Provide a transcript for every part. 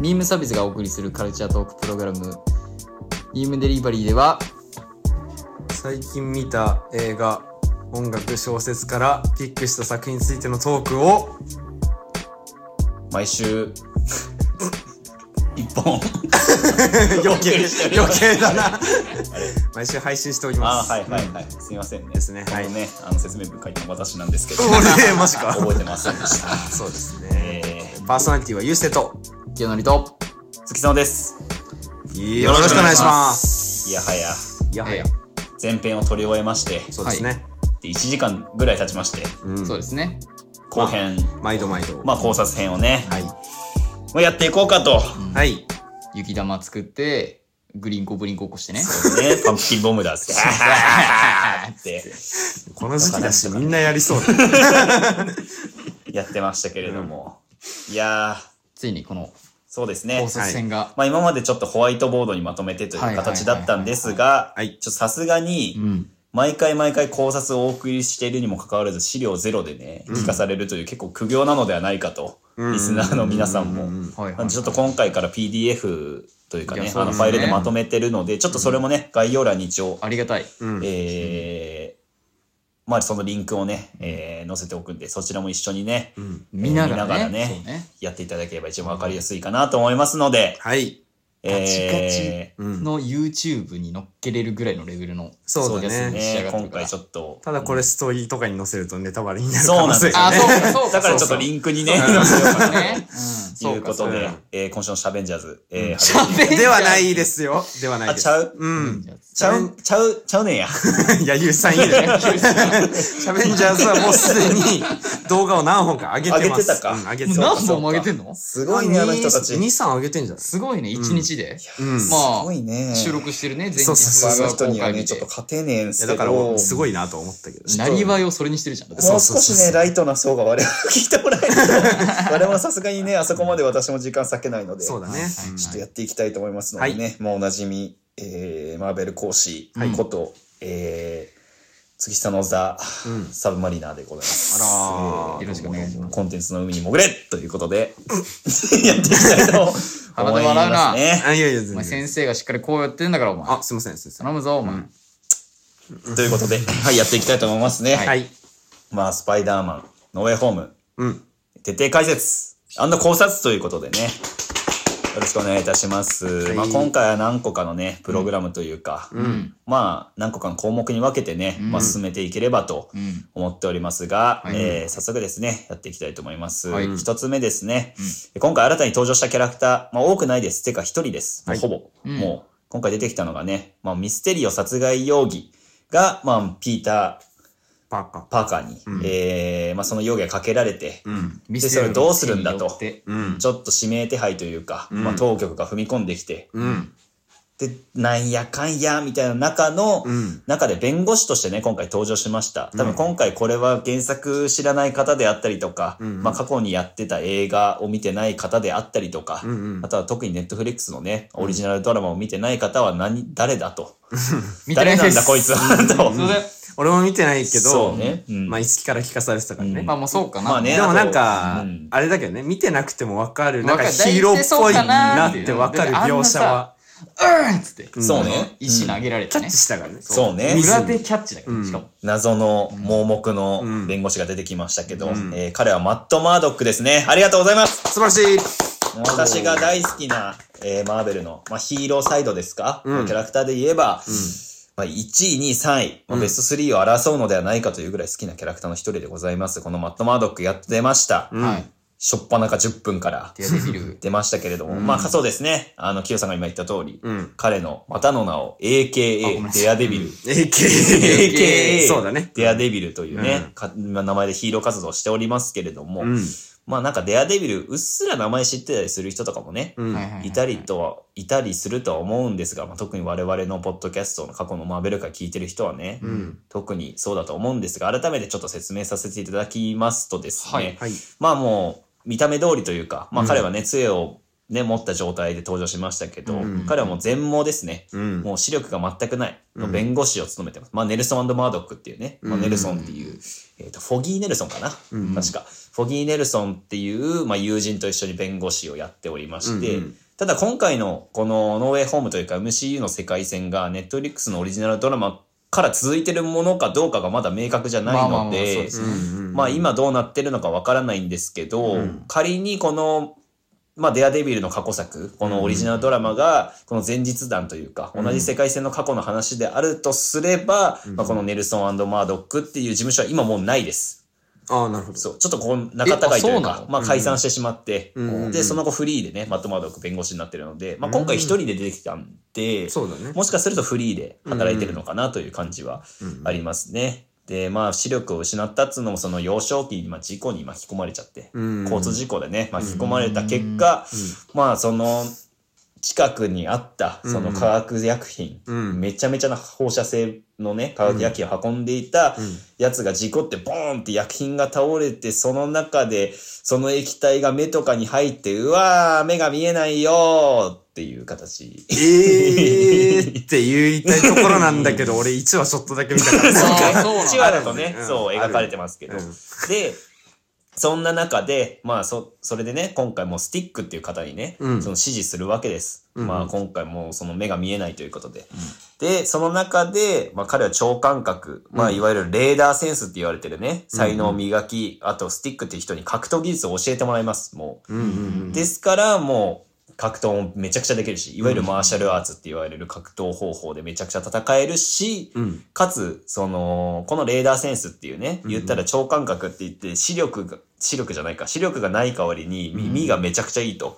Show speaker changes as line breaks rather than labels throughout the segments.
ビームサービスがお送りするカルチャートークプログラム、ビームデリバリーでは、
最近見た映画音楽小説からピックした作品についてのトーク を
毎週、一本。
余計余計だ な毎週配信しており
あ
ま
あ、
す
はいはいはい。すいませんね。
ですねはい
このね、あの説明文書いたの私なんですけど。
俺マジか
覚えてませんでした。
そうですね
えー
パーソナリティはゆうせと
清則と、
月さんです。
よろしくお願いします
いやはや、
いやはや
え
前編を撮り終えまして、
そうですね
で1時間ぐらい経ちまして、
うん
そうですね。
後編、
毎度毎度
まあ考察編をね、
はい
まあやっていこうかと。ね、
はい
雪玉作って、グリンコブリンコ起こしてね。
パンプキンボムだ っつって。 って
この時期だしみんなやりそうだ
やってましたけれども。いやー、
ついにこの
そうです
考
ね。
察戦が、
まあ今までちょっとホワイトボードにまとめてという形だったんですが、
はいはいはいはいはい
ちょっとさすがに、
うん。
毎回毎回考察をお送りしているにもかかわらず資料ゼロでね、聞かされるという結構苦行なのではないかと、
うん
リスナーの皆さんも。
はい
なんでちょっと今回から PDF というか
いや
ね、
そう
あ
で
の
す
フ
ね
ァイルでまとめてるので、ちょっとそれもね、概要欄に一応、
ありがたい。
うん
えー、まあそのリンクをね、えー載せておくんで、そちらも一緒にね、
見なが
見なが
ら
らね
ね。そうね。
やっていただければ一番わかりやすいかなと思いますので、
はい
えー
うん
の YouTube に乗っけれるぐらいのレベルの。
そうだ
そうです
ね
ね
ね、今回ちょっと、
ただこれストーリーとかに載せるとネタバレになる
そ
可
うなん
能
で
性
すよ
が
あ、
ね
そうか、そうか。
だからちょっとリンクにね、載せようか
そう
な
ね。
ということ
そう
で
かそうか、
えー今週のシャベンジャーズ、えー、
しゃべ
ではないですよではない
あ、
で
ち
す
ゃう、
う
うんん。
ちゃう、ちゃう、ちゃうねんや。
いや、ゆうさんいいね。 シャベンジャーズはもうすでに動画を何本か上げてます。
上げてたか
うん、上げ
も
て
う何本も上げてんの
す
すごいね、あの人たち。2、3上げてんじゃない
すごいね、1日で。
うん。
まあ
すごいね。
収録してるね、前日
そうそう
そ
そう
動画
の人には
公開
ね、
日
ちょっ
で
と勝てねえ
い
ん
や、
すけ
だ
ど。
からも
も
う
う
すごいなと思ったけど。
なりわいをそれにしてるじゃん。だって
そうそうそう
少しね、ライトな層が我々は 聞いてもらえると。我々はさすがにね、あそこまで私も時間割けないので、
そうだね。うん
ちょっとやっていきたいと思いますのでね、もうおなじみ、えー、マーベル講師
はい
こと、えー、月下のザ・
うん
サブマリナーでございます。
あらー
よろしくお願いします
コンテンツの海に潜れということで、やっていきたい と思いますね。
鼻で笑うな
あ、いやいや、
お
全
前
然。
先生がしっかりこうやってんだから、お前。
あ、すいません、先生。
頼むぞ、お前。
ということで、はい、やっていきたいと思いますね。
はい。
まあ、スパイダーマン、ノーウェイホーム、
うん。
徹底解説、あんな考察ということでね、よろしくお願いいたします。
い
まあ、今回は何個かのね、プログラムというか、
うん。
まあ、何個かの項目に分けてね、まあ、進めていければと
うん。
思っておりますが、
はい
えー早速ですね、やっていきたいと思います。一、
はい
つ目ですね、今回新たに登場したキャラクター、まあ、多くないです。てか一人です。もうほぼ。
うん
もう、今回出てきたのがね、まあ、ミステリオ殺害容疑が、まあ、ピーター・
パーカ
パーカーに、えーまあ、その容疑がかけられて、
ー。うん。
ミ
それどうするんだと
ステリオの手によって
うん。
ちょっと指名手配というか、
うん
まあ、当局が踏み込んできて、
うん。
で、なんやかんや、みたいな中の、
うん。
中で弁護士としてね、今回登場しました。多分今回これは原作知らない方であったりとか、
うん
まあ過去にやってた映画を見てない方であったりとか、
うんうん
あとは特にネットフリックスのね、オリジナルドラマを見てない方は何、誰だと。
見てな
誰
い
な
で
んだ
す。
こいつは、
それ
と。
で、
俺も見てないけ
そ
ど
う、ね。うん
まあ、いつきから聞かされてたからね。
うん
まあもうそうかな。
まあね
でもなんか
あとうん、
あれだけどね、見てなくてもわかる、なん
わか
か
る
ヒーローっぽいな
大
っ
体
て
そうかな
わかる描写は、
うんっつって。
そうね
石投げられて
キャッ
ね
チ。したからね。
そうね。
裏でキャッチだからね、しかも。
謎の盲目の
うん
弁護士が出てきましたけど、
ん
えー彼はマット・マードックですね。ありがとうございます。
素晴らしい
私が大好きな、えーマーベルの、まあ、ヒーローサイドですか、
うん
キャラクターで言えば、まあ、1位、2位、3位、まあ、ベスト3を争うのではないかというぐらい好きなキャラクターの一人でございます。このマット・マードックやってました。
ん
はい。
しょっぱなか10分から
デアデビル。
出ましたけれども、まあ、そうですね。あの、キヨさんが今言った通り、
うん
彼のまたの名
あご
を
めん
AKA
なさい
デアデビル。
AKA
AKA
そうだね
デアデビルというね、か名前でヒーロー活動をしておりますけれども、
うん
まあなんかデアデビル、うっすら名前知ってたりする人とかもね、
うん
はいはいはい
いたりとは、いたりするとは思うんですが、まあ、特に我々のポッドキャストの過去のマーベル会聞いてる人はね、
ん
特にそうだと思うんですが、改めてちょっと説明させていただきますとですね、
はい
はい
まあもう見た目通りというか、まあ彼はね、杖をね、持った状態で登場しましたけど、
うん
彼はもう全盲ですね。
うん。
もう視力が全くない、
うん
弁護士を務めてます。まあ、ネルソンマードックっていうね、まあ、
うん
ネルソンっていう、えっ、と、フォギー・ネルソンかな、
うん
確か。フォギー・ネルソンっていう、まあ、友人と一緒に弁護士をやっておりまして、
うんうん
ただ今回のこのノーウェイホームというか MCU の世界線がネットフリックスのオリジナルドラマから続いてるものかどうかがまだ明確じゃない
まあまあま
の
あそう
で
で、す
うんうん
まあ、今どうなってるのかわからないんですけど、
うん
仮にこの、まあ、デアデビルの過去作、このオリジナルドラマが、この前日談というか、
うん
同じ世界線の過去の話であるとすれば、
うん
まあ、このネルソンマードックっていう事務所は今もうないです。
ああ、なるほど。
そう。ちょっとこう、仲違いと
あ
いう
そう
か
な、の
まあ、解散してしまって、
うん
で、その後フリーでね、マットマードック弁護士になってるので、まあ、今回一人で出てきたんで、
そうだね。
もしかするとフリーで働いてるのかなという感じは
うん
ありますね。で、まあ、視力を失ったっつうのも、その幼少期に、まあ、事故に巻き込まれちゃって、
うん
交通事故でね、巻き込まれた結果、まあ、その、近くにあった、その化学薬品、
うん
めちゃめちゃな放射性のね、化学薬品を運んでいた
うん
やつが事故って、ボーンって薬品が倒れて、その中で、その液体が目とかに入って、うわー、目が見えないよーっていう形。
ええーって言いたいところなんだけど、俺1話ちょっとだけ見た から。
そうか
そう
なんだ
1話だとね、
うん
そう
ある
描かれてますけど、
うん
でそんな中でまあそそれでね今回もスティックっていう方にね、
うん
その支持するわけです、
うん
まあ今回もうその目が見えないということで、でその中で、まあ、彼は超感覚、まあ
うん
いわゆるレーダーセンスって言われてるね才能を磨き、あとスティックっていう人に格闘技術を教えてもらいますも
うんうんう
う、
ん。
ですからもう格闘もめちゃくちゃできるし、いわゆるマーシャルアーツって言われる格闘方法でめちゃくちゃ戦えるし、
うん。
かつ、その、このレーダーセンスっていうね、
ん
言ったら超感覚って言って、視力が、視力じゃないか、視力がない代わりに耳がめちゃくちゃいいと。
うん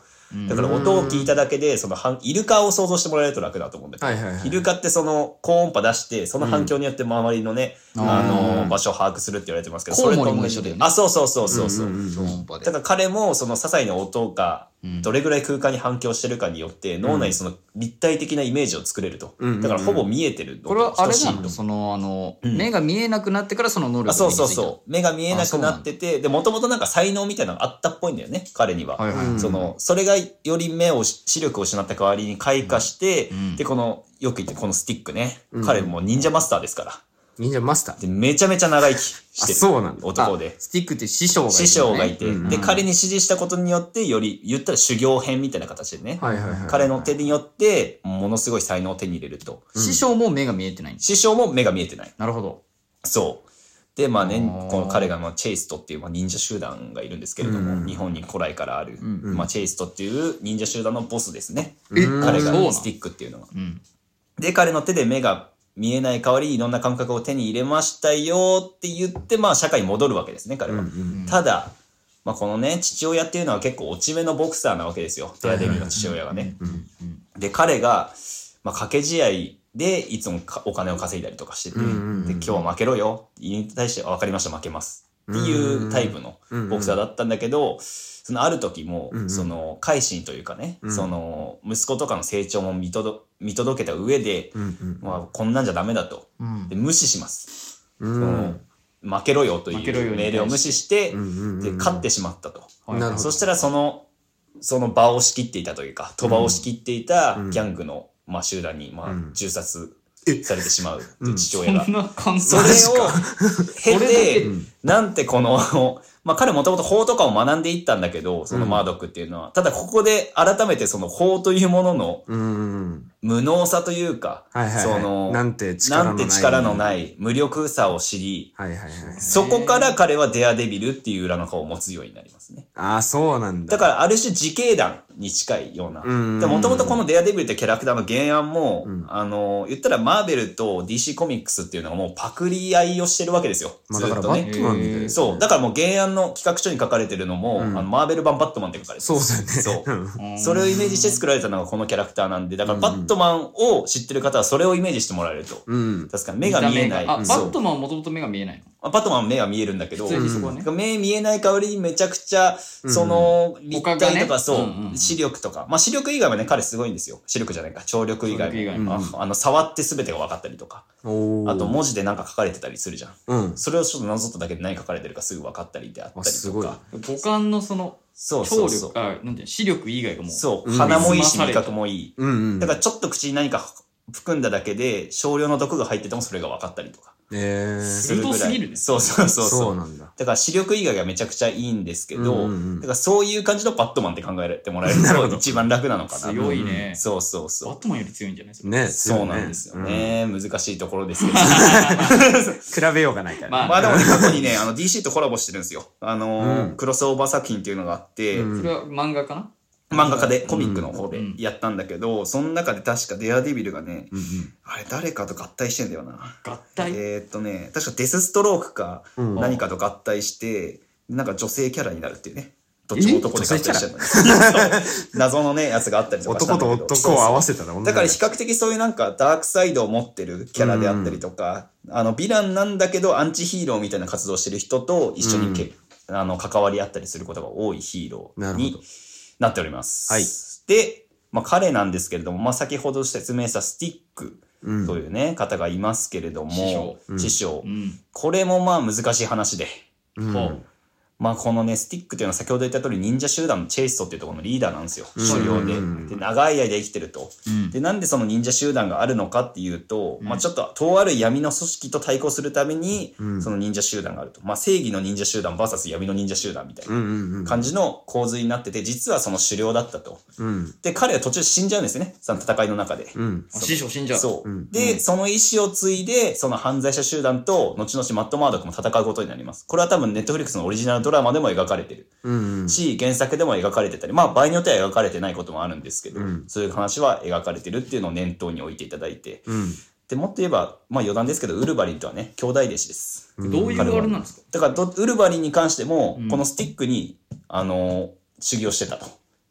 だから音を聞いただけで、その反、イルカを想像してもらえると楽だと思うんだけど、
はいはいはい。
イルカってその高音波出して、その反響によって周りのね、
うん
あ
う
の、
ん
場所を把握するって言われてますけど、
コウ
れ
モ
と
リ
同
も
じ
一緒だよね
あ、そうそうそうそうそう。
うんうんうん
超音波で
だから彼もその些細な音が
うん
どれぐらい空間に反響してるかによって脳内にその立体的なイメージを作れると、
うんうんうん
だからほぼ見えてるのと
これはあれ
等し
ない
と
のそのあの、
うん
目が見えなくなってからその能力が
あそう
身についた
そうそう目が見えなくなっててでもともとなんか才能みたいなのがあったっぽいんだよね彼には、
はいはい、
うん
そのそれがより目を視力を失った代わりに開花して、
うん
でこのよく言ってこのスティックね、
うん
彼もう忍者マスターですから
忍者マスター。
でめちゃめちゃ長生きして
あ
る
そうなんだ
男で
あスティックって師匠がいる、ね、
師匠がいて、
うん
で彼に指示したことによってより言ったら修行編みたいな形でね、
はいはいはい。
彼の手によってものすごい才能を手に入れると
師匠も目が見えてないんです
師匠も目が見えてない
なるほど
そうでまあね
あー
この彼がまあチェイストっていうまあ忍者集団がいるんですけれども、
うん
日本に古来からある、
ん
まあ、チェイストっていう忍者集団のボスですね、
え
うん
彼
そうな
が
の
スティックっていうのは
うん
で彼の手で目が見えない代わりにいろんな感覚を手に入れましたよって言ってまあ社会に戻るわけですね彼は、
うんうん
ただ、まあ、このね父親っていうのは結構落ち目のボクサーなわけですよデアデビルの父親がね、で彼が、まあ、掛け試合でいつもかお金を稼いだりとかして
う
て、
んうんうん
で今日は負けろよって言いに対して「あ分かりました負けます」っていうタイプの
うんうん
ボクサーだったんだけど、そのある時も、
うんうん
その改心というかね、
うん
その息子とかの成長も見とど見届けた上で、
うん
まあ、こんなんじゃダメだと
うん
で無視します、
う
その
ん。
負けろよと
負けろ
い
よ
う
に対して
命令を無視して、
うんうんうん
で勝ってしまったと。
うんなるほど
そしたらその、その場を仕切っていたというか、賭場を仕切っていた
うん
ギャングの、まあ、集団に、まあ
うん、
銃殺
え
されてしまうって
う
い
ん
う父
そ
親が
ん。な感
そ
想
れ
でし
を経
それだけ
て
で、
なんてこの、 まあ彼もともと法とかを学んでいったんだけど、その
うん
マードックっていうのは、ただここで改めてその法というものの
うん。
無能さというか、
はいはいはい。
その、
なんて力のない。
なんて力のない無力さを知り、
はいはいはい。
そこから彼はデアデビルっていう裏の顔を持つようになりますね。
ああ、そうなんだ。
だからある種自警団に近いような。
うん
でもともとこのデアデビルってキャラクターの原案も、
うん
あの、言ったらマーベルと DC コミックスっていうのがもうパクリ合いをしてるわけですよ。
まあ
ず
だから
っと
バ
ね。
ットマンみたいな
え
や
ー
つ。
そう。だからもう原案の企画書に書かれてるのも、
うん
あのマーベル版バットマンって書かれてる。
そうだよね。
そう
うん
うん
それをイメージして作られたのがこのキャラクターなんで、だから
うん
バットマンを知ってる方はそれをイメージしてもらえると。
うん。
確かに目が見えない。
見た目があ
そう
バットマンはもともと目が見えないの
まあバットマンは目は見えるんだけど、
普通にそこはね、
目見えない代わりにめちゃくちゃ、
うん
その、立
他が
体
ね
とか、そう、
うんうん
視力とか。まあ、視力以外はね、彼すごいんですよ。視力じゃないか、聴力以外
聴力以外
も。
も
ああの、触って全てが分かったりとか。
おー
あと、文字でなんか書かれてたりするじゃん。
うん。
それをちょっとなぞっただけで何書かれてるかすぐ分かったりであった
あ、
り
す
と
ごい。
か。
五感のその
そうそ
聴
うそう
力、。あ、なんていうの視力以外がもう。
そう、
うん
鼻もいいし
水増さ
味
れた
覚もいい。
うんうん。
だからちょっと口に何か含んだだけで少量の毒が入っててもそれが分かったりとか
えー、
するぐらい。
鋭すぎるね
そうそうそうそう。
そうなんだ。
だから視力以外がめちゃくちゃいいんですけど、
うんうんうん
だからそういう感じのバットマンって考えてもらえる
なるほ
と
ど
一番楽なのかな。
強いね。
そうそう
バ
そ
ットマンより強いんじゃないですか。
ね、
う。そうなんですよね。難しいとこ ろですけど。
うん。比べようがないから。
まあ
まあでもね、過去にね、あの DC とコラボしてるんですよ。あのー
うん
クロスオーバー作品っていうのがあって、
うん
それは漫画かな
漫画家で、コミックの方で
うん
やったんだけど、その中で確かデアデビルがね、
うん
あれ誰かと合体してんだよな。
合体
えーっとね、確かデスストロークか
うん
何かと合体して、なんか女性キャラになるっていうね。どっちも男で合体しちゃったんです そう謎のね、やつがあったりとかした
男
んだ
と
けど。
男を合わせたら女
そうそう
の
だから比較的そういうなんかダークサイドを持ってるキャラであったりとか、あの、ヴィランなんだけどアンチヒーローみたいな活動してる人と一緒にけ、あの関わり合ったりすることが多いヒーロ
な
ー
るほ
に
ど
なっております。で、まあ、彼なんですけれども、まあ、先ほど説明したスティック
うん
というね、方がいますけれども、
師匠
うん
師匠
うん。
これもまあ難しい話で、
うん
こう
まあこのね、スティックというのは先ほど言った通り忍者集団のチェイストっていうところのリーダーなんですよ。
うん
所領で
う。ん
で、長い間生きてると。
うん
で、なんでその忍者集団があるのかっていうと、
うん
まあちょっと、とある闇の組織と対抗するために
う、ん
その忍者集団があると。まあ正義の忍者集団 VS 闇の忍者集団みたい
うんうんうん
な感じの構図になってて、実はその狩猟だったと。
うん
で、彼は途中死んじゃうんですね。その戦いの中で。
うん
あ師匠死んじゃう。
そう。
うん
で、その意思を継いで、その犯罪者集団と、後々マット・マードックも戦うことになります。これは多分、ネットフリックスのオリジナルドラマでも描かれてる
うんうん
し、原作でも描かれてたり、まあ、場合によっては描かれてないこともあるんですけど、
うん
そういう話は描かれてるっていうのを念頭に置いていただいて。
うん
で、もっと言えば、まあ、余談ですけど、ウルヴァリンとはね、兄弟弟子です。
どういうあれなんですか
だからど、ウルヴァリンに関しても
うん、
このスティックに、あのー修行してたと。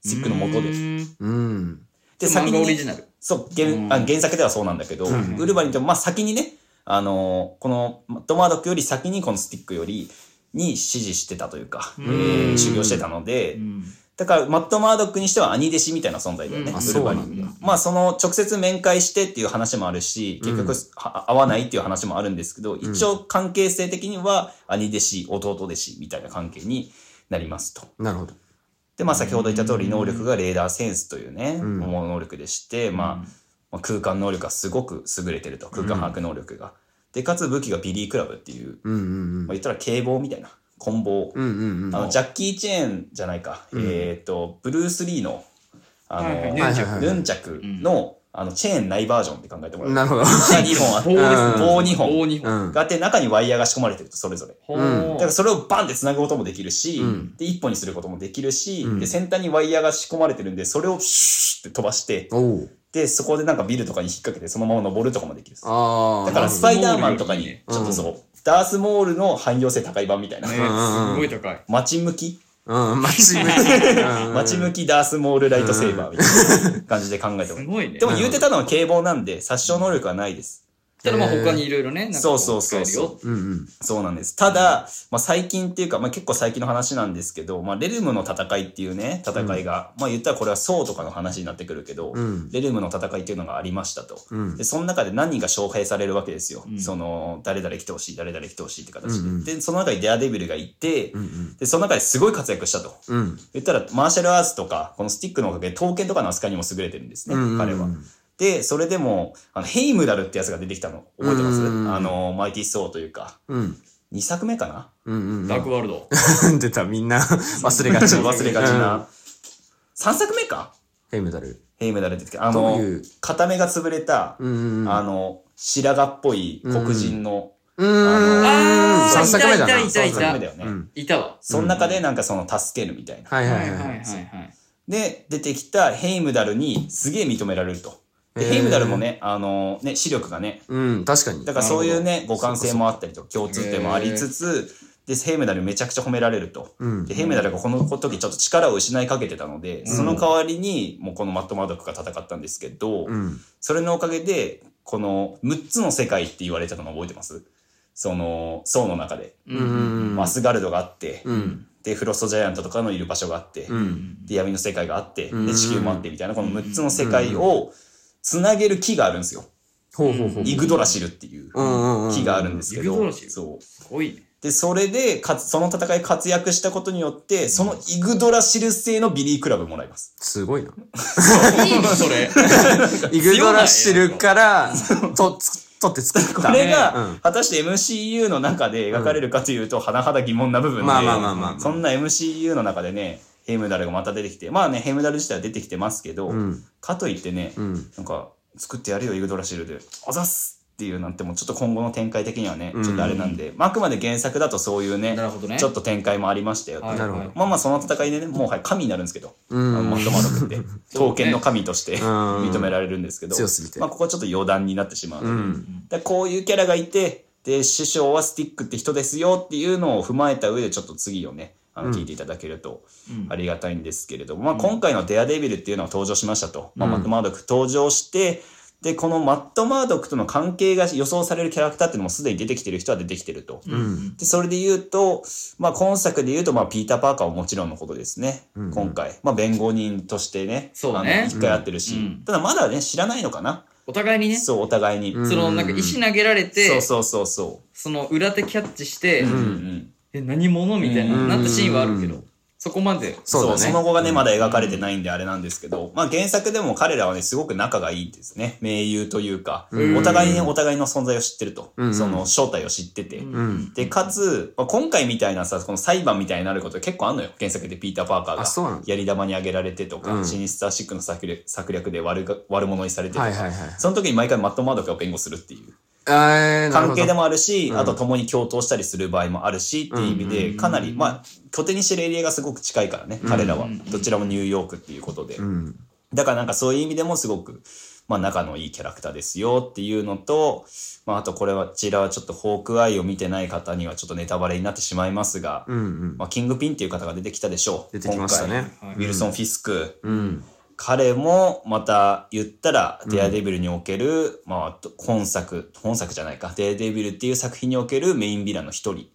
スティックの元で。
うん
うん
で、
漫
先
画
に
オリジナル。
そう、原
うん
あ原作ではそうなんだけど、
ん
ウルヴァリンって、まあ先にね、あのーこのマットマードックより先にこのスティックよりに支持してたというか、え
うん
ー修行してたので、
うん
だからマットマードックにしては兄弟子みたいな存在だよね、
うん
ウ
あ
ル
そ
ヴ
う
ァ
な
リ
ん
ン
だ。
まあその直接面会してっていう話もあるし、結局は会わないっていう話もあるんですけど、一応関係性的には兄弟子、弟弟子みたいな関係になりますと。
なるほど
で、まあ、先ほど言った通り能力がレーダーセンスというね、
うん
能力でして、まあ、まあ空間能力がすごく優れてると空間把握能力が、でかつ武器がビリークラブっていう、
うんうん
まあ、言ったら警棒みたいな棍棒、
うんうんうんうん
あのジャッキー・チェーンじゃないか、
ん
えっ、とブルース・リーのあの、
はいはい
はいはいはい
ヌンチャクの,、あのチェーンないバージョンって考えてもらえ
なるほど
下2本あって
棒です
ね
棒2本
大日
う
本。
ん
があって中にワイヤーが仕込まれてるとそれぞれ。
ほ
うん
だから
う。
それをバンって繋ぐこともできるし、
うん
で、一本にすることもできるし、
うん
で、先端にワイヤーが仕込まれてるんで、それをシューって飛ばして、
おお
で、そこでなんかビルとかに引っ掛けて、そのまま登るとかもできる。だ
ああ
からスパイダーマンとか
い
に、
い
ち
ね
ょっとそう、ダースモールの汎用性高い版みたいな
ね、。
うん
すごい高い。
街向き
うん 待ち向き
街向きダースモールライトセーバーみたいな感じで考えてもら
す
う
ごいね。
でも言うてたのは警棒なんで、殺傷能力はないです。
ただまあ他にいろいろね、なんか
そ
こ
うそうそう
使えるよ。
うんうん
そうなんです。ただ、まあ、最近っていうか、まあ、結構最近の話なんですけど、まあ、レルムの戦いっていうね、戦いが、まあ、言ったらこれは宋とかの話になってくるけど、
うん
レルムの戦いっていうのがありましたと。
うん
で、その中で何人が招聘されるわけですよ。
うん
その、誰々来てほしい、誰々来てほしいって形で。
うんうん
で、その中にデアデビルがいて、
うん
で、その中ですごい活躍したと。
うんうん
言ったら、マーシャルアーツとか、このスティックのおかげで、刀剣とかの扱いにも優れてるんですね、
うんうんうん
彼は。で、それでも、あの、ヘイムダルってやつが出てきたの、覚えてま
う
す、
んうんうん
あの、マイティー・ソーというか、
うん
2作目かな
うんうん
ダークワールド。
出たみん な忘れがち
忘れがち
うん
な。3作目か
ヘイムダル
ヘイムダルって時あ
ど
の
ういう、
片目が潰れた、
うんうんうん
あの、白髪っぽい黒人の
うーん
あー
三作目だない
た
3
い
作
た
目
い
だ
た。
よ
う
ね。
ん
いたわ。
その中でなんかその助けるみたいな。
はいは
はい
い
はい
は
はい
い
はい。
で、出てきたヘイムダルにすげえ認められると。で、
へー
ヘイムダルもね、あの、ね、視力がね、
うん確かに
だからそういうね、互換性もあったりと、共通点もありつつ、で、ヘイムダルめちゃくちゃ褒められると。
うん
でヘイメダルがこの時ちょっと力を失いかけてたので、その代わりにもうこのマット・マードックが戦ったんですけど、
うん
それのおかげでこの6つの世界って言われてたの覚えてますその層の中で、
う
うんうん
マスガルドがあって、
うん
でフロスト・ジャイアントとかのいる場所があって、
うん
で闇の世界があって、
うん
で地球もあってみたいなこの6つの世界をつなげる木があるんですよ、
ほうほうほう
イグドラシルっていう
うんうんうん
木があるんですけど、
イグドラシル
そう
すごいね。
で、それで、かつ、その戦い活躍したことによって、そのイグドラシル製のビリークラブもらいます。
すごいな。
いいの それ。
イグドラシルから、と、つ取って作った。
これ
うん
が、果たして MCU の中で描かれるかというと、甚だ疑問な部分で、
まあまあまあまあまあ
そんな MCU の中でね、ヘムダルがまた出てきて、まあね、ヘムダル自体は出てきてますけど、
うん。
かといってね、
うん。
なんか、作ってやるよ、イグドラシルで。あざっすっていうなんて、もうちょっと今後の展開的にはね、ちょっとあれなんで、まああくまで原作だとそういうね
な、るほどね。
ちょっと展開もありましたよ。
はい
なるほど
まあまあ、その戦いでね、もうはい神になるんですけど、
う
あの
ん
モ。ンドマドク って、刀剣の神として
ん
認められるんですけど、
強すぎて
まあ、ここちょっと余談になってしまうの
う
で、
ん。
でこういうキャラがいて、で、師匠はスティックって人ですよっていうのを踏まえた上で、ちょっと次をね、あ
う
の
ん
聞いていただけると
うん
ありがたいんですけれども、まあ、今回のデアデビルっていうのは登場しましたと。まあ、マット・マードック登場して、で、このマット・マードックとの関係が予想されるキャラクターっていうのもすでに出てきてる人は出てきてると。
うん。
で、それで言うと、まあ、今作で言うと、まあ、ピーター・パーカーはもちろんのことですね。
うん
今回。まあ、弁護人としてね。
そうだね
あの一回会ってるし。
うん
ただ、まだね、知らないのかな。
お互いにね、そ
そう、お互いに。
うん
のなんか石投げられ
そう
て、
そうそうそ
その裏手キャッチして
う。、
ん
うん
え、何者みたいな
うん
なったシーンはあるけ
う
ど、そこまで。
そうだね
その後がね、まだ描かれてないんであれなんですけど、まあ原作でも彼らはね、すごく仲がいいんですね。盟友というか、
うん
お互いにお互いの存在を知ってると。
うん
その正体を知ってて。
ん
で、かつ、まあ、今回みたいなさ、この裁判みたいになること結構あんのよ。原作でピーター・パーカ
あ
ー
そうな
が
の
やり玉に挙げられてとか、
うん
シニスターシックの策略策略で悪が悪者にされてとか、
はいはいはい。
その時に毎回マット・マードックが弁護するっていう
えー、なる
関
ほ
係で
ど。
もあるし、
うん
あと共に共闘したりする場合もあるしっていう意味で、
うん
かなり、まあ、拠点にしてるエリアがすごく近いからね、彼ら
う
は
ん。
どちらもニューヨークっていうことで。
うん。
だからなんかそういう意味でもすごく、まあ仲のいいキャラクターですよっていうのと、まああとこれは、こちらはちょっとホークアイを見てない方にはちょっとネタバレになってしまいますが、
うんうん。
まあキングピンっていう方が出てきたでしょう。
出てきましたね。
今回。ウィルソン・フィスク。
うん。
彼もまた言ったら、デアデビルにおける、まあ本作、本作じゃないか、デアデビルっていう作品におけるメインヴィランの一人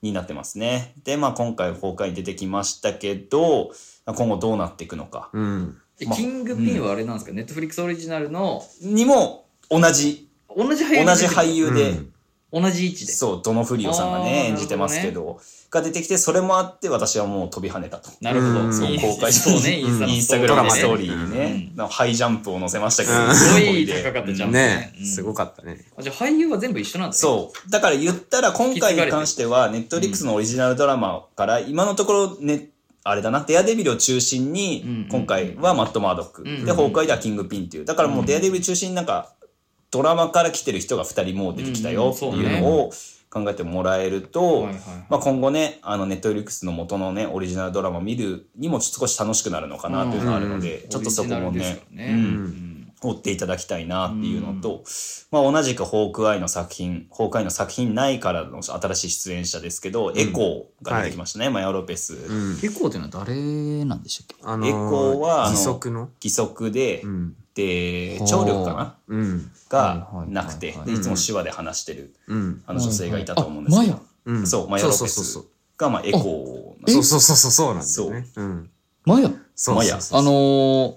になってますね。で、まあ今回崩壊出てきましたけど、まあ今後どうなっていくのか。
うん。
え
まあ
キングピンはあれなんですか、ネットフリックスオリジナルの
にも同じ
同じ俳優
同じ
優
俳優で、
うん
同じ位置で
そう、ドノフリオさんがね、
あー
演じてますけど、が出てきて、それもあって、私はもう飛び跳ねたと。
なるほ
う
ど
ん
そう
いい
公開
そうねインスタの
インスタグラムストーリ
ね
ーにね、
う
なんかハイジャンプを載せましたけど、
うん
すご
すご
い
で
高かったじゃん、
ね
うん
すごかったね。
あじゃあ俳優は全部一緒なんだね
そう。だから言ったら、今回に関しては、ネットリックスのオリジナルドラマから、今のところ、ね、あれだな、デアデビルを中心
うんうんう
に
ん、
今回はマット・マードック、
うん
で、崩壊ではキング・ピンっていう。だからもうデアデビル中心になんか、ドラマから来てる人が2人もう出てきたよっていうのを考えてもらえると、
はいはいはい
まあ、今後ね、あの、ネットフリックスの元のね、オリジナルドラマ見るにも少し楽しくなるのかなというのがあるので、ちょっとそこも
オリジナル
ね
です、から
う
うん
ん追っていただきたいなっていうのと、まあ、同じくホークアイの作品、ホークアイの作品内からの新しい出演者ですけど、エコーが出てきましたね、マヤロペス。
うん。
エコーってのは誰なんでしたっけ
あ
エコーはあの
義足の。
義足で、
うん。
で、
ほう
聴力かな
うん。
がなくて、
はいいはいはい
でいつも手話で話してる、
うん。
あの女性がいたと思うんですけ
はい
ど、
はいあ
うん。
そう、マヤロ
そう
ペ
そうそうそう。
スが、まあ、エコーなんで
そ
す
うそうそうそうそうなんですよね。うん。
マヤマヤ
そうそうそう
あのー、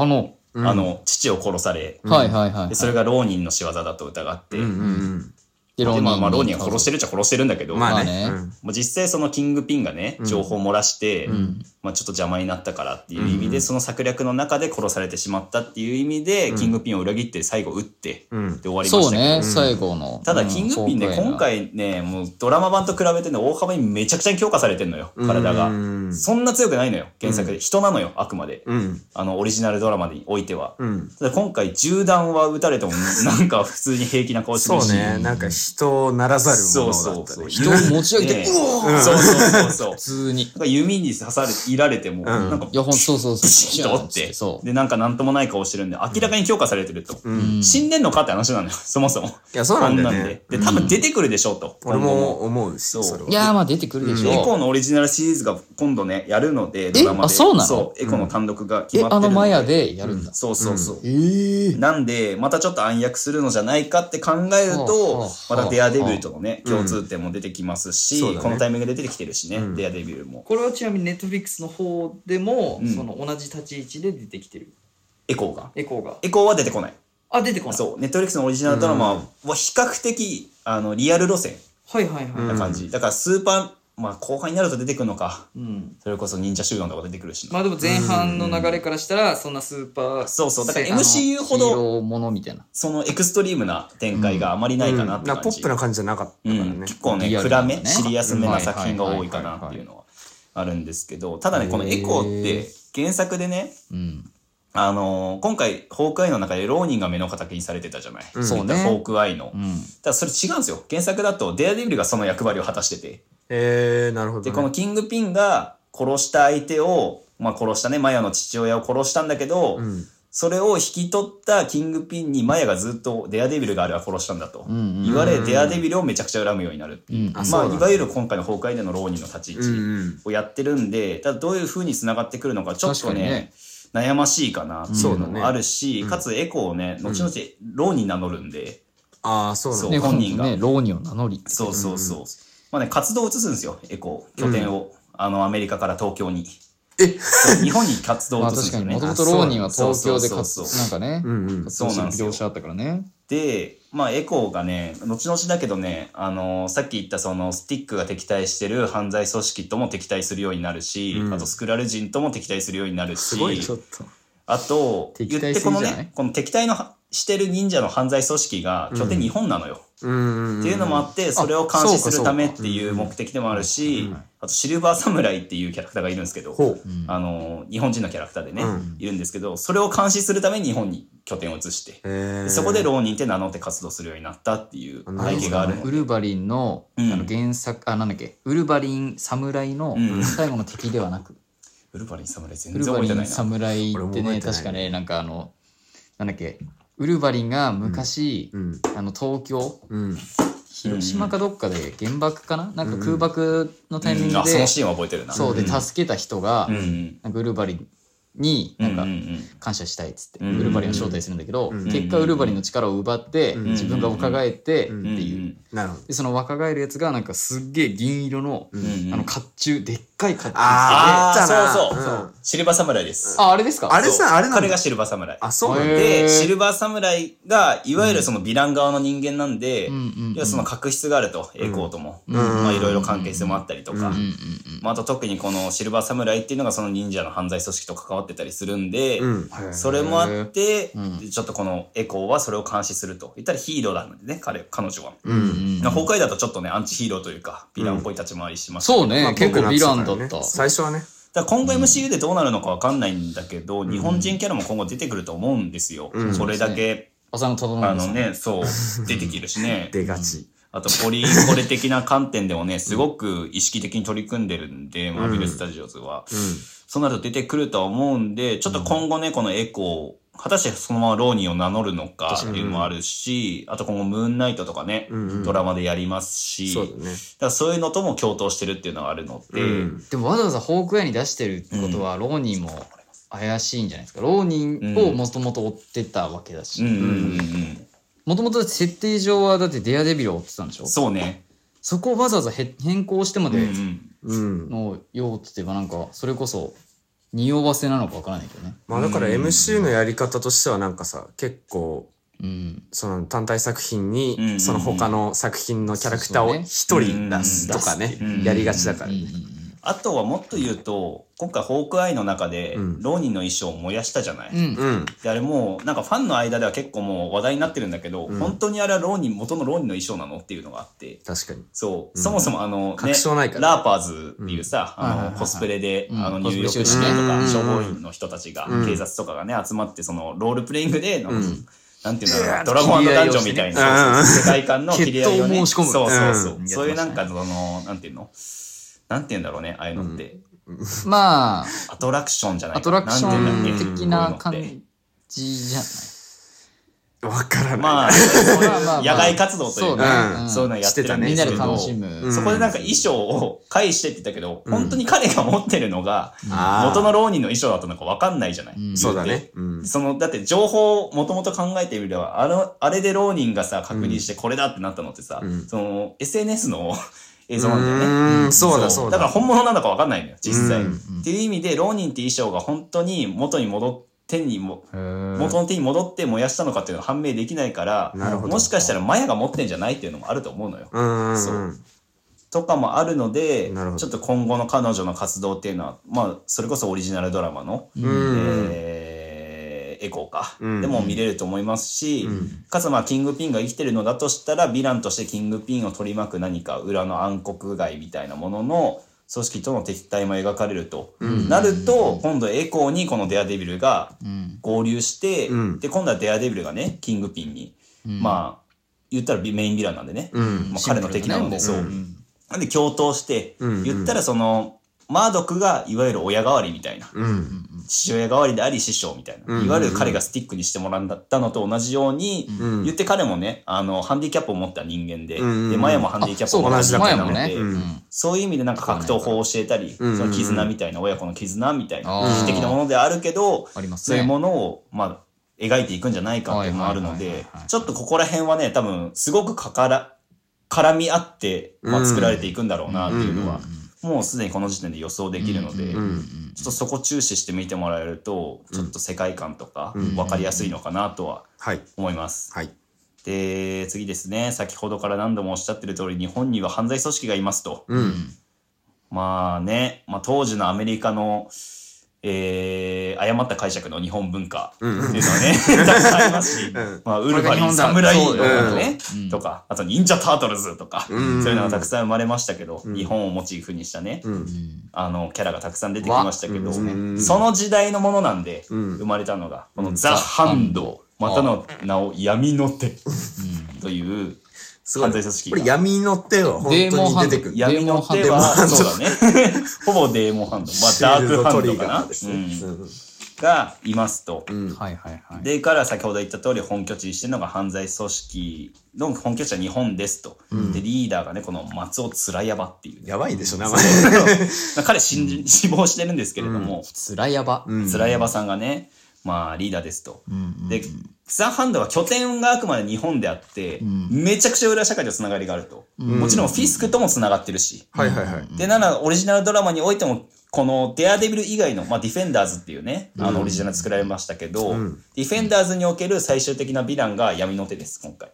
あの、
うん
あの、父を殺され、
うん
はいはいはい
で。それが浪人の仕業だと疑って、
うんうん
で
まあまあ、まあ、浪
に
人は殺してるっちゃ殺してるんだけ
う
ど、
ん。まあ
ま
ね
あ。ね
うん
もう実際そのキングピンがね、情報漏らして、
ん
まあ、ちょっと邪魔になったからっていう意味
うんう
で、
ん
その策略の中で殺されてしまったっていう意味で、
うん
キングピンを裏切って最後撃って、
うん
で。終わりま
そう
したけど、
ね、
ん
最後の。
ただ
うん
キングピンね、
そう
今回ね、もうドラマ版と比べてね、大幅にめちゃくちゃに強化されてんのよ、体が。
うん
そんな強くないのよ、原作で。人なのよ、あくまで。
うん。
あの、オリジナルドラマにおいては。
うん。
ただ今回、銃弾は撃たれても、なんか普通に平気な顔して
そ
るし。
うね。なんか人をならざる
そ
も
うそ
のだ
う
った
そ
ね
う。。
人を持ち上げて、
ね
うおー
そうそうそうそう。
普通に。い
なんか弓に刺されいられても、なんか
や、ほんそうそう そう。
ピシッと折っ
シャー
て、
そう。
で、なんかなんともない顔してるんで、明らかに強化されてると。
うん。い
死んでんのかって話なのよ、 そもそも。
や、そうなんだよ
こ
ね。
で。で、多分出てくるでしょうと。
俺
今後
も思うし、
そう
それ
い
は。
やー、まあ出てくるでしょう。
エコのオリジナルシリーズが今度ね、やるので、ドラマで。
あそうなの
そう、エコの単独が決
え、
まってる
あ
で
のマヤ。でやるんだ。
そうそうそう。
ええ。
なんで、またちょっと暗躍するのじゃないかって考える
はあは
と
あ、
またデアデビルとのね、
はあ
共通点も出てきますし、
そうだね
このタイミングで出てきてるしね、
うん
デアデビルも。
これはちなみにネットフリックスの方でも、
うん
その同じ立ち位置で出てきてる
エコーが。
エコーが
エコーは出てこない。
あ出てこない
そう、ネットフリックスのオリジナルドラマは比較的、あの、リアル路線。
はいはいはい。
な感じ、だからスーパーまあ後半になると出てくるのか
うん
それこそ忍者集団とか出てくるしな、
まあでも前半の流れからしたら、そんなスーパー、
そうそうだから
せあの
MCU
ヒ
ほ
ー
ど
ローものみたいな。
そのエクストリームな展開があまりないかなって
うんポ
感じ、
ップな感じじゃなかったからね。
結構ね
リアルな
暗
ね
めシリアスめな作品が多いかなっていうのはあるんですけどただねこの「エコー」って原作でね
うん。
あのー今回「ホークアイ」の中でローニンが目の敵にされてたじゃない、
うん
そうね
ホークアイの、
うん。
ただそれ違うんですよ原作だとデアデビルがその役割を果たしてて
えー、なるほど、ね。
でこのキングピンが殺した相手を、まあ、殺したねマヤの父親を殺したんだけど、
うん、
それを引き取ったキングピンにマヤがずっとデアデビルがあれは殺したんだと、
うん
言われ
うん
デアデビルをめちゃくちゃ恨むようになるっていう
うん。
あ
まあ
そうなん
い
だ
わゆる今回の崩壊での浪人の立ち位
うん
置
うん
をやってるんで、ただどういうふうに繋がってくるのかちょっと
確か
ね
にね
悩ましいかなってい
そ
うの
うだね
もあるし、
うん
かつエコーをね後々浪人名乗るんで、
ああ、そうなんだ。
ね、
本
本
人
人
が
ね、浪人を名乗り。
そうそうそう、まあね活動を移すんですよエコー拠点を、あのアメリカから東京に
え
そう日本に活動を
まあ
移す
確
んで
かに、も
すよね、
ともと浪人は東京で
そう
活
そう
動、
そうそう
なんかね、
うんうん。
活動してる描写あったからね。
で、まあ、エコーがね後々だけどね、あのさっき言ったそのスティックが敵対してる犯罪組織とも敵対するようになるし、
うん
あとスクラル人とも敵対するようになるし
すごい、ちょっと。
あと言
敵
っ
対
て
す
こ
る
の
じゃない
ねこの敵対のはしてる忍者の犯罪組織が拠点日本なのよ、
うんうんん、
っていうのもあ
っ
ってそれを監視
そ
する
うか
ためっていう目的でもあるし、あとシルバーサムライっていうキャラクターがいるんですけど、
ほう。
うん
あの日本人のキャラクターでね、
うん
いるんですけどそれを監視するために日本に拠点を移して。
えー、
そこで浪人って名乗って活動するようになったっていう背
なるほ
景
ど
があるの
ウルヴァリンのあ
うん
の原作、あなんだっけウルヴァリン侍の
うん
最後の敵ではなく、
ウルヴァリン侍全
ウル
然
ヴァ
覚え
リ
てな
ン
いな。
侍
俺
っ
も
て
覚え
ね
てない
確かねなんかあのなんだっけウルヴァリンが昔、
うん。
あの東京
うん。
広島かどっかで原爆かな、なんか空爆のタイミングで、
うんあそのシーンは覚えてるな。
そうで
ん
助けた人が、
うん
なんかウルヴァリンに
う
なん
ん
か、
うん
感謝したいっつって、
うん
ウルヴァリンを招待するんだけど、
うん
結果ウルヴァリンの力を奪って、
うん
自分が若返ってって
うん
うんうん
いう、
なるほど。
でその若返るやつがなんかすっげえ銀色の、
う
うんうんうん
あの甲冑でっかい甲冑着てて
あ
あ
ー
あーそう
あったな
そう
う
そうんシルバー侍です。
あれですか
あれさ、あれなんだ
彼がシルバー侍。
あ、そうなんだ。
へー
で、シルバー侍がいわゆるそのヴィラン側の人間なんで
うんう、んうん
要はその確執があると、エコーとも、
うん
まあいろいろ関係性もあったりとか
うん、
うんうん
まああと特にこのシルバー侍っていうのがその忍者の犯罪組織と関わってたりするんで、
うん。
うん
それもあって、
うん
でちょっとこのエコーはそれを監視すると。言ったらヒーローなんでね、彼、彼女は。
うんんうん
崩壊だとちょっとね、アンチヒーローというか、ヴィランっぽい立ち回りしました。
そうね、
まあ
結構
僕
ヴィ
の
ラ
話
ンだ
からね
った、
最初はね。
だから今後 MCU でどうなるのかわかんないんだけど、日本人キャラも今後出てくると思うんですよ。
うん
それだけ、
浅野忠
あ
信さ
の
ん、
ね、そう、出てきるし ね。
出がち。
あと、ポリコレ的な観点でもね、すごく意識的に取り組んでるんで、マーベルスタジオズは。そうなると出てくるとは思うんで、ちょっと今後ね、このエコー、果たしてそのままローニーを名乗るのかっていうのもあるし、あと今後ムーンナイトとかね、
うんうん
ドラマでやりますし、
そうだね。
だからそういうのとも共闘してるっていうのがあるので、
うん。
でもわざわざホークアイに出してるってことは、ローニーも怪しいんじゃないですかローニーをもともと追ってたわけだ
うんうん
し
うんうん
もともと設定上はだってデアデビルを追ってたんでしょ
そうね、
そこをわざわざへ変更してま
うんう
で
ん、
うん。
の用途といえばなんかそれこそ匂わせなのかわからないけどね。
まあだから MCU のやり方としてはなんかさ、結構、
うん、
その単体作品
うんうんう
に
ん
その他の作品のキャラクターを一人出すとかね
うんうん
やりがちだから
うんうんう
ね
ん
あとはもっと言うと今回ホークアイの中で、
うん
ローニーの衣装を燃やしたじゃない、
うん
うん
であれもうなんかファンの間では結構もう話題になってるんだけど、
うん
本当にあれはローニー元のローニーの衣装なのっていうのがあって
確かに
そう、
うん
そもそもあの、ね
確、証ないから
ラーパーズっていうさ、
うんはい
あ
はい
の
はい
コスプレで、
うん
あの
コ
ニ
スプレ
ューヨーク市
してる
内とか
うん
消防員の人たちが、
うん
警察とかがね集まってそのロールプレイングでの、
うん
なんていうんだろうドラゴンダンジョンみたい
う
な、
ん
そうそう世界観の切り合いを
決
ね
闘を申し込む
そうそうそう、
うん
そういうなんかそのなんていうのなんていうんだろうねああいうのって、
まあ
アトラクションじゃない
アトラクショ
なんていうんだっ
ン
け
的な感じじゃない
わからない
まあ、そういう
まあまあま
野
あ
外活動とい
そう
うか、
ねうん
そういうのやってたん
うん
で
みん
す
な
け
で
ど、
楽しむ。
うん
そこでなんか衣装を返してって言ったけど、
うん
本当に彼が持ってるのが、
あー
元の浪人の衣装だったのか分かんないじゃない、
うん
言て
そうだねうん
そのだって情報をもともと考えてみればあのあれで浪人がさ確認してこれだってなったのってさ、
うん
その SNS の映
う
像なんだよね。
ーんそうだそう
だから
だ
本物なのか分かんないのよ実際、
うん
っていう意味で浪人って衣装が本当に元に戻天にも、
元
元の手に戻って燃やしたのかっていうのは判明できないから、
なるほど
もしかしたらマヤが持ってんじゃないっていうのもあると思うのよ。
うんうん
そ
うん
とかもあるので
なるほど
ちょっと今後の彼女の活動っていうのは、まあ、それこそオリジナルドラマの、
うんうん
えーエコーか、
うん
でも見れると思いますし、
うん
かつまあキングピンが生きてるのだとしたらヴィランとしてキングピンを取り巻く何か裏の暗黒街みたいなものの組織との敵対も描かれると、
うん
なると今度エコーにこのデアデビルが
うん
合流して、
うん
で今度はデアデビルがねキングピンに、
うん
まあ言ったらメインヴィランなんでね、
うん
まあ、彼の敵なので、
シ
そ
ン
う
プルだねもううん
なんで共闘して、
うんうん
言ったらその、マードクがいわゆる親代わりみたいな、
うん
父親代わりであり師匠みたいな、
うんうんうん
いわゆる彼がスティックにしてもらったのと同じように、
うん
言って彼もね、あの、ハンディキャップを持った人間で、
うんうんうん
で、マヤもハンディキャップを持った
あそう
人
同じ
前
間な
も
の
ね
で、
うん
そういう意味でなんか格闘法を教えたり、
うんうんうん
その絆みたいな、親子の絆みたいな、
あー
一時的なものであるけど、
あります
そう
ね
いうものを、まあ、描いていくんじゃないかっていうのもあるの
はいはい
で
はいはい、
ちょっとここら辺はね、多分、すごくかから、絡み合って、ま
う
あ、
ん
作られていくんだろうなっていうのは
うん、
もうすでにこの時点で予想できるので、
うん
う
ちょ
ん
うん
っとそこ注視して見てもらえると、ちょっと世界観とか、分かりやすいのかなとは
はい
思います。
はい
で、次ですね、先ほどから何度もおっしゃってる通り、日本には犯罪組織がいますと。
うん
まあね、まあ、当時のアメリカの、えー、誤った解釈の日本文化っていうのはね、 たくさんありますし、
うん
まあ、ウルヴァリン、
これが日本だ
侍
そう
とかね
う、ん
とか、あと忍者タートルズとか、
うん
そういうのがたくさん生まれましたけど、
うん
日本をモチーフにしたね、
うん
うん
あの、キャラがたくさん出てきましたけど、
わうん
その時代のものなんで、
うん
生まれたのが、
う
この
ん
ザ・ハンド、
ザ
またの名を闇の手という
すごい
犯罪組織
こ
が
れ闇の手は本
デーモン
当
ハ
に
ンド
出てくる
闇の手は、そうだね。 ほぼデーモンハンド。まあ、ダークハンドかな。
ですね
うんがいますと。
うんうん
はいはいはい
で、から先ほど言った通り、本拠地にしてるのが犯罪組織の本拠地は日本ですと。で、リーダーがね、この松尾つらやばっていうね。
やばいでしょ名前
まあ彼死んじ死亡してるんですけれども、
つらやば
うん
つらやばさんがね、まあ、リーダーですと。
うん
で、ザ・ハンドは拠点があくまで日本であって、
ん
めちゃくちゃ裏社会とつながりがあると。もちろんフィスクともつながってるし。
はいはいはい
で、なら、オリジナルドラマにおいても、このデアデビル以外の、まあ、ディフェンダーズっていうね、あの、オリジナル作られましたけど、
うん
ディフェンダーズにおける最終的なヴィランが闇の手です、今回。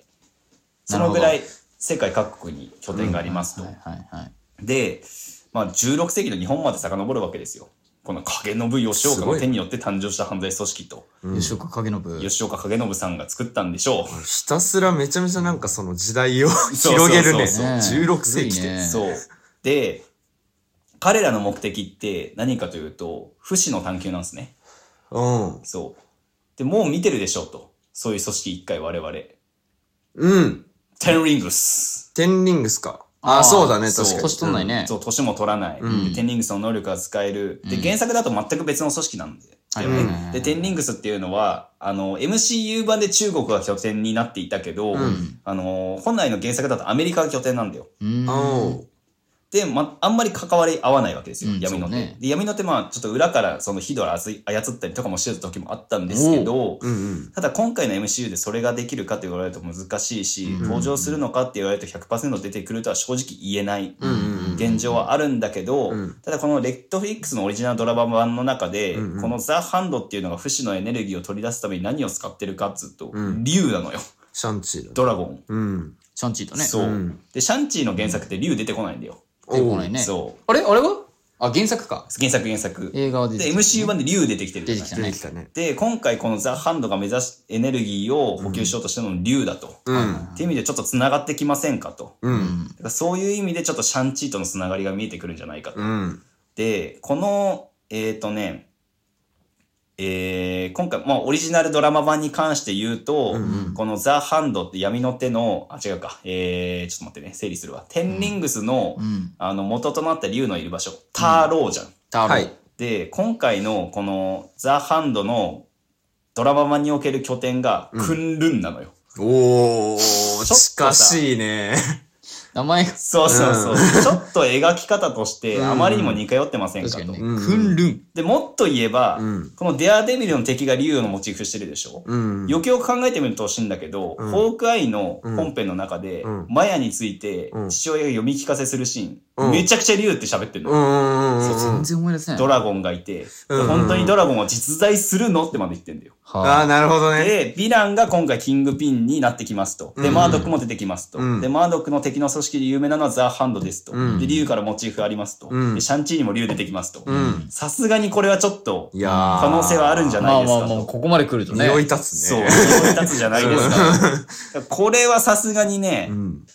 そのぐ
な
ら
る
い、世界各国に拠点がありますと。
はいはいはい
で、まあ、16世紀の日本まで遡るわけですよ。この影信義
す
岡
ご
の
い
手によって誕生した犯罪組織と、
吉岡影信
吉岡影信さんが作ったんでしょう。
ひたすらめちゃめちゃなんかその時代を広げるね
そう
そうそう
16世紀
古い
で
ね
そう。で、彼らの目的って何かというと、不死の探求なんですね。
うん
そう。で、もう見てるでしょうと。そういう組織一回我々。
うん
テンリングス。
テンリングスか
あー
ああそうだね
そう
確かに
年取んないね
そう、年も取らない。
うん
でテンリングスの能力が使える。で、
うん
原作だと全く別の組織なんで。
はい
うん
はい
で、テンリングスっていうのは、あの、MCU 版で中国が拠点になっていたけど、
うん
あの、本来の原作だとアメリカが拠点なんだよ。
うん
うん
で、ま、あんまり関わり合わないわけですよ、
うん
闇の手、
そうね
で、闇の手、まあ、ちょっと裏からそのヒドラ操り操ったりとかもしてた時もあったんですけど、
うんうん
ただ今回の MCU でそれができるかと言われると難しいし、登場するのかって言われると100%出てくるとは正直言えない
うんうんうん
現状はあるんだけど、
うん
ただこのレッドフィックスのオリジナルドラマ版の中で、
うんうん
このザ・ハンドっていうのが不死のエネルギーを取り出すために何を使ってるかっつうと、
うん
竜なのよ。
シャンチーだね
ドラゴン。
うん
シャンチーとね
そう、
うん
で、シャンチーの原作って竜出てこないんだよ。
出てこないね
そう。
あれあれはあ原作か
原作原作。
映画は出て
で、
きた
MCU 版で竜出てきてるじゃな
出
い
てきた
出てきたね
で、今回このザ・ハンドが目指すエネルギーを補給しようとしてるのも竜だと。
うん
っていう意味でちょっとつながってきませんかと。
う
うんん
だからそういう意味でちょっとシャンチーとのつながりが見えてくるんじゃないかと。
うん
で、この、えっ、とね、えー今回、まあ、オリジナルドラマ版に関して言うと、
うん
このザ・ハンドって闇の手の、あ、違うか、えー、ちょっと待ってね、整理するわ。テンリングスの、
うん
あの、元となった竜のいる場所、ターローじゃん。
タ
は
ロ
い
ー
で、今回のこのザ・ハンドのドラマ版における拠点がクンルンなのよ。
おー
ちょっとさ
近しいね
名前が
そうそうそう、ちょっと描き方としてあまりにも似通ってません
確
か
か
と、
にね。
うん
クンルン。
でもっと言えば、
うん
このデアデビルの敵が竜のモチーフしてるでしょ、
うん
よくよく考えてみると欲しいんだけど、
うん
ホークアイの本編の中で、
うん
マヤについて
うん
父親が読み聞かせするシーン、
うん
めちゃくちゃ竜って喋ってるの、
うんうんうんうん
全然思い出せない。
ドラゴンがいて、
うんうんうん
本当にドラゴンは実在するのってまで言ってんだよ。
ああ
はあ。
なるほどね
で、ヴィランが今回キングピンになってきますと。
うん
で、
うん
マードックも出てきますと。
うん
で、マードックの敵の組織で有名なのはザ・ハンドですと。
うん
で、竜からモチーフありますと。
うん
で、シャンチーにも竜出てきますと
う。ん
さすがにこれはちょっと、
いやー
可能性はあるんじゃ
ま
な
あ
いです
まあ
か
まあ、
と。
ここまで来るとね。
匂い立つ
そう、
ね
そう立つじゃないですか。これはさすがにね
う、ん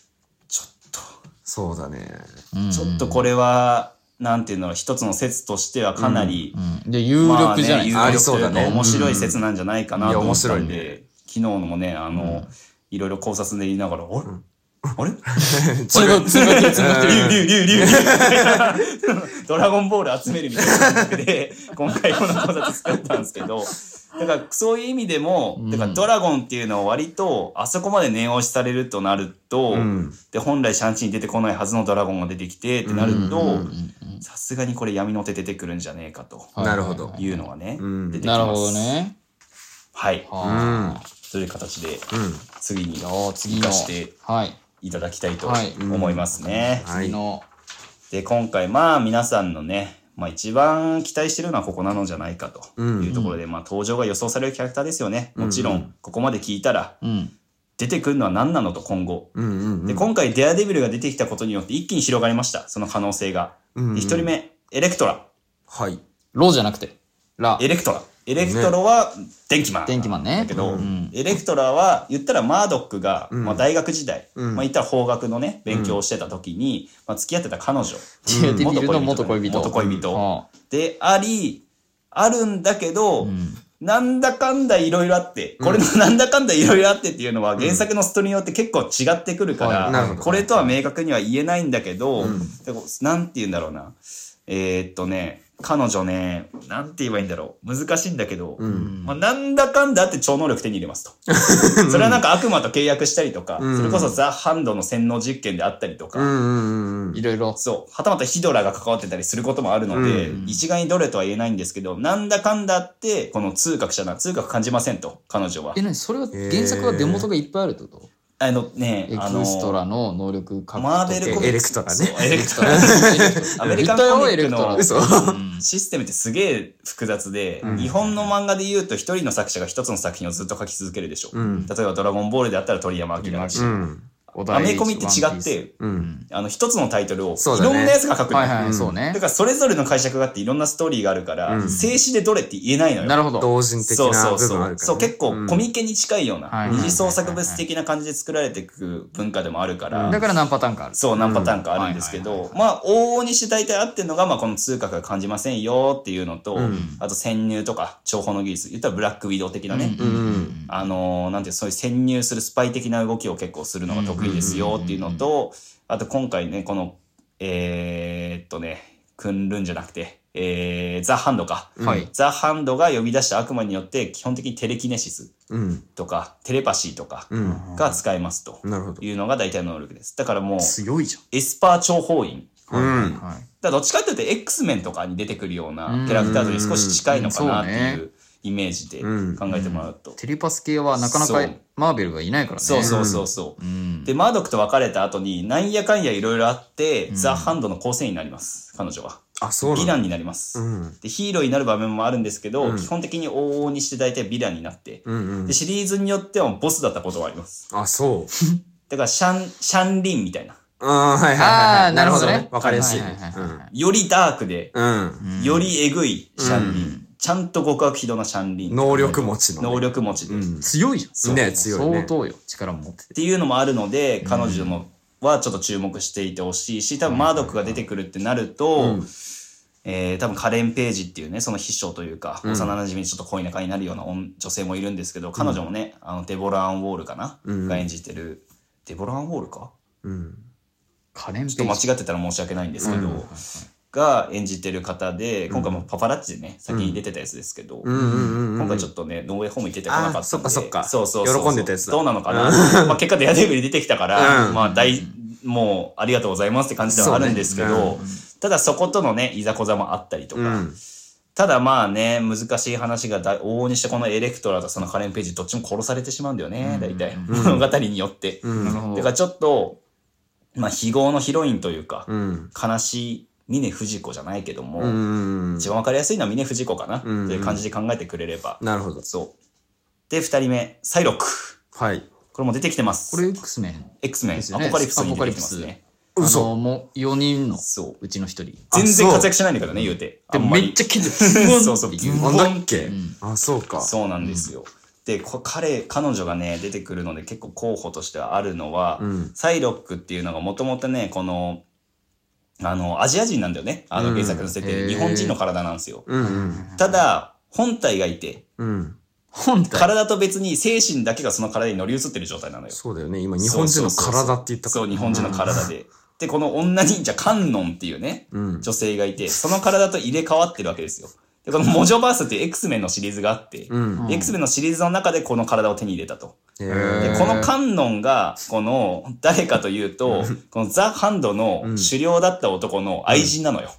ちょっと、
そうだね
うん
ちょっとこれは、なんていうの、一つの説としてはかなり、
うん。で、有力じゃないです
ま
か。
あり
有力
そう
とい
だ
う
ね
か面白い説なんじゃないかなと思った
うん
ん
いや面白い
で、昨日のもね、あの、いろいろ考察で言いながら、あれ、あれ
それが、それが結論
竜竜竜竜竜 ドラゴンボール集めるみたいな感覚で今回この考察作ったんですけどだからそういう意味でも、
うん
だからドラゴンっていうのは割とあそこまで念押しされるとなると、
うん
で本来シャンチーに出てこないはずのドラゴンが出てきてってなる
うん
とさすがにこれ闇の手出てくるんじゃねえかと
はい
なるほど
いうのはね、
うん
出てきます
なるほどね。
はい
は
という形で
うん
次に
あ。お次
生
の。
かして
はい。
いただきたいと
はい
思いますね。
は
次
い
の。
で、今回、まあ、皆さんのね、まあ、一番期待してるのはここなのじゃないかと
うん
いうところで、まあ、登場が予想されるキャラクターですよね。もちろ、
うん
ここまで聞いたら、
うん。
出てくるのは何なのと、今後。
うんうん
で、今回、デアデビルが出てきたことによって、一気に広がりました、その可能性が。
うん
で、一人目、エレクトラ。
はい
ロじゃなくて、ラ。
エレクトラ。エレクトラは、電気マン。
電気マンね
だけど、
うん
エレクトラは、言ったらマードックが、
うん
まあ、大学時代、
うん
まあ、言ったら法学のね、勉強をしてた時に、まあ、付き合ってた彼女。
ディアデビルの元恋人。
元恋人。
は
であり、あるんだけど、
あうん
なんだかんだいろいろあって、これのなんだかんだいろいろあってっていうのは原作のストーリーによって結構違ってくるか
はいなる
ら
ほ、ど
これとは明確には言えないんだけど、
うん
でもなんて言うんだろうな。えーっとね、彼女ね、なんて言えばいいんだろう。難しいんだけど、
うん
まあ、なんだかんだあって超能力手に入れま すと。それはなんか悪魔と契約したりとか、
うん
それこそザ・ハンドの洗脳実験であったりとか
うん、うんうん
いろいろ。
そう。はたまたヒドラが関わってたりすることもあるので、
う
一概にどれとは言えないんですけど、なんだかんだあって、この痛覚者な、痛覚感じませんと、彼女は
え、。なにそれは原作はデモとがいっぱいあるってこと
あのね
エ、
あの
ク、ストラの能力獲得
マーベルコミッ
エレ
クス
クトラね
そうエレク トラ。
ラ
アメリカンコミックの
嘘
システムってすげえ複雑で、
うん
日本の漫画で言うと一人の作者が一つの作品をずっと書き続けるでしょ。
うん
例えばドラゴンボールであったら鳥山明だし
う、ん
アメコミって違って、
うん
あの一つのタイトルを
そう
い
だね
ろんなやつが書くのよ
はいはい、そうね
だ。からそれぞれの解釈があっていろんなストーリーがあるから、
うん
静止でどれって言えないのよ。
なるほど。
同人的
そう
な
そう
部
そ
分あ
う、
るからね
そう結構コミケに近いよう
はいはい
な
はい
二次創作物的な感じで作られていく文化でもあるから、
だから何パターンかある。
そう何パターンかあるんですけ
うんはいは
ど
い
まあ往々にして大体合ってるのが、まあ、この通貨が感じませんよっていうのと、
うん
あと潜入とか情報の技術言ったらブラックウィドウ的なね、
うんうん
あのーなんていうそういう潜入するスパイ的な動きを結構するのが得意ですよっていうのと、あと今回ね、この、えーっとね、クンルンじゃなくて、えーザ・ハンドか。
はい
ザ・ハンドが呼び出した悪魔によって、基本的にテレキネシス
うん
とか、テレパシーとか
うん
が使えますと
なるほど
いうのが大体の能力です。だからもう、
強いじ
エスパー諜報員。
うん
はい。
だからどっちかっていうと X メンとかに出てくるような
うん
キャラクターと少し近いのかなって
うん
い
そう
イメージで
うん
考えてもらうと。
テレパス系はなかな
そ
か
う
マーベルがいないからね。
そうそうそうそう。
うん。
で、マードックと別れた後に、なんやかんやいろいろあって、ザ・ハンドの構成員になります、彼女は。
あそう
ヴィ
な
ラ
ん
ンになります、
うん
で、ヒーローになる場面もあるんですけど、
うん
基本的に往々にして大体ヴィランになって、
うんうん
で、シリーズによってはボスだったことがあります。
あそう
だから、シャン、シャンリンみたいな。
ああーはいはいは
あ
いは
あ、
い
なるほどね。
わかりやすい
は
ね
ははは
よりダークで、
うん
い
よりえぐいシャンリン。ちゃんと極悪非道なシャンリン。
能力持ちのね
能力持ちで。
う
っ
ん
強いじゃん。
そう
ね強い
相
ね
当よ。力も持ってて。
ていうのもあるので、彼女のはちょっと注目していてほしいし、多分マードックが出てくるってなると、
うん
えー、多分カレン・ページっていうねその秘書というか、
うん
幼なじみにちょっと恋仲になるような女女性もいるんですけど彼女もね、あのデボラ・アン・ウォールかな、
うん
が演じてるデボラ・アン・ウォールか
うん
可燃
ちょっと間違ってたら申し訳ないんですけど、が演じてる方で今回もパパラッチでね、先に出てたやつですけど、
うんうんうんうん
今回ちょっとね、ノーウェイホームに出てこなかったんで。
あそっかそっか
そうそうそうそ
喜
う。
んでたやつだ
どうなのかな。まあ結果デアデビル出てきたから、
うん
まあ大、もうありがとうございますって感じではあるんですけど、
そうね
ただそことのねいざこざもあったりとか、
うん
ただまあね難しい話がだ往々にしてこのエレクトラとそのカレン・ページどっちも殺されてしまうんだよね、
うん
大体、
うん
物語によって。
うん
なるほど
だからちょっと、まあ、非業のヒロインというか、
うん
悲しい峰不二子じゃないけども、
うん
一番わかりやすいのは峰不二子かな、
うん
という感じで考えてくれれば。
なるほど
そう。で、二人目、サイロック。
はい
これも出てきてます。
これ X メン
X メン、
ですよね
アポカリプスに出てきてます
アポカリ
ね。
あのもう4人の
そう。
うちの1人で
あ
全然
そう
活躍しないんだけどね、言うて。
もめっちゃ
ゃ。
傷
そうそう、
ブ
ビ
ン
あ
ボ
ん
ン
だっけ
うん
あそうか
そうなんですよ。で、こ彼、彼女がね、出てくるので結構候補としてはあるのは、
うん
サイロックっていうのがもともとね、この、あの、アジア人なんだよね。あの
うん
原作の設定で、
へー
日本人の体なんですよ。
うんうん
ただ、本体がいて、
うん
本体
体と別に精神だけがその体に乗り移ってる状態なのよ。
そうだよね今日本人の体って言ったから
そう、日本人の体で。で、この女忍者、観音っていうね、
うん
女性がいて、その体と入れ替わってるわけですよ。で、このモジョバースっていう X メンのシリーズがあって、
うん
ん
X メンのシリーズの中でこの体を手に入れたと。
え
で、
ー
この観音が、この、誰かというと、このザ・ハンドの狩猟だった男の愛人なのよ。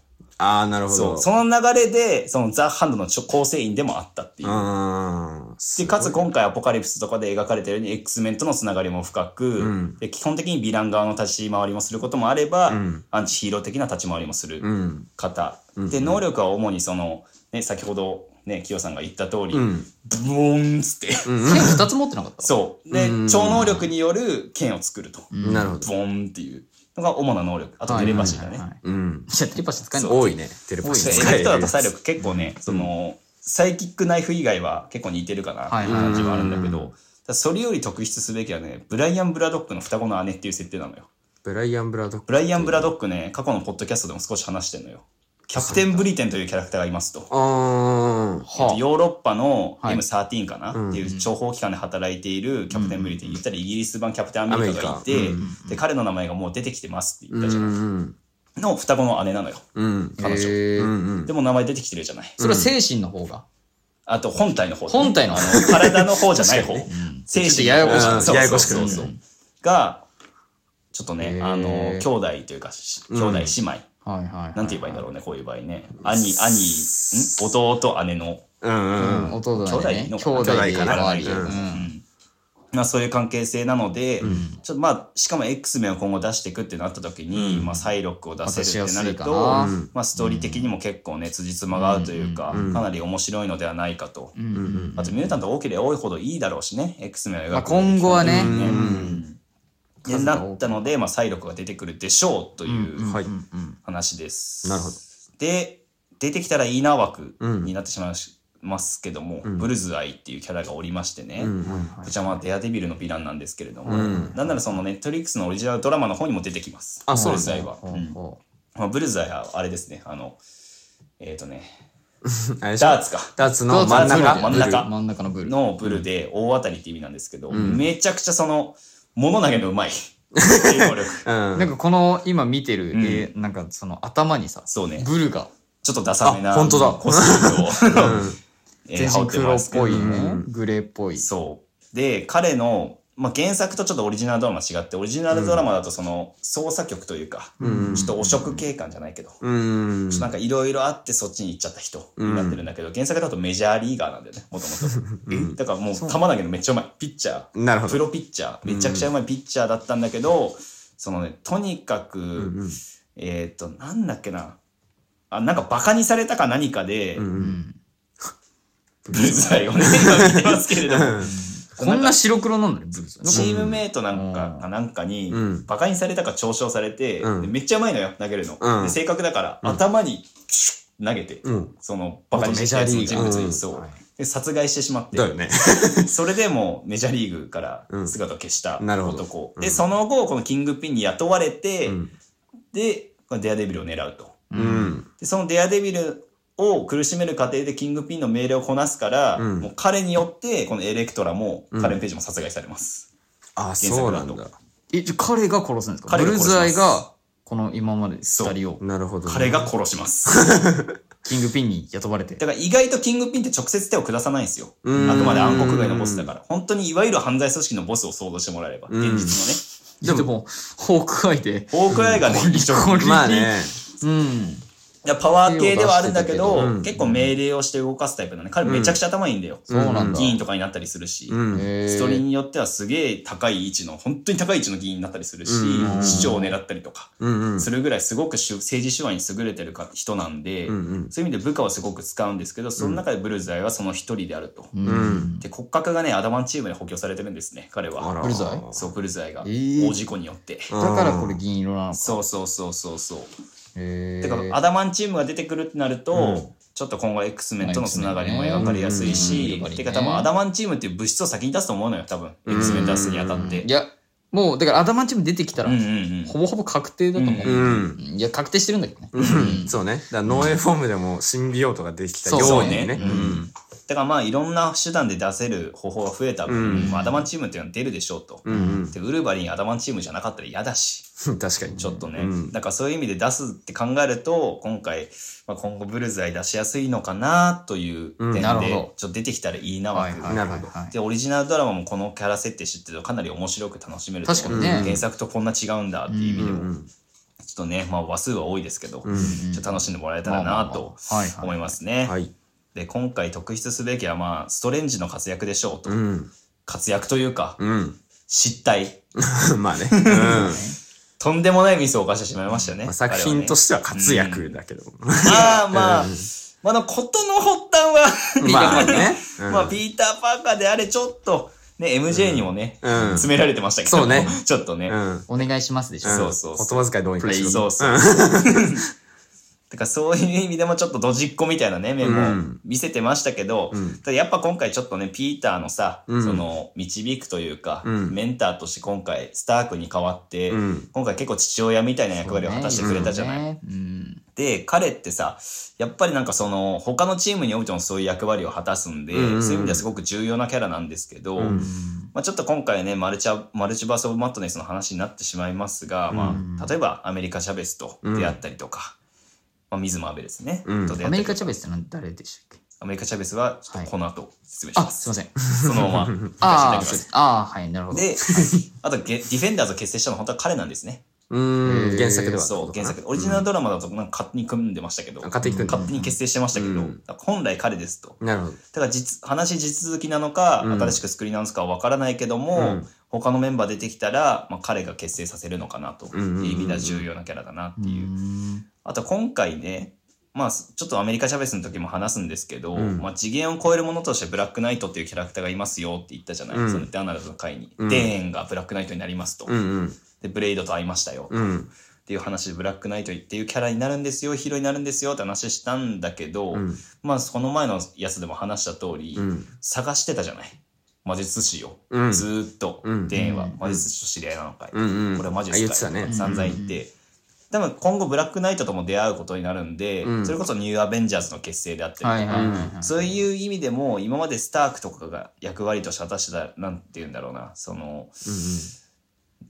ああなるほ
そう。
ど
その流れで、そのザ・ハンドのちょ構成員でもあったっていう。
あー
で、かつ今回アポカリプスとかで描かれたように X メンとのつながりも深く、
ん
で基本的にヴィラン側の立ち回りもすることもあれば、
うん
アンチヒーロー的な立ち回りもする
うん
方、
うん
で能力は主にその、ね、先ほど、ね、キヨさんが言った通り、
うん
ブーンっつって
うん
剣2つ持ってなかった
そうで、
うん
超能力による剣を作ると、
うん
なるほ
ブ
ど
ーンっていうのが主な能力あとテレパシーだね、
はいはいはい
うん
じゃあテレパシー使えんの
多いねテレパシー
エ
使
レ
え
ク
る
トラ
や
と
つ
サイロック結構ね、そのサイキックナイフ以外は結構似てるかなっていう感じはあるんだけど、
は
ただそれより特筆すべきはねブライアン・ブラドックの双子の姉っていう設定なのよ
ブライアン・ブラドック
ブライアン・ブラドックね過去のポッドキャストでも少し話してんのよキャプテン・ブリテンというキャラクターがいますと
ああ
は
ヨーロッパの
はい
M13 かな、
うん
っていう諜報機関で働いているキャプテン・ブリテン、言ったらイギリス版キャプテン・アメリカがいて、
アメリカうん
で彼の名前がもう出てきてますって
う
言っ
ん
た
う
じゃない、
ん
の双子の姉なのよ
うん
彼女、
え
う
ー
ん
でも名前出てきてるじゃない
それは精神の方が
あと本体の方ね
本体の方
あの体の方じゃない方精神の
ちょ
方
っとややこしく
なる
そう
ややこしくな
そ
る
うそうそうがちょっとね
へー
あの兄弟というかし兄弟姉妹、
はいはい
なんて言えばいいんだろ
う
うねこういう場合ね兄兄ん弟姉の、
うんうん
弟だね
兄弟
兄
の
弟で
兄弟かな
関わり
うん
うん
まあ、そういう関係性なので、ちょっとまあしかも X 面を今後出していくってなった時に、まあ、サイロックを出せるってなる
出しやすいか
と、
な
うん
まあ、ストーリー的にも結構ね辻褄が合うというか、
うん
かなり面白いのではないかと、
うんうん
あとミュータント多ければ多いほどいいだろうしね X 面を描く
まあ今後はね
うん
うん
でなったので、まあ、サイロックが出てくるでしょうという
はい
話です。
なるほど
で出てきたらいいな枠になってしまいますけども、
ん
ブルズアイっていうキャラがおりましてね、
うん
こちらはデアデビルのヴィランなんですけれども、
うん
なんならそのネットリックスのオリジナルドラマの方にも出てきます。
あそうな
ブル
ん
ズ
だ
アイは。
ほう
うん
ほ
まあ、ブルズアイはあれですね、あの、えっ、とね、
あれでしょ
ダーツか。
ダーツ
う
の真ん中
ブル
真ん中
ブル真ん中のブル
のブルで大当たりって意味なんですけど、
ん
めちゃくちゃその、物投げのう まい。っていう能力。
うん
なんかこの今見てる
ん
絵なんかその頭にさ
そうね。
ブルが
ちょっとダサめな。
あ本当だ
コスチュ ームを。えー
全身黒っぽいね
うん
グレーっぽい
そう。で、彼の、まあ、原作とちょっとオリジナルドラマ違って、オリジナルドラマだとその捜査局というか、
うん
ちょっと汚職警官じゃないけど、
うん
ちょっとなんかいろいろあってそっちに行っちゃった人になってるんだけど、原作だとメジャーリーガーなんだよね、もともと。だからもう球投げのめっちゃうまい。ピッチャー。
なるほ
プ
ど
ロピッチャー。めちゃくちゃうまいピッチャーだったんだけど、そのね、とにかく、
うん
えっ、と、なんだっけな。あ、なんかバカにされたか何かで、
う
うんん
ブルーザイをね、今見てますけれども。
こんな白黒なんだねブルー
チ
さ
ームメイトなんかかなんかに
うん
バカにされたか嘲笑されて、
うん
でめっちゃうまいのよ投げるの、
うん
で正確だから、頭にシュッ投げて、
うん
そのバカにしてきたやつの人物に、そう、で殺害してしまって
だよね
それでもうメジャーリーグから姿を消した
うんなるほど
男、
うん
でその後このキングピンに雇われて、
うん
でこのデアデビルを狙うと
うん
でそのデアデビルを苦しめる過程でキングピンの命令をこなすから、
うん
もう彼によってこのエレクトラも
うん
カレン・ページも殺害されます、
あそうなんだ
えじゃあ彼が殺すんですか
彼
ブ
が
ルー
殺します
ズアイがこの今まで2人を
なるほど
彼が殺します。
キングピンに雇われて
だから意外とキングピンって直接手を下さないんですよ。あく
うん
まで暗黒街のボスだから。本当にいわゆる犯罪組織のボスを想像してもらえれば、現実のね。
でもホークアイで。
ホークアイがね、異色
ゴ リゴリ
まあね。
うん。
いやパワー系ではあるんだけど
手を出してたけどうん
結構命令をして動かすタイプなので彼めちゃくちゃ頭いいんだよ、
そうなんだ。
議員とかになったりするし、
うん。
へー
ストーリーによってはすげえ高い位置の本当に高い位置の議員になったりするし、
うん
市長を狙ったりとか
うんうん。
するぐらいすごくしゅ政治手腕に優れてるか人なんで、
うんうん。
そういう意味で部下をすごく使うんですけどその中でブルーズアイはその一人であると。
うん
うん
で骨格がねアダマンチームで補強されてるんですね彼は。
ブルザイ
そうブルーズアイが
えー
大事故によって。
だからこれ銀色なのか。
そうそうそうそうそう。
へ
てか
ー
アダマンチームが出てくるってなると、
うん
ちょっと今後 X メンとのつながりも
まあ X-Men ね
描かれやすいし、
うんうん
てか多分アダマンチームっていう物質を先に出すと思うのよ多分 X メン出すにあたって
い。や、もう、だからアダマンチーム出てきたら
うんう、ん
ほぼほぼ確定だと思う。
うん。
いや、確定してるんだけどね。
うんそうね。だからノーエフォームでもシンビオートができたよ
そうう
に
ね
ね。
うんだからまあいろんな手段で出せる方法が増えた分、
うん
まあアダマンチームっていうのは出るでしょうと。
うんうん
でウルヴァリンアダマンチームじゃなかったら嫌だし。
うん。確かに。
ちょっとね、
うん
だからそういう意味で出すって考えると今回、まあ、今後ブルーズアイ出しやすいのかなという点で、
うん
なるほど
ちょっと出てきたらいいな
はい
枠、
はいはい
なるほど
はい
でオリジナルドラマもこのキャラ設定知ってるとかなり面白く楽しめると思う
確か
にね
原作とこんな違うんだっていう意味
う
でも、
んうん
ちょっとね、まあ、話数は多いですけど、
うん
ちょっと楽しんでもらえたら
まあま
なと
あまあはいはい
思いますね。
はい。
で今回特筆すべきは、まあ、ストレンジの活躍でしょうと、
うん。
活躍というか、
うん。
失態
まあ ね。うん
とんでもないミスを犯してしまいましたね。
まあ。作品と
して
しては活躍だけど。
まあまあ、まあのことの発 端は、。
まあね
まあ、ピーター・パーカーであれちょっと、ね、MJ にもね、
うんうん
詰められてましたけど、
そうね
ちょっとね。
うんうん。
お願いしますでしょ。
そうそうそ
言
う
葉遣いどうにかしろ
そうそう そう。だからそういう意味でもちょっとドジっ子みたいなね、面
う
も
ん
見せてましたけど、
うん
ただやっぱ今回ちょっとね、ピーターのさ、
うん
その、導くというか、
うん
メンターとして今回、スタークに代わって、
うん
今回結構父親みたいな役割を果たしてくれたじゃない。
い。うん。
で、彼ってさ、やっぱりなんかその、他のチームにおいてもそういう役割を果たすんで、
うんうんうん
そういう意味ではすごく重要なキャラなんですけど、
うん
まあ、ちょっと今回ねマルチャ、マルチバース・オブ・マットネスの話になってしまいますが、
う
まあ、例えばアメリカ・シャベスと出会ったりとか、まあ、ミズ・マーベルですね、
うん
と出
ア
会った
メ
り
リ
と
カ
か
チャベスってなん誰でしたっけ
アメリカ・シャベスはちょっとこの後説明し
あ、
ますす。
いません。
そのまま行かせていた
ああ、
だきま
そうです
す。
ああ、はい、なるほど。
で、あとゲ、ディフェンダーズを結成したのは本当は彼なんですね。
うん。原作では。
そう、原作。オリジナルドラマだとなんか勝手に組んでましたけど、
あ勝手に組んで
勝手に結成してましたけど、
うん
本来彼ですと。
なるほど。
だから実話地続きなのか、
うん
新しく作り直すかは分からないけども、
うん
他のメンバー出てきたら、まあ、彼が結成させるのかなとい
んうんうん
う意味では重要なキャラだなっていう。
うん
あと今回ね、まあ、ちょっとアメリカ・チャベスの時も話すんですけど、
うん
まあ、次元を超えるものとしてブラックナイトっていうキャラクターがいますよって言ったじゃない、
うん
そのダナルズの回に、
うん
デーンがブラックナイトになりますと、
うんうん。
でブレイドと会いましたよ、
うん。
っていう話でブラックナイトっていうキャラになるんですよヒーローになるんですよって話したんだけど、
うん
まあその前のやつでも話した通り、
うん
探してたじゃない魔術師を、
うん
ずーっと、
うん
デーンは魔術師と知り合いなのかい、
うんうん
これは魔術
あ
師
言
か
っ
い
てたね
とか散々言って、多分今後ブラックナイトとも出会うことになるんで、
うん
それこそニューアベンジャーズの結成であったりとか、
はいはいはいはい。
そういう意味でも今までスタークとかが役割として果たしてたなんて言うんだろうなその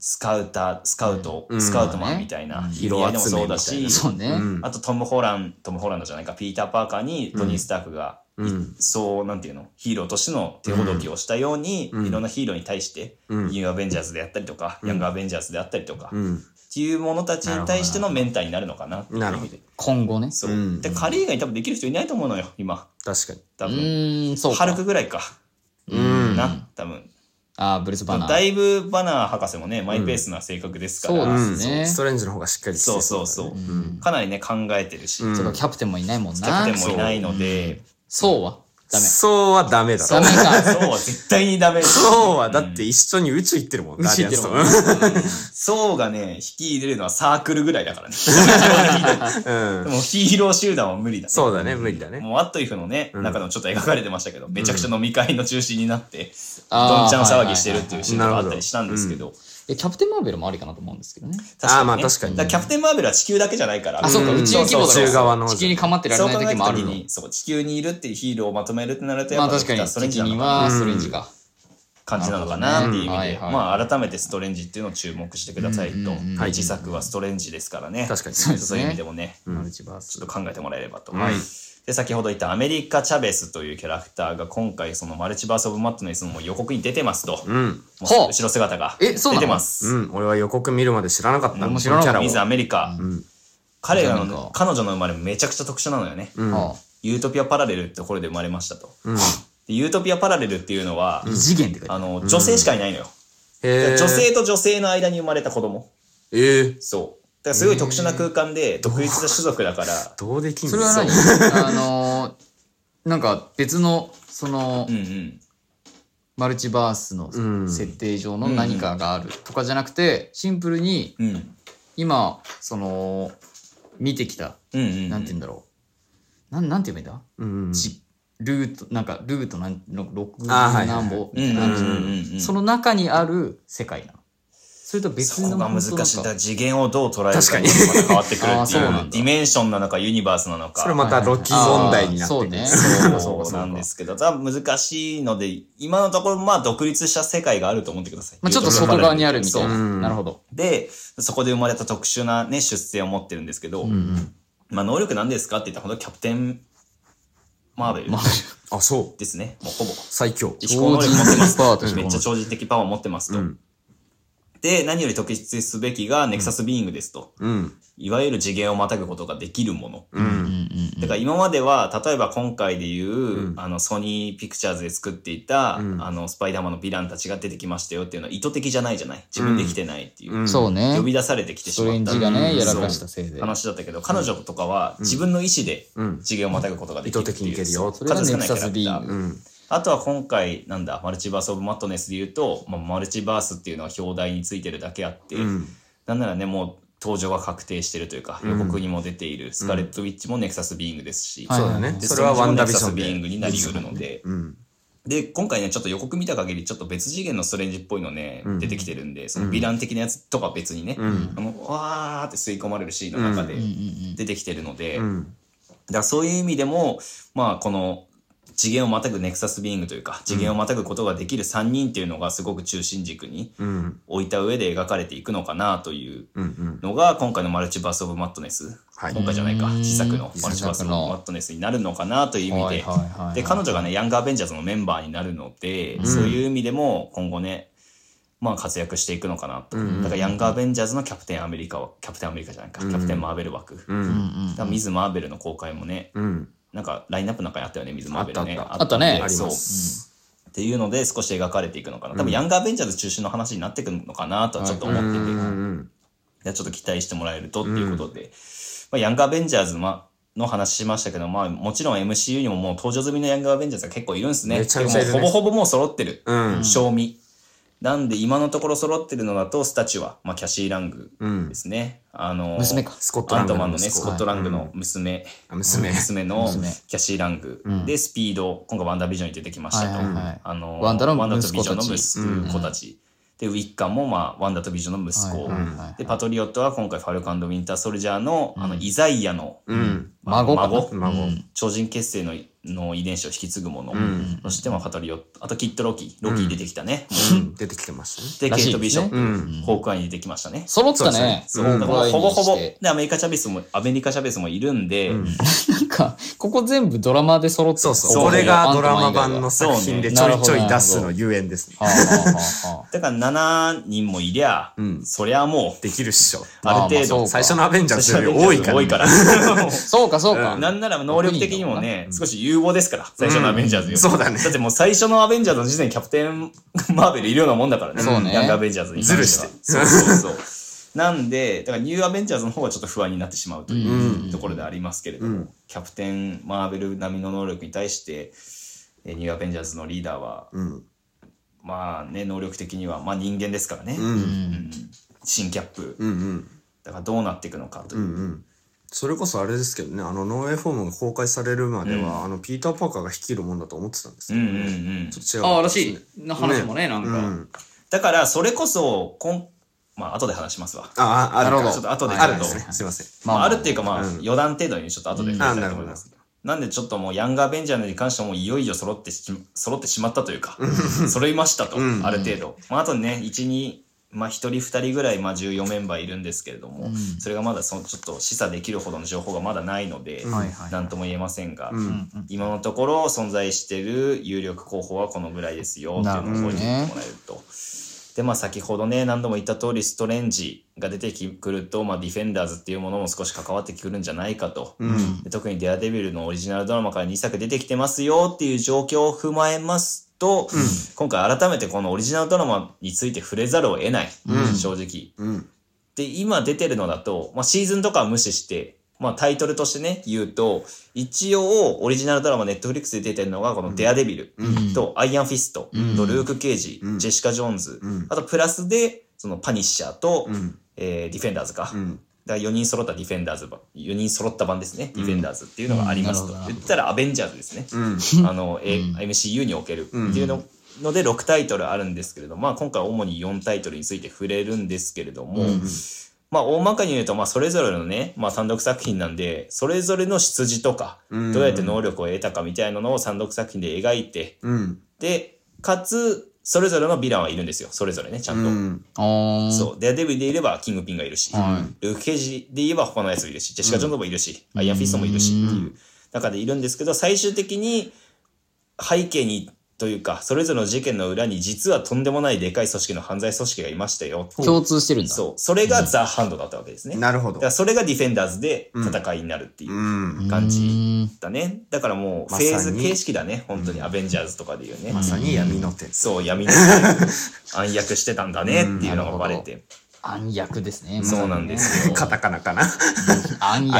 スカウタースカウト、
うん
スカウトマンみたいな、
うん
意味合いでもそうだし
色集
そうね。
うん
あとトム・ホラントム・ホランドじゃないかピーター・パーカーにトニー・スタークが、
うん
そうなんていうのヒーローとしての手ほどきをしたように、
うん
いろんなヒーローに対して、
うん
ニュー・アベンジャーズであったりとか、ヤング・アベンジャーズであったりとか、
う
っ
ん。
ていうものたちに対してのメンターになるのかなっていう
なる
意
ほ
味
ど
で。
今後ね。
そう、
うん
で彼以外に多分できる人いないと思うのよ今
確かに。
多
う
分、
ーん、そう
ハ
か。
ルクぐらいか、
うん。
な多分
ああ、ブルース・バナー。
だいぶバナー博士もねマイペースな性格ですから、
そう
う
で
ん。
すね
ストレンジの方がしっかりして
そうそう
う。
そう、
ん
かなりね考えてるし、
うん
キ
そうかキャプテンもいないもんな。
ャプテンもいないので、
そうはダメ。
そうはダメだ
ダ
ろ。
メか。
そうは絶対にダメです
そうはだって一緒に宇宙行ってるもん。
宇宙行ってるもん
ガーディアンズ
そうがね、引き入れるのはサークルぐらいだからね。
とうん。
もうヒーロー集団は無理だ、ね。
そうだね、無理だね。
もうワットイフのね、
うん
中でもちょっと描かれてましたけど、めちゃくちゃ飲み会の中心になって、
あー
どんちゃん騒ぎしてるっていうシーン
はい
が
はいはい
あったりしたんですけど、
えキャプテン・マーベルもありかなと思うんですけどね。
確かにね
あーまあ確かに
だらキャプテン・マーベルは地球だけじゃないから、
あ、そうか、
うん
宇宙規模だ
そう宇宙側の
から地球に構ってられ
そ
な
う
い
考え
時
た
もあ
時
るの。
に、そう、地球にいるっていうヒーローをまとめるってなると、
ま
や
あ
っぱ
確かに、
それ
敵
じゃ
に
な
は
うん
ストレンジか。
感じなのかなっていう意味
なる
で、
ほどね
まあ改めてストレンジっていうのを注目してくださいと、
うんうんうんうん
はい自作はストレンジですからね
確かに
そういう意味でもね
マルチバー
ち
ス
ょっと考えてもらえればと、
はい
で先ほど言ったアメリカ・チャベスというキャラクターが今回そのマルチバース・オブ・マットネスのもう予告に出てますと、
うん
も
ほ
う
う
後ろ姿が
えそうな
出
の
てます、
うん俺は予告見るまで知らなかった
俺も知らなかった
このキ
水
ャラ
ア
を
メリカ、
うん
彼ら
なん
の
か
彼女の生まれめちゃくちゃ特殊なのよね、
うん
ああ
ユートピア・パラレルってところで生まれましたと
うん
でユートピア・パラレルっていうのは、
異次元って書いてあ
あ
る
の女性しかいないのよ、
へー
女性と女性の間に生まれた子供
えー
そうだからすごい特殊な空間で独立した種族だから
どうできんの
それは何
う
あのーなんか別のその
うんうん
マルチバースの
うん
設定上の何かがあるとかじゃなくてシンプルに
うんうん
今その見てきた
うんうん
なんて言うんだろうなんなんて言えばいいんだ
うん
ちルートなんかルートなんの6
あーはい
何本
う
み
ん
た
う
いな
んう
のあるじゃん
んうん
その中にある世界なのそれと別
そ
の
こが難しい
本当なん
だか
から
次元をどう捉えるか
確かに
にまた変わってくる
あー
って
そ
い
うなん
う
だ
ディメンションなのかユニバースなのか
それまたロキ問題になってくる
はいはいはいあー
そうかそうか
そ
そ
う
う
な
か
んですけど、ただ難しいので、今のところ、まあ、独立した世界があると思ってください。
まあ、ちょっと外側にあるみたい
そう
な
そう
なるほど
で、そこで生まれた特殊なね、出世を持ってるんですけど、まあ、能力なんですかって言ったら、本当キャプテン・マーベル
あそう
ですね。もうほぼ。
最強
飛行能力持っ
超
てま。
人スパートですしょ
めっちゃ超人的パワーを持ってますと。
うん
で、何より特筆すべきが、ネクサス・ビーイングですと。
うん
いわゆる次元をまたぐことができるもの。
う
うん
ん
うんうん
だから今までは、例えば今回でいう、
ん
あの、ソニーピクチャーズで作っていた、
うん
あの、スパイダーマンのヴィランたちが出てきましたよっていうのは意図的じゃないじゃない自分できてないっていう。
うん
そうね
呼び出されてきて
ス
し
ト
ま
レ
っ
ン
た
ジがね
うん
やらかしたせいで
話だったけど、彼女とかは自分の意思で
うん
次元をまたぐことができるって
意図
いう。
的にいけるよ
そ
そうれがネ
数少
ク
ないキ
サ
ャラ
ス
クタ
ビー
ー
イン
う
グ
ん
あとは今回、なんだ、マルチバース・オブ・マットネスで言うと、まあ、マルチバースっていうのは表題についてるだけあって、
うん
なんならね、もう登場が確定してるというか、予告にも出ている、スカーレット・ウィッチもネクサス・ビーイングですし、
はい
そうだね
で
それはワンダービション
ネクサスビーイン
で
グになりうるので、
うん
で、今回ね、ちょっと予告見た限り、ちょっと別次元のストレンジっぽいのね、
ん
出てきてるんで、そのヴィラン的なやつとか別にね、
ん
あの、わーって吸い込まれるシーンの中で
うんうん
出てきてるので、
うん
だからそういう意味でも、まあ、この次元をまたぐネクサスビーイングというか、次元をまたぐことができる3人っていうのがすごく中心軸に
うん
置いた上で描かれていくのかなという
うんうん
のが、今回のマルチバース・オブ・マットネス。
はい
今回じゃないか、
うん
自作のマル
自
チバース・オ
作
ブ・
の
マットネスになるのかなという意味で、
はいはいはいはい
で、彼女がね、ヤング・アベンジャーズのメンバーになるので、そういう意味でも今後ね、まあ活躍していくのかなと。だからヤング・アベンジャーズのキャプテン・アメリカは、キャプテン・アメリカじゃないか、キャプテン・マーベル枠。
う
うんうんん
だからミズ・マーベルの公開もね、
うん
なんかラインナップなんかやったよね、水マーベルね。
あった
あった
んで
あったね
あり
そう
ま。
っていうので少し描かれていくのかな。多分ヤングアベンジャーズ中心の話になってくるのかなとはちょっと思ってて、
うん
いうやちょっと期待してもらえるとっていうことで、まあ、ヤングアベンジャーズまの話しましたけど、まあもちろん MCU にももう登場済みのヤングアベンジャーズが結構いるんですね。
めちゃくちゃいるね
でもほぼほぼもう揃ってる。
うん
賞味。なんで今のところ揃ってるのだと、スタチュア、まあキャシー・ラング
うん
ですね。あの、
娘か
スコット
ア
ラ
ン
ン
ト
ド
マン
の
のね、
息
ス
子
コットラングの娘。
あ娘
娘の
娘
キャシー・ラング、
うん
でスピード今回ワンダービジョンに出てきましたと、
はいはいはい
あの
ワンダの
とビジョンの息子
息子
た
た
ち、でウィッカンも、まあ、ワンダとビジョンの息
はい
子、
はいはい
でパトリオットは今回ファルカンド・ウィンター・ソルジャーの,、あのイザイアの、
うん
あ
孫
の
かな
孫
孫
超人結成のの遺伝子を引き継ぐもの、
ん
そして、まあ、パトリオットあとキッド・ロキロキ出てきたね、
うん出てきてましたね
で
らしい
ケイト・ビジョン、
です
う
ね
ん
ホークアイに出てきましたね
揃ったね
そううんだからほぼ
ホ
ほぼ
ークアイにして
でアメリカ・チャベスもアメリカ・チャベスもいるんで、
なんかここ全部ドラマで揃ってる
そうそ
そう
うこれが
アント
ドラ
マン
マ
以外は
版の
は
作品でちょいちょい出すのゆえんですね
あはあはあ
だから7人もいりゃ、
ん
そりゃもう
できるっしょ
ある
ま
程
あま
度
あそうか
最初のアベンジャーズより多いから
多いから。
そうかそうか
なんなら能力的にもね、少し融合ですから、最初のアベンジャーズより
そうだね
だってもう最初のアベンジャーズの時点でキャプテンマーベルいるようなもんだからね。
そうね
ヤングアベンジャーズに関は
ずる
そうそ うそう。なんで、だからニューアベンジャーズの方はちょっと不安になってしまうというところでありますけれども、キャプテンマーベル並みの能力に対して、えーニューアベンジャーズのリーダーは、
うん
まあね、能力的には、まあ人間ですからね。
うん
うん新キャップ。
うんうん
だからどうなっていくのかという。
うんそれこそあれですけどねあのノーウェイフォームが公開されるまでは、あのピーター・パーカーが率いるもんだと思ってたんです
う
け
ん
ど、
うんうん
ちょっと違う
ああら
です
し
ね
いな話もねなん
う
か
ん
だからそれこそこんまあ後で話しますわ。
あああ
なるほ
か
ど
ちょっと後で
ある
ち
ん
ょっ
で
と
すねすいません
まあ、
まあ
あるっていうかまあ、
うん
余談程度にちょっと後で話したいと思います。なんでちょっともうヤングアベンジャーズに関してはもういよいよ揃ってし揃ってしまったというか、揃いましたと、
うん
ある程度。まあ、あとね、1、2、まあ、1人、2人ぐらい、まあ、14メンバーいるんですけれども、
うん
それがまだそのちょっと示唆できるほどの情報がまだないので、
うん
はいはい。
なんとも言えませんが、
う。
うんんうん
今のところ存在している有力候補はこのぐらいですよって
ないる
う
ほ
の
ど
を
ね
覚えておいてもらえると。でまあ、先ほどね何度も言った通りストレンジが出てくると、まあ、ディフェンダーズっていうものも少し関わってくるんじゃないかと、
うん。
で特に「デアデビル」のオリジナルドラマから2作出てきてますよっていう状況を踏まえますと、今回改めてこのオリジナルドラマについて触れざるを得ない、
うん
正直。
うん。
で今出てるのだと、まあ、シーズンとかは無視して、まあ、タイトルとしてね言うと一応オリジナルドラマネットフリックスで出てるのがこの「デアデビル」
うん
と「アイアンフィスト」
うん
と「ルーク・ケイジ」
うん
ジェシカ・ジョーンズ」
うん
あとプラスでその「パニッシャー」と「
うん。
えーディフェンダーズか」
うん。
だから4人揃ったディフェンダーズ版4人揃った版ですね、ディフェンダーズっていうのがありますと、
うんなるほど
言ったらアベンジャーズですね、
うん。
あの、え MCU におけるっていうの,、ので6タイトルあるんですけれども、まあ、今回主に4タイトルについて触れるんですけれども、まあ大まかに言うと、まあ、それぞれのね、まあ、単独作品なんでそれぞれの出自とか
うん
どうやって能力を得たかみたいなのを単独作品で描いて
うん。
でかつそれぞれのヴィランはいるんですよそれぞれねちゃんと。
うん。
ああ。
そう。デアデビルでいればキングピンがいるし、
は
ルーク・ケージで言えば他のやつもいるし、ジェシカ・ジョンズもいるし、アイアン・フィストもいるしっていう中でいるんですけど、最終的に背景にというか、それぞれの事件の裏に実はとんでもないでかい組織の犯罪組織がいましたよ。
共通してるんだ。
そう。それがザ・ハンドだったわけですね。だ
なるほど。
か。らそれがディフェンダーズで戦いになるっていううん感
う
じ
ん。
だね。だからもう
ま
フ
さに
ェーズ形式だね。本当にアベンジャーズとかでいうね。
まさに闇の手。
そう、闇に暗躍してたんだねっていうのがバレて。
暗躍ですね。
そうなんですよ。
カタカナかな。
暗躍。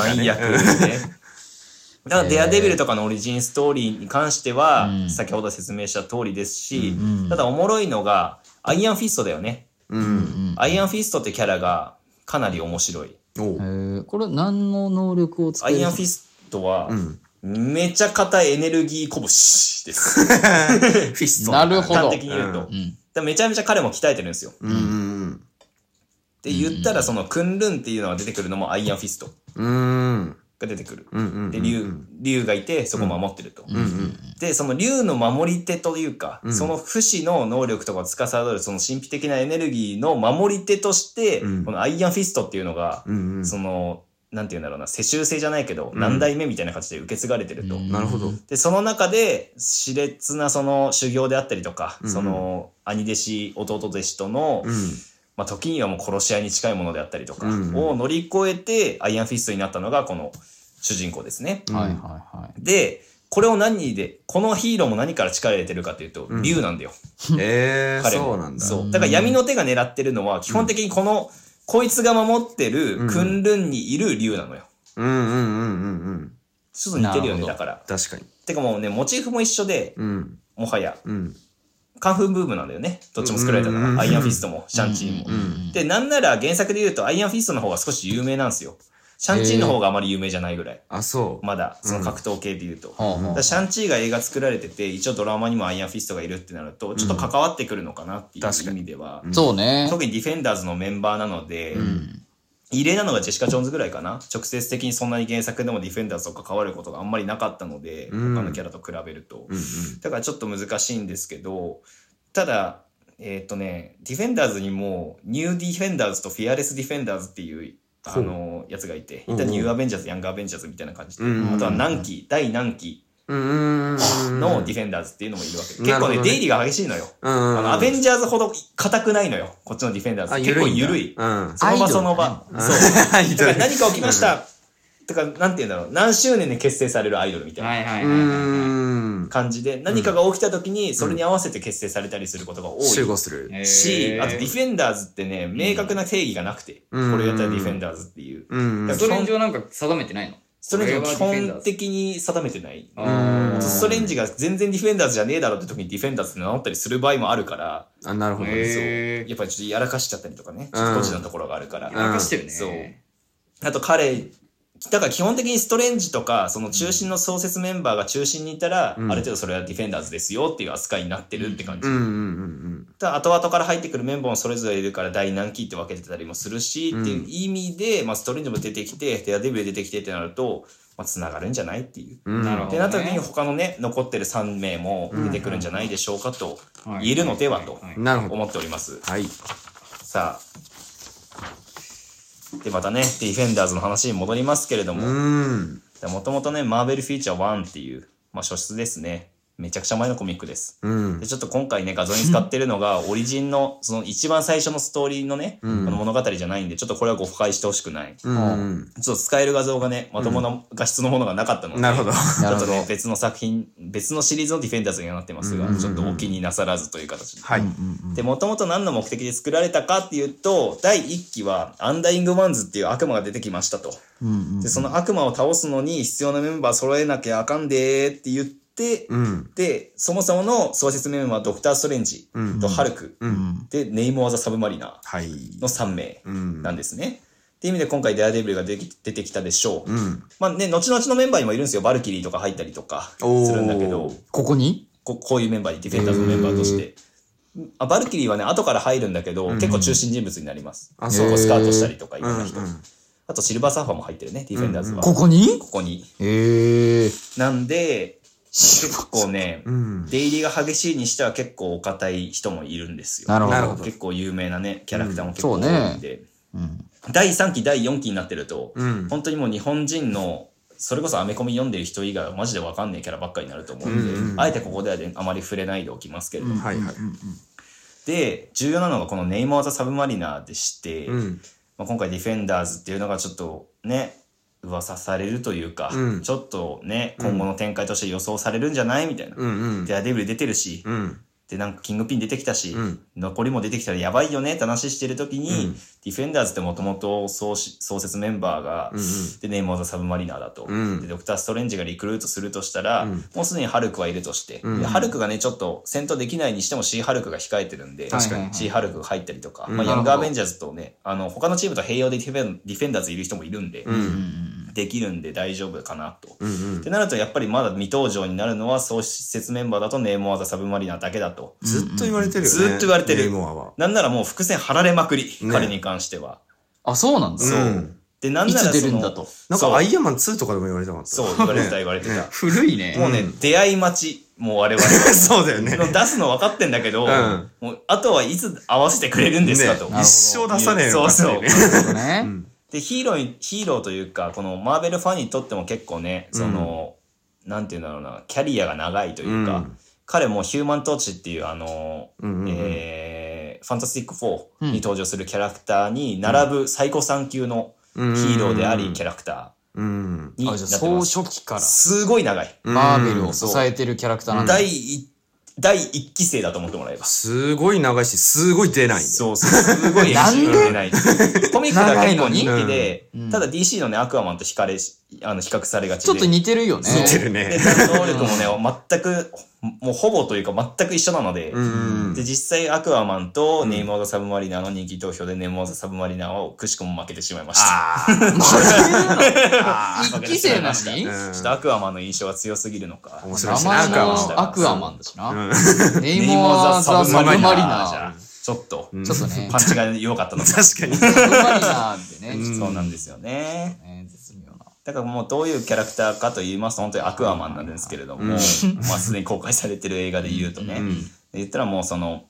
暗躍
暗躍ですね。だから、デアデビルとかのオリジンストーリーに関しては
う、ん
先ほど説明した通りですし
うん、
ただおもろいのが、アイアンフィストだよね。
う。
うんん
アイアンフィストってキャラがかなり面白い。
お
う。
うん
へーこれ何の能力を使
ア
える
イアンフィストは
う、ん。
めちゃ硬いエネルギー拳です。
フィスト。
なるほ
簡
ど。
単的に言うと。だか
うん。
らめちゃめちゃ彼も鍛えてるんですよ。
うん。
で、言ったら、その、クンルンっていうのが出てくるのもアイアンフィスト
うん。
が出てくる。
うん。
で、竜、竜がいて、そこを守ってると。
うん。
でその竜の守り手というか、その不死の能力とかを司るその神秘的なエネルギーの守り手として、
うん
このアイアンフィストっていうのが、
うん。うん。
そのなんて言うんだろうな世襲制じゃないけど、何代目みたいな形で受け継がれてると。
うん
なるほど。
でその中で熾烈なその修行であったりとか、
うん
その兄弟子弟弟子との、まあ、時にはもう殺し合いに近いものであったりとか
うん
を乗り越えてアイアンフィストになったのがこの主人公ですね。
うん。
はいはいはい。
で、これを何で、このヒーローも何から力入れてるかというと、
うん
竜なんだよ。
ええ、
彼も
そうなんだ。
そう。だから闇の手が狙ってるのは、基本的にこの、こいつが守ってる、
うん
クンルンにいる竜なのよ。
うんうんうんうんうん。
ちょっと似てる
な
よ
る
ね、
ほど
だから。
確かに。
てかもうね、モチーフも一緒で、
うん。
もはや、
うん。
カンフーブームなんだよね。どっちも作られた
うんうんう
の
ん
が。アイアンフィストも、シャンチーも。
ん
で、なんなら原作で言うと、アイアンフィストの方が少し有名なんですよ。シャンチーの方があまり有名じゃないぐらい。
あ、そう。
まだ、その格闘系で言うと。
ほうほ
だ
う
からシャンチーが映画作られてて一応ドラマにもアイアンフィストがいるってなるとちょっと関わってくるのかなっていう
確か
意
に
味では、
そうね。
特にディフェンダーズのメンバーなので、
ん
異例なのがジェシカ・ジョーンズぐらいかな直接的にそんなに原作でもディフェンダーズと関わることがあんまりなかったので、
うん
他のキャラと比べると、
うんうん。
だからちょっと難しいんですけどただえーっとねディフェンダーズにもニューディフェンダーズとフィアレスディフェンダーズっていうあ
ほう
のやつがいて
うん
一旦ニューアベンジャーズヤングアベンジャーズみたいな感じで、
うん
あとは何期第何期
うんうん。
のディフェンダーズっていうのもいるわけ、
うん
結構
なるほ
ね
どね
出入りが激しいのよ、
うん。
あのアベンジャーズほど硬くないのよこっちのディフェンダーズ結構緩い
うん。
その場その場
うん
そう
アイド
だ
ル
から何か起きました、とかなんて言うんだろう何周年で結成されるアイドルみたいな
はいはいはいは
うん。
感じで何かが起きた時にそれに合わせて結成されたりすることが多い、
集合する
い。はい。
し、
へー
あとディフェンダーズってね、明確な定義がなくて、
うん
これをやったらディフェンダーズっていう。
うん
だ。か
ストレンジはなんか定めてないの
それも基
これはディフェンダ
本
ーズ
的に定めてない。
あ
う
ー
ん
ストレンジが全然ディフェンダーズじゃねえだろって時にディフェンダーズって名乗ったりする場合もあるから、
あ、なるほど。
へー
やっぱりちょっとやらかしちゃったりとかね、ちょっと個人のところがあるから。
うん
やらかしてるね。
そうあと彼だから基本的にストレンジとか、その中心の創設メンバーが中心にいたら、
うん
ある程度それはディフェンダーズですよっていう扱いになってるって感じ。
うんうん
ただ後々から入ってくるメンバーもそれぞれいるから第何期って分けてたりもするし、
うん
っていう意味で、まあ、ストレンジも出てきてデアデビュー出てきてってなると、まあ、つながるんじゃないっていう。
うんうん。
なるほ
っ
ど
てなった時に他のね残ってる3名も出てくるんじゃないでしょうかと言えるのではと
はい
なるほど。
思っております。
はい。
さあでまたねディフェンダーズの話に戻りますけれど
う
も
ん。
もともとねマーベルフィーチャー1っていう、まあ、書室ですねめちゃくちゃ前のコミックです。
うん
で。ちょっと今回ね画像に使ってるの がオリジンのその一番最初のストーリーのね、
うん
この物語じゃないんでちょっとこれは誤解してほしくない、ち
う
ょ
ん。
っと使える画像がねまともな画質のものがなかったので、
なるほど。
ち
な
ょ
るほ
っと
ど
ね別の作品別のシリーズのディフェンダーズにはなってますが、
うんうんうん
ちょっとお気になさらずという形で。
はい。
で、もともと何の目的で作られたかっていうと、第1期は、アンダイングワンズっていう悪魔が出てきましたと。で、その悪魔を倒すのに必要なメンバー揃えなきゃあかんでーって言って、
うん。
で、そもそもの創設メンバーはドクター・ストレンジ
うん
とハルク、
うん。
で、ネイモア・ザ・サブマリナ
はい。
ーの3名
うん。
なんですね。っていう意味で今回デアデビルが出てき出てきたでしょう。
うん。
まあね、後々のメンバーにもいるんですよ。バルキリーとか入ったりとかするんだけ
お
ど
ー、
ここに
ここういうメンバーに、ディフェンダーズのメンバーとして。あバルキリーはね、後から入るんだけど、
うん
結構中心人物になります。
あ
結
そう
構スカートしたりとか、いろ
うんん
な人。あとシルバーサーファーも入ってるね、ディフェンダーズは。
ここに
ここに。
ええ。
なんで、結構ね、
うん。
出入りが激しいにしては結構お堅い人もいるんですよ。
なるほ
なるほ
ど
ど。
結構有名なね、キャラクターも結
う
構
ん
多
そうね
いんで。
うん
第3期、第4期になってると、
うん。
本当にもう日本人のそれこそアメコミ読んでる人以外はマジでわかんねえキャラばっかりになると思うんで、
うんうん
あえてここではねあまり触れないでおきますけれども、
はいはい。
で重要なのがこのネイマー・ザ・サブマリナーでして、
うん。
まあ、今回ディフェンダーズっていうのがちょっとね噂されるというか、
うん
ちょっとね
うん
今後の展開として予想されるんじゃないみたいな、
うんうん。
でアデビル出てるし、
うん。
でなんかキングピン出てきたし、
うん
残りも出てきたらやばいよねって話してる時に、
うん
ディフェンダーズってもともと創始創設メンバーが、
うんうん
でネイマー・ザ・サブマリナーだと、
うん
でドクター・ストレンジがリクルートするとしたら、
うん
もうすでにハルクはいるとして、
うん
でハルクがねちょっと戦闘できないにしてもシー・ハルクが控えてるんで
確かにはいはいはい
シー・ハルクが入ったりとか、
うん
まあ、
な
ヤ
るほ
ング・
ど
アベンジャーズとねあの他のチームと併用でディフェンディフェンダーズいる人もいるんで、
う
うん
ん。
できるんで大丈夫かなと。
うんう
っ
ん
て。なるとやっぱりまだ未登場になるのは創設メンバーだとネイモア・ザ・サブマリナーだけだと。
ずっと言われてるよね。
ずっと言われてる
ネイモアは。
なんならもう伏線張られまくり、
ね
彼に関しては。
あ、そうなんだ。
そうう。
で、なん
い
なら
つ
その
出るんだと。
なん
そう
かアイアンマン2とかでも言われたかった。
そう、言われてた、
ね
言われてた。
ね
古いね。
もうね、出会い待ち、もう我々 は。
そうだよね。
出すの分かってんだけど、
うん
もうあとはいつ合わせてくれるんですかと。
ね一生出さねえよ。
そうそう
ってい
なるほどね。
ね。
で、ヒーローに、ヒーローというか、このマーベルファンにとっても結構ね、その、なんていうんだろうな、キャリアが長いというか、
うん
彼もヒューマントーチっていう、あの、
うんうんうん
えーファンタスティック4
うん
に登場するキャラクターに並ぶ最高3級の
ヒ
ヒーローであり、キ
ャ
ャラクタ
うん。
ーにな
あ、
っ
じ
て
ゃあ、
ま
総
す。
書記から、
すごい長い。
マーベルを支
そう
えてるキャラクターなんだ。
第一、第一期生だと思ってもらえば。
すごい長いし、すごい出ない。
そうそう、すごい
なん
MC
で
が出 ない。コミックが結構
長い
人気
のに
で
うん、
ただ DC のね、アクアマンと惹かれし、あの、比較されがちで。
ちょっと似てるよね。
似 てる
で、
ね。
能力もね、全く、もうほぼというか全く一緒なので、
うん
で、実際アクアマンとネイモード・ザサブマリナーの人気投票でネイモード・ザサブマリナーはくしくも負けてしまいました。
あ
一期生なのに
うん
ちょっとアクアマンの印象が強すぎるのか
ー。面白い
名
しな、
前
赤
は
もアクアマンだしな。
うん
ネイモア・ザ・サブマリナ
じゃ
ー。
あちょっと、
うん
ちょっとね
パンチが弱かったのか。
確かに。
サブマリナーってね、ちょっ
そうなんですよね。
とね、絶妙な。
だからもうどういうキャラクターかと言いますと本当にアクアマンなんですけれども、まあすでに公開されてる映画で言うとね、言ったらもうその、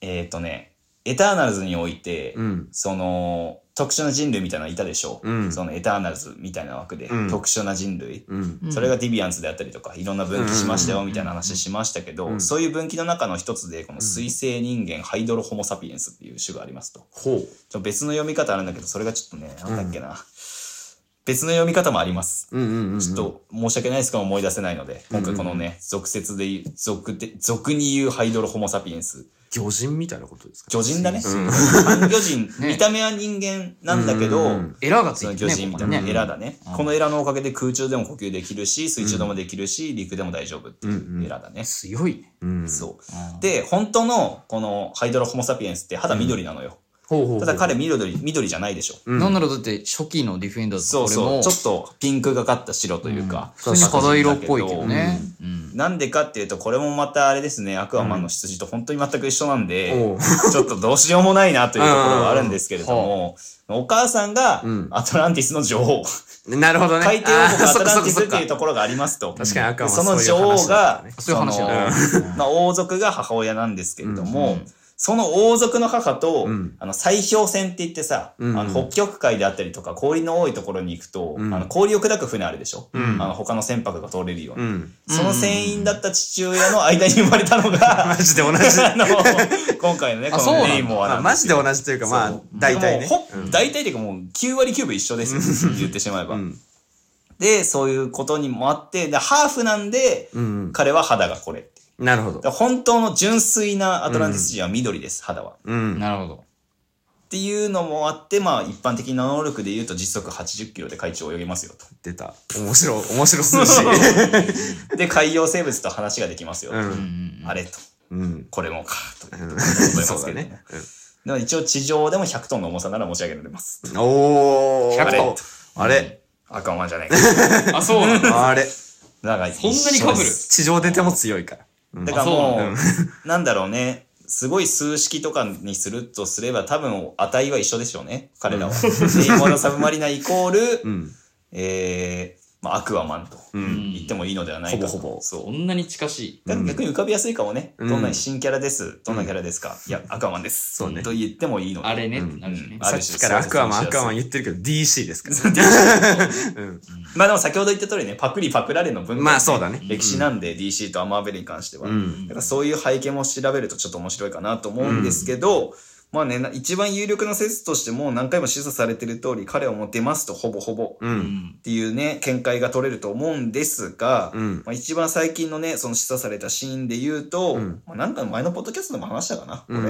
えっ、とね、エターナルズにおいて、
うん。
その特殊な人類みたいなのいたでしょう、
うん
そのエターナルズみたいな枠で、
うん
特殊な人類、
うん。
うん
それがディビアンズであったりとかいろんな分岐しましたよみたいな話しましたけど、
ん
そういう分岐の中の一つでこの水星人間ハイドロホモ・サピエンスっていう種がありますと。
ほう。
ちょ別の読み方あるんだけど、それがちょっとね、なんだっけな。別の読み方もあります。
うんうんうん。
ちょっと申し訳ないですが思い出せないので、今回このね、俗説で言う、俗で、俗に言うハイドロホモサピエンス。
魚人みたいなことですか
魚人だ ね。
うん
半魚人、
ね
見た目は人間なんだけど、
うん
エラがつ
その
いて
魚
る
人
ね。
み
こ
た
こ
いな
ね
エラだね、このエラのおかげで空中でも呼吸できるし、水中でもできるし、陸でも大丈夫っていうエラだね。
強いね。
うん。
そう。で、本当のこのハイドロホモサピエンスって肌緑なのよ。
ほうほうほう
ただ彼緑緑じゃないでしょ
うん
なんならだって初期のディフェンダーズ
そ
と
う
か
そ
も
うちょっとピンクがかった白というか、
普通に肌色っぽいけどね
うん。
うん
なんでかっていうとこれもまたあれですねアクアマンの羊と本当に全く一緒なんで、
おう
ちょっとどうしようもないなというところはあるんですけれども、お母さんが
うん
アトランティスの女王、
なるほどね。
海底王国
あー
ア
そ
ト
っか
ラ
そ
ン
っか
ティス
そっ
って
か
いう。ところがありますと。
確かに赤は
そ
そういう
の
話
女王
だから
が
ね、
そういう話だね
そのまあ、王族が母親なんですけれど
う
も、
ん
その王族の母と、
うん
あの砕氷船って言ってさ、
うんうん
あの北極海であったりとか氷の多いところに行くと、
うん
あの氷を砕く船あるでしょ、
うん
あの他の船舶が通れるような、
うん。
その船員だった父親の間に生まれたの が、
マジで同じ。
あの、今回のね、こ
あそうな
の
んだ
ネイモ
ま
ア
あ、
なんで
マ
す
ジ
け
で
ど
同じというか、まあ
そう、
大体ね
もうほ。
うん
大体っていうかもう9割9分一緒ですよ。言ってしまえば。
うん
で、そういうことにもあって、で、ハーフなんで、
うん
彼は肌がこれって。
うん。なるほど
だか。ら本当の純粋なアトランティス人は緑です、肌は。
うん。
なるほど。
っていうのもあって、まあ一般的な能力で言うと実測80キロで海中を泳げますよと。
出た。面白い、面白 数字。
で、海洋生物と話ができますよと。
うん
うん
あれと。
うん。
これもか。という
うん
ござい
そ
ま
う
す
だ
けど
ね
ね。でも一応地上でも100トンの重さなら持ち上げられます。
うんおー。
あれ
あれ
赤マンじゃな いか。
あ、そうなんだ。
あれ
なんかそ
んなに被る
地上出ても強いから。うん
だからもう、
あ
なんだろうね。すごい数式とかにするとすれば多分値は一緒でしょうね。彼らは。ネイモアのサブマリナイコール、
うん。
えー、まあ、アクアマンと
うん。
言ってもいいのではないかと。
ほぼほぼ
そ
こ
う。
んなに近しい。
だから逆に浮かびやすいかもね。
うん
どんな新キャラです。どんなキャラですか。いや、アクアマンです。
そうね
と言ってもいいので。
あれね、
うん
ってなるしね。
あ
さっ
る種
きからアクアマン、ア
そう
ク
そ
ア
うそう
マン言ってるけど DC です から。うん。
まあでも先ほど言った通りね、パクリパクられの文化、
まあそうだね
歴史なんで、DC とアマーベルに関しては。
うん
だからそういう背景も調べるとちょっと面白いかなと思うんですけど、まあね、な一番有力な説としてもう何回も示唆されてる通り、彼を持てますとほぼほぼ。
う。
うんん。
っていうね、見解が取れると思うんですが、
うん
まあ、一番最近のね、その示唆されたシーンで言うと、
うん
まあ、なんか前のポッドキャストでも話したかな、こ
う
れ。
ん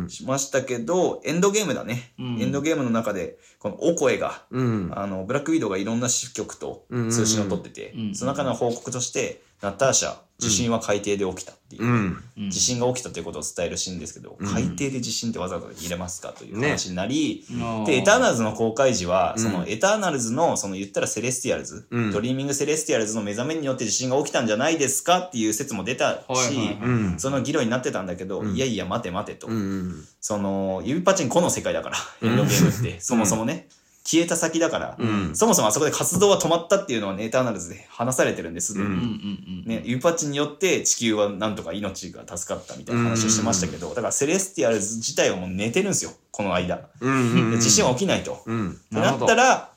うん。
しましたけど、エンドゲームだね。
うん
エンドゲームの中で、このお声が、
うん。
あの、ブラックウィドウがいろんな支局と
うんうんうん
通信を取ってて、
うん
その中の報告として、ナターシャ、地震は海底で起きたっていう、
うん。
うん
地震が起きたということを伝えるシーンですけど、
うん
海底で地震ってわざわざ入れますかという
ね
話になり、
あー
で、エターナルズの公開時は、
うん
そのエターナルズの、その言ったらセレスティアルズ、
うん
ドリーミングセレスティアルズの目覚めによって地震が起きたんじゃないですかっていう説も出たし、
はいはいはい
うん。
その議論になってたんだけど、
うん
いやいや待て待てと、
うん。
その指パチンコの世界 だから、エンドゲームって、そもそもね、消えた先だから、
うん。
そもそもあそこで活動は止まったっていうのはね、エターナルズで話されてるんですでに。
う
うんうんんうん。
ね、ユパチによって地球はなんとか命が助かったみたいな話をしてましたけど、だからセレスティアルズ自体はもう寝てるんですよ、この間。
うん。
で地震
を。
は起きないと。
うん。
ってなったら、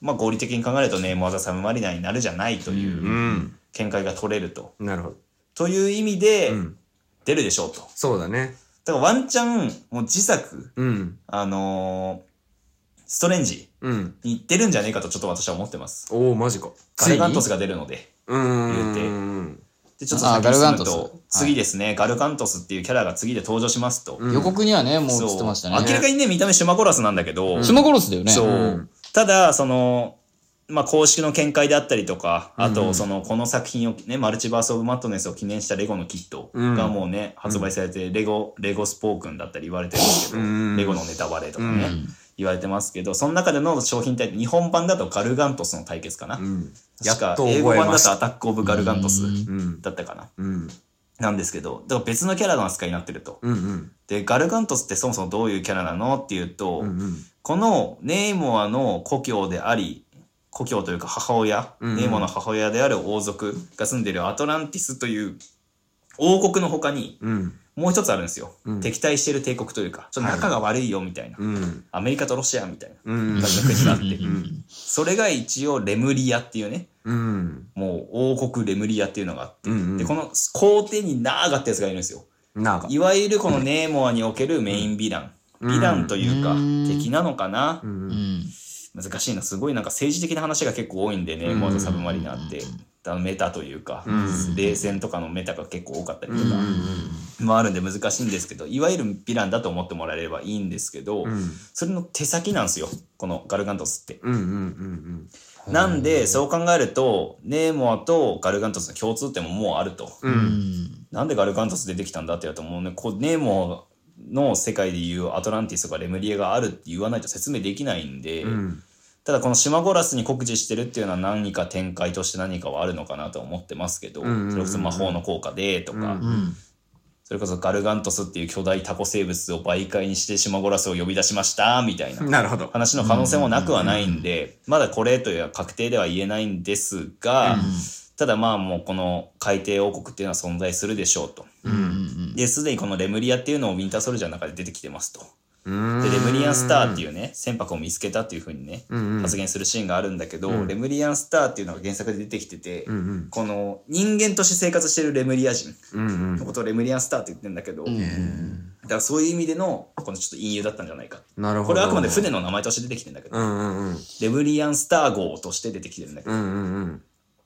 まあ合理的に考えるとね、モアザ・サムマリナになるじゃないと
う。
いうん見解が取れると。
なるほど。
という意味で
う、ん。
出るでしょうと。
そうだね。
だからワンチャン、もう自作、
うん。
あのーストレンジ
うん。
に出るんじゃねえかとちょっと私は思ってます。
おお、マジか。
ガルガントスが出るので。
うん。
で、ちょっと
あー
先
ガ
に進む
ルガン
と
ト、ス
次ですね、ガルカントスっていうキャラが次で登場しますと。
うん
予告にはね、もう
そう
映ってましたね。
明らかにね、見た目シュマコラスなんだけど、
シュマゴロスだよね。
そう、
うん
ただ、その、まあ、公式の見解であったりとか、あ
うん
と、その、この作品をね、マルチバース・オブ・マットネスを記念したレゴのキット
うん
がもうね、発売されて、レゴ、レゴスポークンだったり言われてるんですけど、
うん
レゴのネタバレとか
う
ね、言われてますけど、その中での商品タイプ、日本版だとガルガントスの対決かな。
うん。
や
や
っか
っと
英語
覚え
版
ま
だ
し
と
た。
アタック・オブ・ガルガントス
うん
うん。
だったかな。
うん。
なんですけど、だから別のキャラの扱いになってると。
うん。うん。
で、ガルガントスってそもそもどういうキャラなのっていうと、
うん。
このネイモアの故郷であり、故郷というか母親、
うんうん
ネイモアの母親である王族が住んでいるアトランティスという王国の他に
うん。
もう一つあるんですよ。
うん
敵対してる帝国というか、ちょっと仲が悪いよみたいな。
うん。
アメリカとロシアみたいな
うん。
感じの国があって、
うん。
それが一応レムリアっていうね、
うん。
もう王国レムリアっていうのがあって、
うん。
で、この皇帝にナーガってやつがいるんですよ。
の、なんか。
いわゆるこのネーモアにおけるメインヴィラン。
うん
ヴィランというか
うん、
敵なのかな
う。
うんん。
難しいな、すごいなんか政治的な話が結構多いんで、ネーモアとサブマリナって。あのメタというか、
うん
冷戦とかのメタが結構多かったり
う
とか、
ん。
もあるんで難しいんですけど、いわゆるヴィランだと思ってもらえればいいんですけど、
うん。
それの手先なんですよ、このガルガントスって。
うん。うん。
なんで、そう考えると、ネーモアとガルガントスの共通点ももうあると。
う。
うんん。
なんでガルガントス出てきたんだってやるともうねこうネーモの世界でいうアトランティスとかレムリアがあるって言わないと説明できないんで、
うん
ただこのシマゴラスに酷似してるっていうのは何か展開として何かはあるのかなとは思ってますけど、
うんうんうんうん
それこそ魔法の効果でとか、
うん
うん。
それこそガルガントスっていう巨大タコ生物を媒介にしてシマゴラスを呼び出しましたみたいな
なるほど。
話の可能性もなくはないんで、まだこれという確定では言えないんですが、ただまあもうこの海底王国っていうのは存在するでしょうと。
う。
うんん。
で、すでにこのレムリアっていうのをウィンターソルジャーの中で出てきてますと。
うん
で、レムリアンスターって
う。
いうね、船舶を見つけたっていうふうにね、
うんうん
発言するシーンがあるんだけど、
うん
レムリアンスターっていうのが原作で出てきてて、
うんうん
この人間として生活してるレムリア人
うんうん
のことをレムリアンスターって言ってんだけど、だからそういう意味での、このちょっと隠喩だったんじゃないか。
なるほど。
これはあくまで船の名前として出てきてんだけど、
うんうんうん
レムリアンスター号として出てきてるんだけ
う
ど、
んうんうん。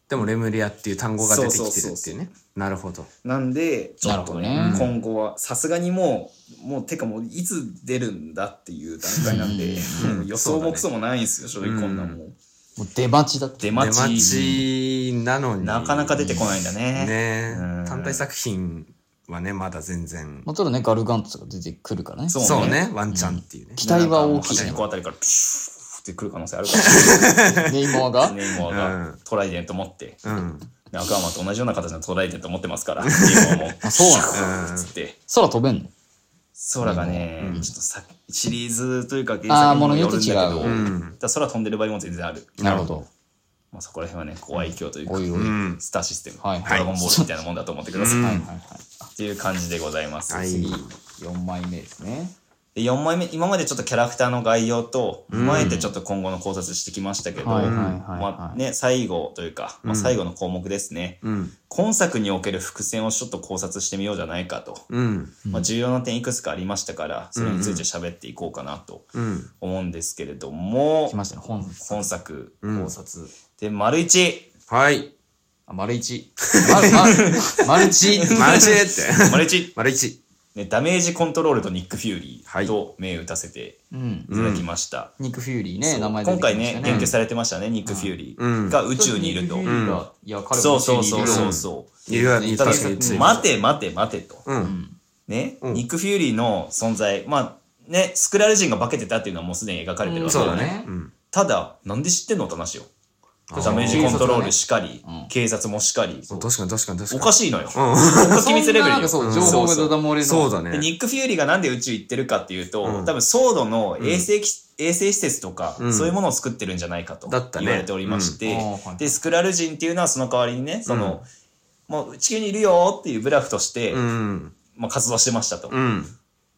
でもレムリアっていう単語が出てきてるっていうね。なるほど。
なんでちょっと
な
ね
るほどね
今後はさすがにもうもうてかもういつ出るんだっていう段階なんで、
うん
もう予想もクソもないんですよ正直こんなもん
もう出待ちだって。
出
出待
待
ち
ちなのに。
なかなか出てこないんだね
ね
うん
単体作品はね、まだ全然。
もちろんね、ガルガントとか出てくるからね。
そう
そうね、ワンチャンっていうね。
期待は大きい
8
ね。
個あたりからピューってくる可能性あるから
ネイマー が。
ね今
う
が
ん
トライデンと思って
うん。うん。
アクアマンと同じような形のトライデンと思ってます から今も
そうなんだ
シューッつって
空飛べんの
空がね、
うん
ちょっとさシリーズというか原
あー
作にもよるんだけど
ものによって違う
う
う
んん。
ただ空飛んでる場合も全然ある、
なるほど。
まあ、そこら辺はねご愛嬌というか
おいおい。
う
はい
ん。
スターシステム、
はい
ドラゴンボールみたいなもんだと思ってください、
うん
はいはい。
っていう感じでございます、
はい
次、4枚目ですね。
で4枚目今までちょっとキャラクターの概要と踏まえてちょっと今後の考察してきましたけど、
はいはいはい
ま
は
あ
い。
ね、最後というか、まあ、最後の項目ですね、
うん。
今作における伏線をちょっと考察してみようじゃないかと、
うん。
まあ、重要な点いくつかありましたからそれについて喋っていこうかなと
うん。
思うんですけれども、
来ましたね、本。
本作、
うん
考察で丸一
はい。
あ、丸一。丸、丸、丸一。
マルチでって。
丸 一
マルチ。
ね、ダメージコントロールとニック・フューリ
は
ー
い
と銘打たせて
うん
い。ただきました。
ニック・フューリー
そ
ね、
う
名前出て
今
きま
回
した
ね、
ね
言及されてましたね、ニック・フューリ
うん
ーが宇宙にいると。
ニックフューリーがいや、彼
そ
も
う
宇宙
そう
にいる
そう
よ
そうそ
いるわ、
う。
確
ただ
かについ
待て待て待てと。
う。
うんん。
ね、
うん
ニック・フューリーの存在、まあ、ね、スクラル人が化けてたっていうのはもうすでに描かれてるわけ
そう
だ
だ
よね。
ね。うん。
ただ、なんで知ってんのって話よ。
あー
ダメージコントロールしかり
うん、
警察もしかり。
確かに確かに確か
お
に。
かしいのよ。
うん
機密レベルよ
そんななんかそう、
うん
情報がだだ漏れの。
そうだ
で
ね。
ニック・フューリーがなんで宇宙行ってるかっていうと、
うん
多分ソードの衛星,、衛星施設とか、
うん
そういうものを作ってるんじゃないかと
だったね
言われておりまして、
うんあーはい
でスクラル人っていうのはその代わりにねその、もう地球にいるよっていうブラフとして、
うん。
まあ、活動してましたと、
うん。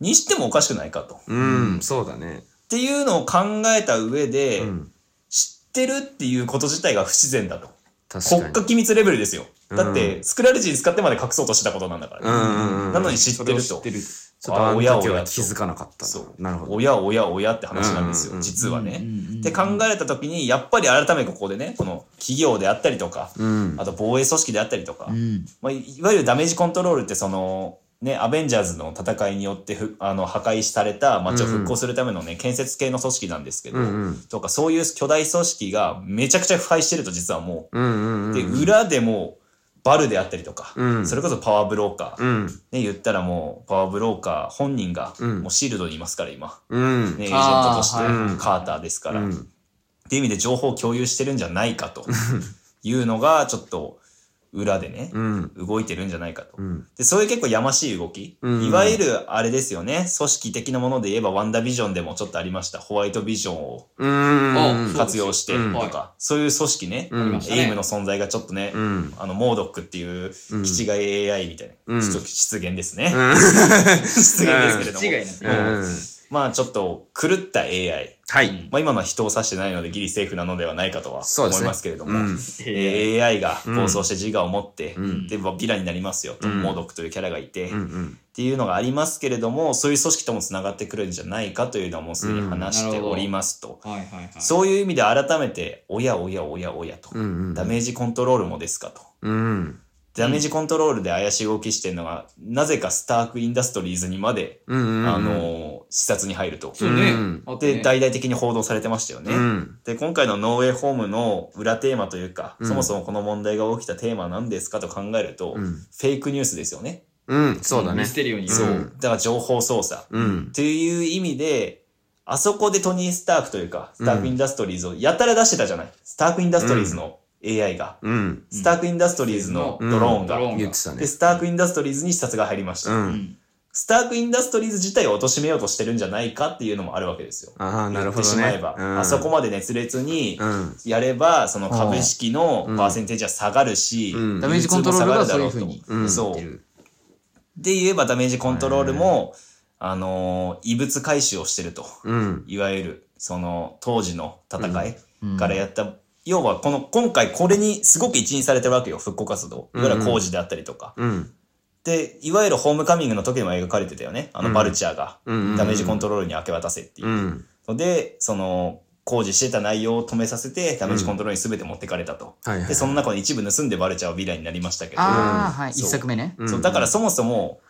にしてもおかしくないかと、っ
うん。そうだね。
ていうのを考えた上で、
うん。
知ってるっていうこと自体が不自然だと
確
国
か
家
に。
機密レベルですよだって、
う
スクラル人使ってまで隠そうとしてたことなんだからね、
うんうんうん
なのに知って
そ
る
れ
と
を知ってる。
ちょっとあの時
あおやおや
は
と
気づかなかったな。
そう
なるほど。
おやおやおやって話なんですよ、
うんうんうん
実はね。
うんうんうん
って考えた時にやっぱり改めてここでねこの企業であったりとか、
うん。
あと防衛組織であったりとか、
うん。
まあ、いいわゆるダメージコントロールってそのねアベンジャーズの戦いによってふあの破壊された街を復興するためのね、建設系の組織なんですけど、
うんうん
とかそういう巨大組織がめちゃくちゃ腐敗してると実はも
うんうんう
う。
ん。
で裏でもうバルであったりとか、
うん
それこそパワーブローカー、
うん。
ね、言ったらもうパワーブローカー本人が
うん
もうシールドにいますから今、
うん。
ね、エージェントとして
あ
ーはい
カーターですから、
うん
っていう意味で情報を共有してるんじゃない かというのがちょっと裏でね
う、ん。
動いてるんじゃないかと。
うん。
でそういう結構やましい動き、
うん
いわゆるあれですよね組織的なもので言えばワンダービジョンでもちょっとありましたホワイトビジョンを
うん。
活用して
うん
とか、そういう組織ね、
うん
ましたね
エイムの存在がちょっとね、
うん。
あのモードックっていう
うん
気違い AI みたいな、
うん
ちょっと出現ですね、
ん
出現ですけれども、
違いな
うんうん
まあちょっと狂った AI
はい。
まあ、今のは人を指してないのでギリセーフなのではないかとは
そうで
思
す
い
ね
ますけれども、
うん
えー AI が暴走して自我を持って、
うん
でまあヴィランになりますよと、
うん
モードックというキャラがいて、
う
っ
ん
ていうのがありますけれどもそういう組織ともつながってくるんじゃないかというのはもうすでに話しておりますと、
はいはいはい。
そういう意味で改めておやおやおやおやと、
うん。うん。
ダメージコントロールもですかと。
うん。
ダメージコントロールで怪しい動きしてるのが、なぜかスタークインダストリーズにまで、
うんうん。
あのー視察に入ると。
そうね
うん。
あと
で、
ね
大々的に報道されてましたよね。
うん。
で今回のノーウェイホームの裏テーマというか、
うん
そもそもこの問題が起きたテーマは何ですかと考えると、
うん
フェイクニュースですよね。
うん、そうだね
ミ。ステリオに。
そうん
だから情報操作。
うん。
という意味で、あそこでトニー・スタークというか、スターク・インダストリーズをやたら出してたじゃない。スターク・インダストリーズの AI が、
うん。
スターク・インダストリーズのドローンが、
ドローン
言っ
が
て。たね
で、。スターク・インダストリーズに視察が入りました。
うん。
スターク・インダストリーズ自体を貶めようとしてるんじゃないかっていうのもあるわけですよ。
ああ、なるほど
言ってしまえ
ね。
ば、
うん
あそこまで熱烈に
うん。
やれば、その株式のパーセンテージは下がるし、
うん
ダメージコントロールがそういうふうに
うん
言
そ
っ
う
て。る。
で言えばダメージコントロールも、あのー異物回収をしてると。
うん。
いわゆる、その、当時の戦い
うん
からやった、要はこの、今回これにすごく一任されてるわけよ、復興活動。いわゆる工事であったりとか。
うん。
で、いわゆるホームカミングの時にも描かれてたよね。あの、バルチャーが、
うん。
ダメージコントロールに明け渡せっていう
う。ん。
ので、その、工事してた内容を止めさせて、ダメージコントロールに全て持ってかれたと。
はいはい。
で、その中の一部盗んでバルチャーはヴィランになりましたけど、
ああ、はい。一
そう
作目ね。
うん
そうだからそもそも、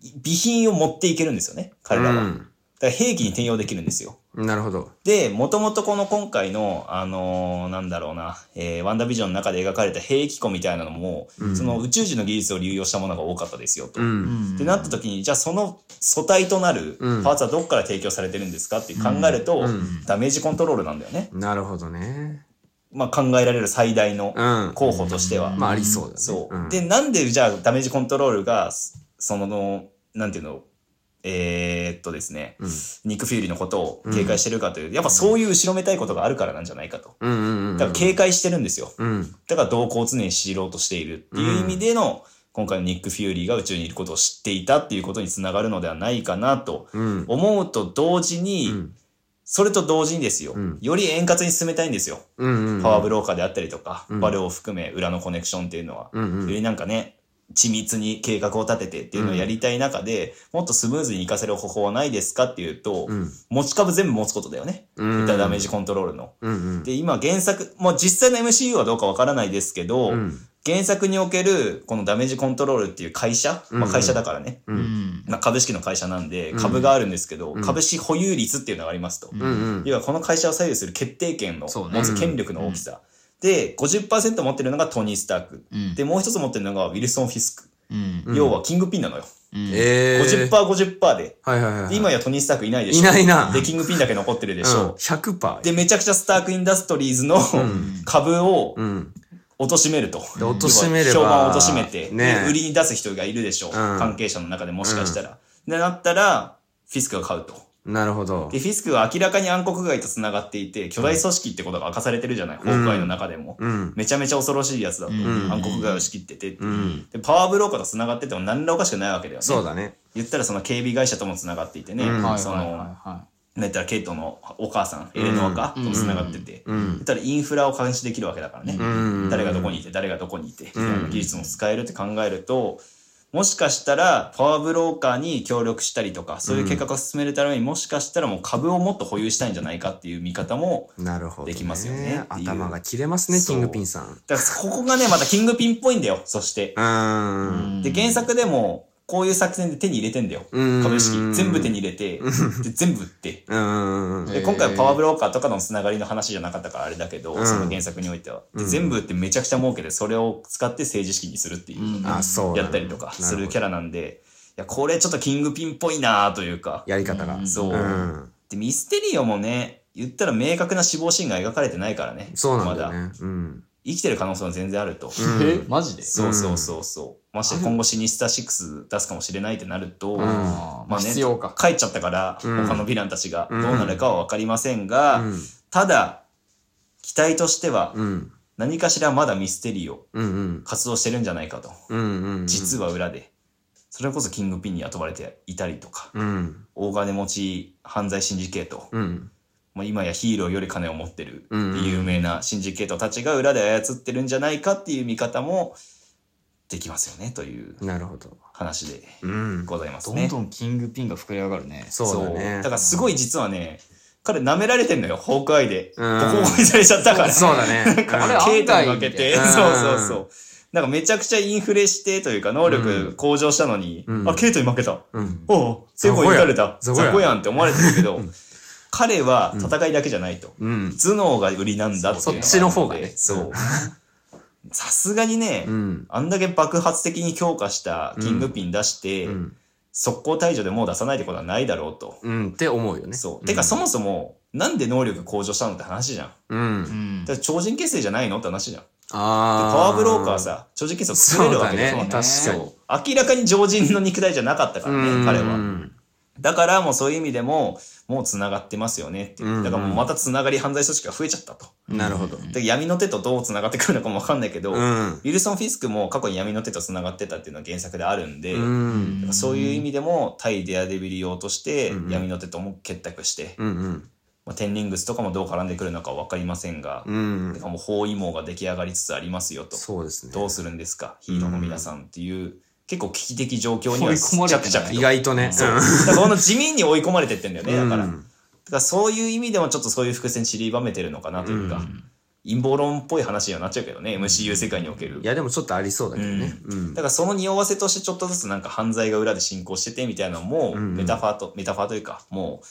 備品を持っていけるんですよね、彼らは。だから兵器に転用できるんですよ。
うん。なるほど。
で、もともとこの今回の、あのーなんだろうな、えーワンダービジョンの中で描かれた兵器庫みたいなのも、その宇宙人の技術を利用したものが多かったですよと。
う
っ
ん。
てなった時に、じゃあその素体となるパ
うん
ーツはどこから提供されてるんですかって考えると、
うん
ダメージコントロールなんだよね。
なるほどね。
まあ考えられる最大の
うん。
候補としては。
まあ、ありそうだね。
そう、
ん
で、なんでじゃあダメージコントロールが、そそのの、なんていうの、えーっとですね、
うん
ニック・フューリーのことを警戒してるかという、やっぱそういう後ろめたいことがあるからなんじゃないかと。
うんうんうん。
だから警戒してるんですよ。
うん。
だから動向を常に知ろうとしているっていう意味での、今回のニック・フューリーが宇宙にいることを知っていたっていうことにつながるのではないかなと
うん。
思うと同時に、
うん
それと同時にですよ、
うん
より円滑に進めたいんですよ。
うんうん。
パワー
ブ
ブローカーであったりとか、
うん
バルを含め裏のコネクションっていうのは、
うんう
よ
ん。
りなんかね、緻密に計画を立ててっていうのをやりたい中で、もっとスムーズに活かせる方法はないですかっていうと、
うん。
持ち株全部持つことだよね。
うん
いったダメージコントロールの。
うんうん。
で、今原作、もう実際の MCU はどうかわからないですけど、
うん。
原作におけるこのダメージコントロールっていう会社、まあ会社だからね。
う。
うんん。
まあ株式の会社なんで、株があるんですけど、
うん
株式保有率っていうのがありますと。
うんうん。
要はこの会社を左右する決定権の
そう
持
ね
つ権力の大きさ。で、50%持ってるのがトニー・スターク。
うん
で、もう一つ持ってるのがウィルソン・フィスク。
うん。
うん
要はキングピンなのよ。
うん
ええ。
50%、50%で。
はいはいはい。
で今やトニー・スタークいないでしょ。
いないな
で、キングピンだけ残ってるでし
うん
ょ。
100%。
で、めちゃくちゃスターク・インダストリーズの
ん
株を
うん。
貶としめると。
で貶としめれば
評判を貶としめて、
ね
で売りに出す人がいるでしょう。
ん
関係者の中でもしかしたら。で、なったら、フィスクが買うと。
なるほど
で、。フィスクは明らかに暗黒街と繋がっていて、巨大組織ってことが明かされてるじゃない。崩壊の中でも。
うん。
めちゃめちゃ恐ろしいやつだと。
ん
暗黒街を仕切っててっていうう。
ん。
で、パワーブローカーと繋がってても何らおかしくないわけだよね。
そうだね。
言ったらその警備会社ともつながっていてね、
うん
はい
そ
はいはい
の、
は
なんたらケイトのお母さん、エレノアか、ともつながってて、
うん
言ったらインフラを監視できるわけだからね、
うん
誰がどこにいて、誰がどこにいて、みたい
うん
な技術も使えるって考えると、もしかしたらパワーブローカーに協力したりとか、そういう計画を進めるためにもしかしたらもう株をもっと保有したいんじゃないかっていう見方も、
なるほど。
できますよねっていう
頭が切れますね、キングピンさん。う
だからここがね、またキングピンっぽいんだよ、そして。
ーん。
い。
で、原作でも、こういう作戦で手に入れてんだよ。
うん
株式。全部手に入れて、で全部売って。
うん。うん
で
へー
今回はパワーブローカーとかのつながりの話じゃなかったからあれだけど、
うん
その原作においては。
う
で
ん
全部売ってめちゃくちゃ儲けて、それを使って政治資金にするっていう、
うん
あ、そう。
やったりとかするキ
ャ
ャラなんで、いや、これちょっとキングピンっぽいなというか。
やり方が。
そう、
うん。
で。ミステリオもね、言ったら明確な死亡シーンが描かれてないからね。
そうなんだよ
まだ。
ね。うん。
生きてる可能性は全然あると。
うん
え、マジで
そうそうそうそう。まして今後シニスタ6出すかもしれないってなると、
ん
あーまあ
まあね、
必要か。
帰っちゃったから、
うん
他のヴィランたちがど
う
うんなるかは分かりませんが、
うん
ただ、期待としては、
うん。
何かしらまだミステリーを
うんうん。
活動してるんじゃないかと。
うんうん。
実は裏で。それこそキングピンに雇われていたりとか、
うん。
大金持ち犯罪シンジケート、
うん。
もう今やヒーローより金を持ってるって
うんうん
有名なシンジケートたちが裏で操ってるんじゃないかっていう見方もできますよねという
なるほど。
話で
うん。
ございます
ど
ね
ん。どんキングピンが膨れ上がるね。
そうだね。
からすごい実はね、彼舐められてんのよ、ホークアイで。ここ
うん
追いされちゃったから。
そうだね。
あれ
ケイトに負けて、
うん
そうそうそう。なんかめちゃくちゃインフレしてというか能力向上したのに、
うん
あ、ケイトに負けた。
うんうん。
お う、セコンに打たれた。
ザ
ザ
コやん
コやんって思われてるけど、彼は戦いだけじゃないと。
うん。
頭脳が売りなんだっていうのがあるので
そっちの方がね
そう。さすがにね、
うん。
あんだけ爆発的に強化したキングピン出して、
うん。
速攻退場でもう出さないってことはないだろうと。
うん。って思うよね。
そう。てか、そもそも、なんで能力向上したのって話じゃん。だか
うん。
ん。
ら超人形成じゃないのって話じゃん。でパ
ああ。
ワーブローカー、さ、超人形成を作れるわけ
そうだね
そう
確
明らかに常人の肉体じゃなかったから
うん
ね、彼は。だからもうそういう意味でも、もう繋がってますよねっていう
うんうん
だからもうまた繋がり犯罪組織が増えちゃったと。
なるほど。
だから闇の手とどう繋がってくるのかもわかんないけど、
う
ウ
ん。
ィルソン・フィスクも過去に闇の手と繋がってたっていうのは原作であるんで、
うん。
そういう意味でも対デアデビル用として
うんうん
闇の手とも結託して、
うんうん。
まあ、天輪靴とかもどう絡んでくるのか分かりませんが、
うん
て。かもう包囲網が出来上がりつつありますよと、
そうですね。
どうするんですかヒーローの皆さんっていう、結構危機的状況には
追い込まれてんだ
々と
意外とね。
そうだからこの地味に追い込まれてってんだよね、だから。
う
だ
ん
からそういう意味でもちょっとそういう伏線散りばめてるのかなというか、
うん
陰謀論っぽい話にはなっちゃうけどね、MCU 世界における
い。や、でもちょっとありそうだけどね。うん
だ。からその匂わせとしてちょっとずつなんか犯罪が裏で進行しててみたいなのも
うんうん
メタファーと、メタファーというかもう、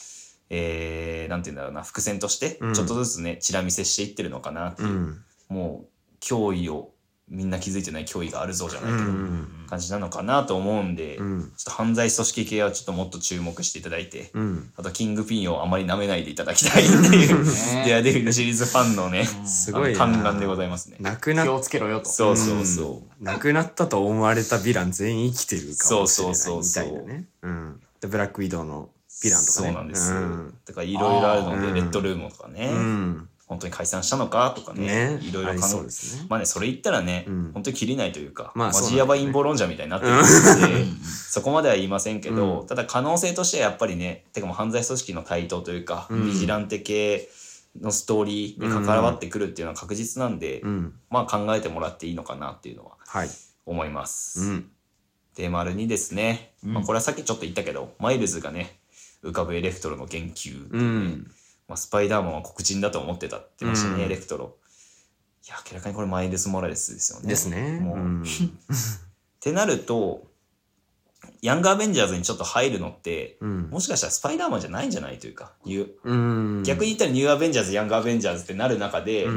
えー、なんて言うんだろうな伏線として
うん
ちょっとずつねチラ見せしていってるのかなっていうう、
ん。
もう脅威をみんな気づいてない脅威があるぞじゃな
う
いけど、
ん。
感じなのかなと思うんで、
う
ちょ
ん。
っと犯罪組織系はちょっともっと注目していただいて。
うん。
あと、キングピンをあまり舐めないでいただきたいっていう、デアデビルシリーズファンのね、
すごいな
あの嘆願でございますね。
なく
気
なっ
をつけろよと。
そうそうそう。
なくなったと思われたヴィラン全員生きてるかもしれない
そうそうそう
みた
そう
いなね。うん。で、ブラックウィドウのヴィランとかね。
そうなんですよ。
うん
だからいろいろあるので、
うん
レッドルームとかね、
うん。
本当に解散したのかとかね
ね、
いろい
あ
ろ
り
考
そう
え
ですね。
まあね、それ言ったらね、
うん
本当に切りないというか、
まあ
マ
そうなん
ジ
だよ
ヤ
ね
バ陰謀論者みたいになってるので、そこまでは言いませんけど、
う
ただ可能性としてはやっぱりね、てかもう犯罪組織の台頭というか、
うん
ビジランテ系のストーリーに関わってくるっていうのは確実なんで、
うん。
まあ考えてもらっていいのかなっていうのは
はい。
思います。
うん。
で、丸にですね、まあ、これはさっきちょっと言ったけど、マイルズがね、浮かぶエレクトロの言及、
うん。
まあ、スパイダーマンは黒人だと思ってたって言ってましたね、
うん
エレクトロ。いや、明らかにこれマイルス・モラレスですよね。
ですね。
もう
うん
ってなると、ヤングアベンジャーズにちょっと入るのって、
うん。
もしかしたらスパイダーマンじゃないんじゃないというか、ニュー
うん。
逆に言ったらニューアベンジャーズ、ヤングアベンジャーズってなる中で、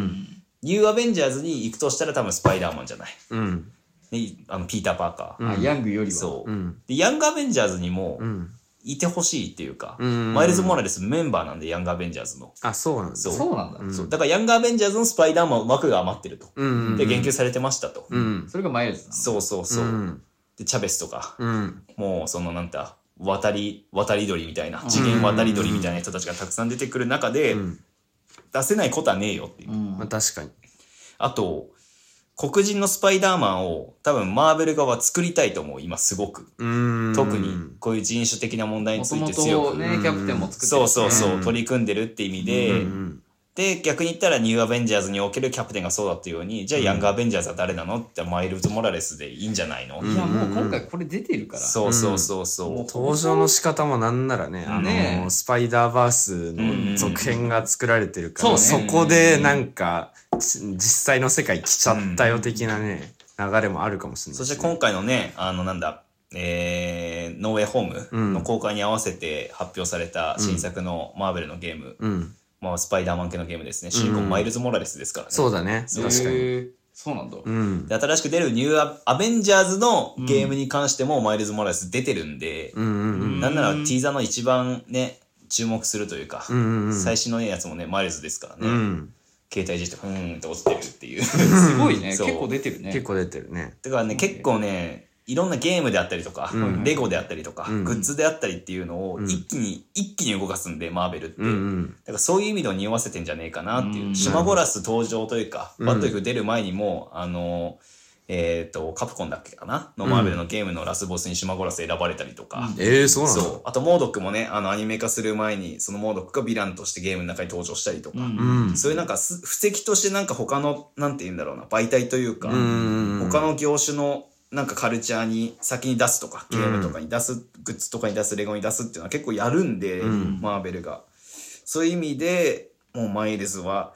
ニューアベンジャーズに行くとしたら多分スパイダーマンじゃない。
うん。
ね、あのピーター・パーカー。
うん
あヤングよりは。
そう、
うん。
で。ヤングアベンジャーズにも
うん。
いてほしいっていうか、
うん
マイルズ・モラレスメンバーなんで、ヤングアベンジャーズの。
あ、そうなんです
そう
そうなんだ。
うん
そうだからヤングアベンジャーズのスパイダーマン枠が余ってると。
うん。
で、言及されてましたと。
うん。
それがマイルズなの。
そうそうそう。
ん。
で、チャベスとか、
うん。
もうそのなんだ、渡り、渡り鳥みたいな、次元渡り鳥みたいな人たちがたくさん出てくる中で、
うん
出せないことはねえよっていう。
まあ確かに。
あと、黒人のスパイダーマンを多分マーベル側は作りたいと思う、今すごく。
うん。
特にこういう人種的な問題に
も
つ
と
い
も
て
と
強く。
ね、キャプテンも作ってるし
そうそうそう、
うん
取り組んでるって意味で、
うん。
で、逆に言ったらニューアベンジャーズにおけるキャプテンがそうだったように、じゃあヤングアベンジャーズは誰なのってマイルズ・モラレスでいいんじゃないの、
うん
いや、もう今回これ出てるから。
そうそうそうそう。
登場の仕方もなんならね、あ
ね
の、スパイダーバース
うんう
の
ん
続編が作られてるから、
そう
そ
ね
こでなんか、ち実際の世界来ちゃったよ的なね、流れもあるかもしれな
そ
い
して
し
今
ね。
回のね、あのなんだ、えー、ノーウェイホー
うん
ムの公開に合わせて発表された新作のマーベルのゲーム、
うん。
まあ、スパイダーマン系のゲームですね。主人公
うん
マイルズ・モラレスですからね。
そうだね。
そう
確かに。
へーそうなんだ。
うん。
で新しく出るニューアアベンジャーズのゲームに関してもマイルズ・モラレス出てるんで、
うんうんうん。
なんならティーザーの一番ね、注目するというか、
うんうんうん。
最新のやつもね、マイルズですからね。
うん。
携帯いじって、ふーんって落ちてるっていう。
すごいね。
そう
結構出てるね。
結構出てるね。
だからね、結構ね、いろんなゲームであったりとか、
うん
レゴであったりとか、
うん
グッズであったりっていうのを
うん
一気に、一気に動かすんで、マーベルって。
うんうん。
だからそういう意味でも匂わせてんじゃねえかなっていう。
うん
シュマゴラス登場というか、
うん
バットイフ出る前にも、あの、えっ、と、カプコンだっけかなの
うん
マーベルのゲームのラスボスにシュマゴラス選ばれたりとか。
ええ、そうなんだ。
そう。あと、モードックもね、あの、アニメ化する前に、そのモードックがヴィランとしてゲームの中に登場したりとか。
うん
うん。
そういうなんかす、布石としてなんか他の、なんて言うんだろうな、媒体というか、
うん
他の業種のなんかカルチャーに先に出すとか、ゲームとかに出す、グッズとかに出す、レゴに出すっていうのは結構やるんで、
うん
マーベルが。そういう意味で、もうマイルズは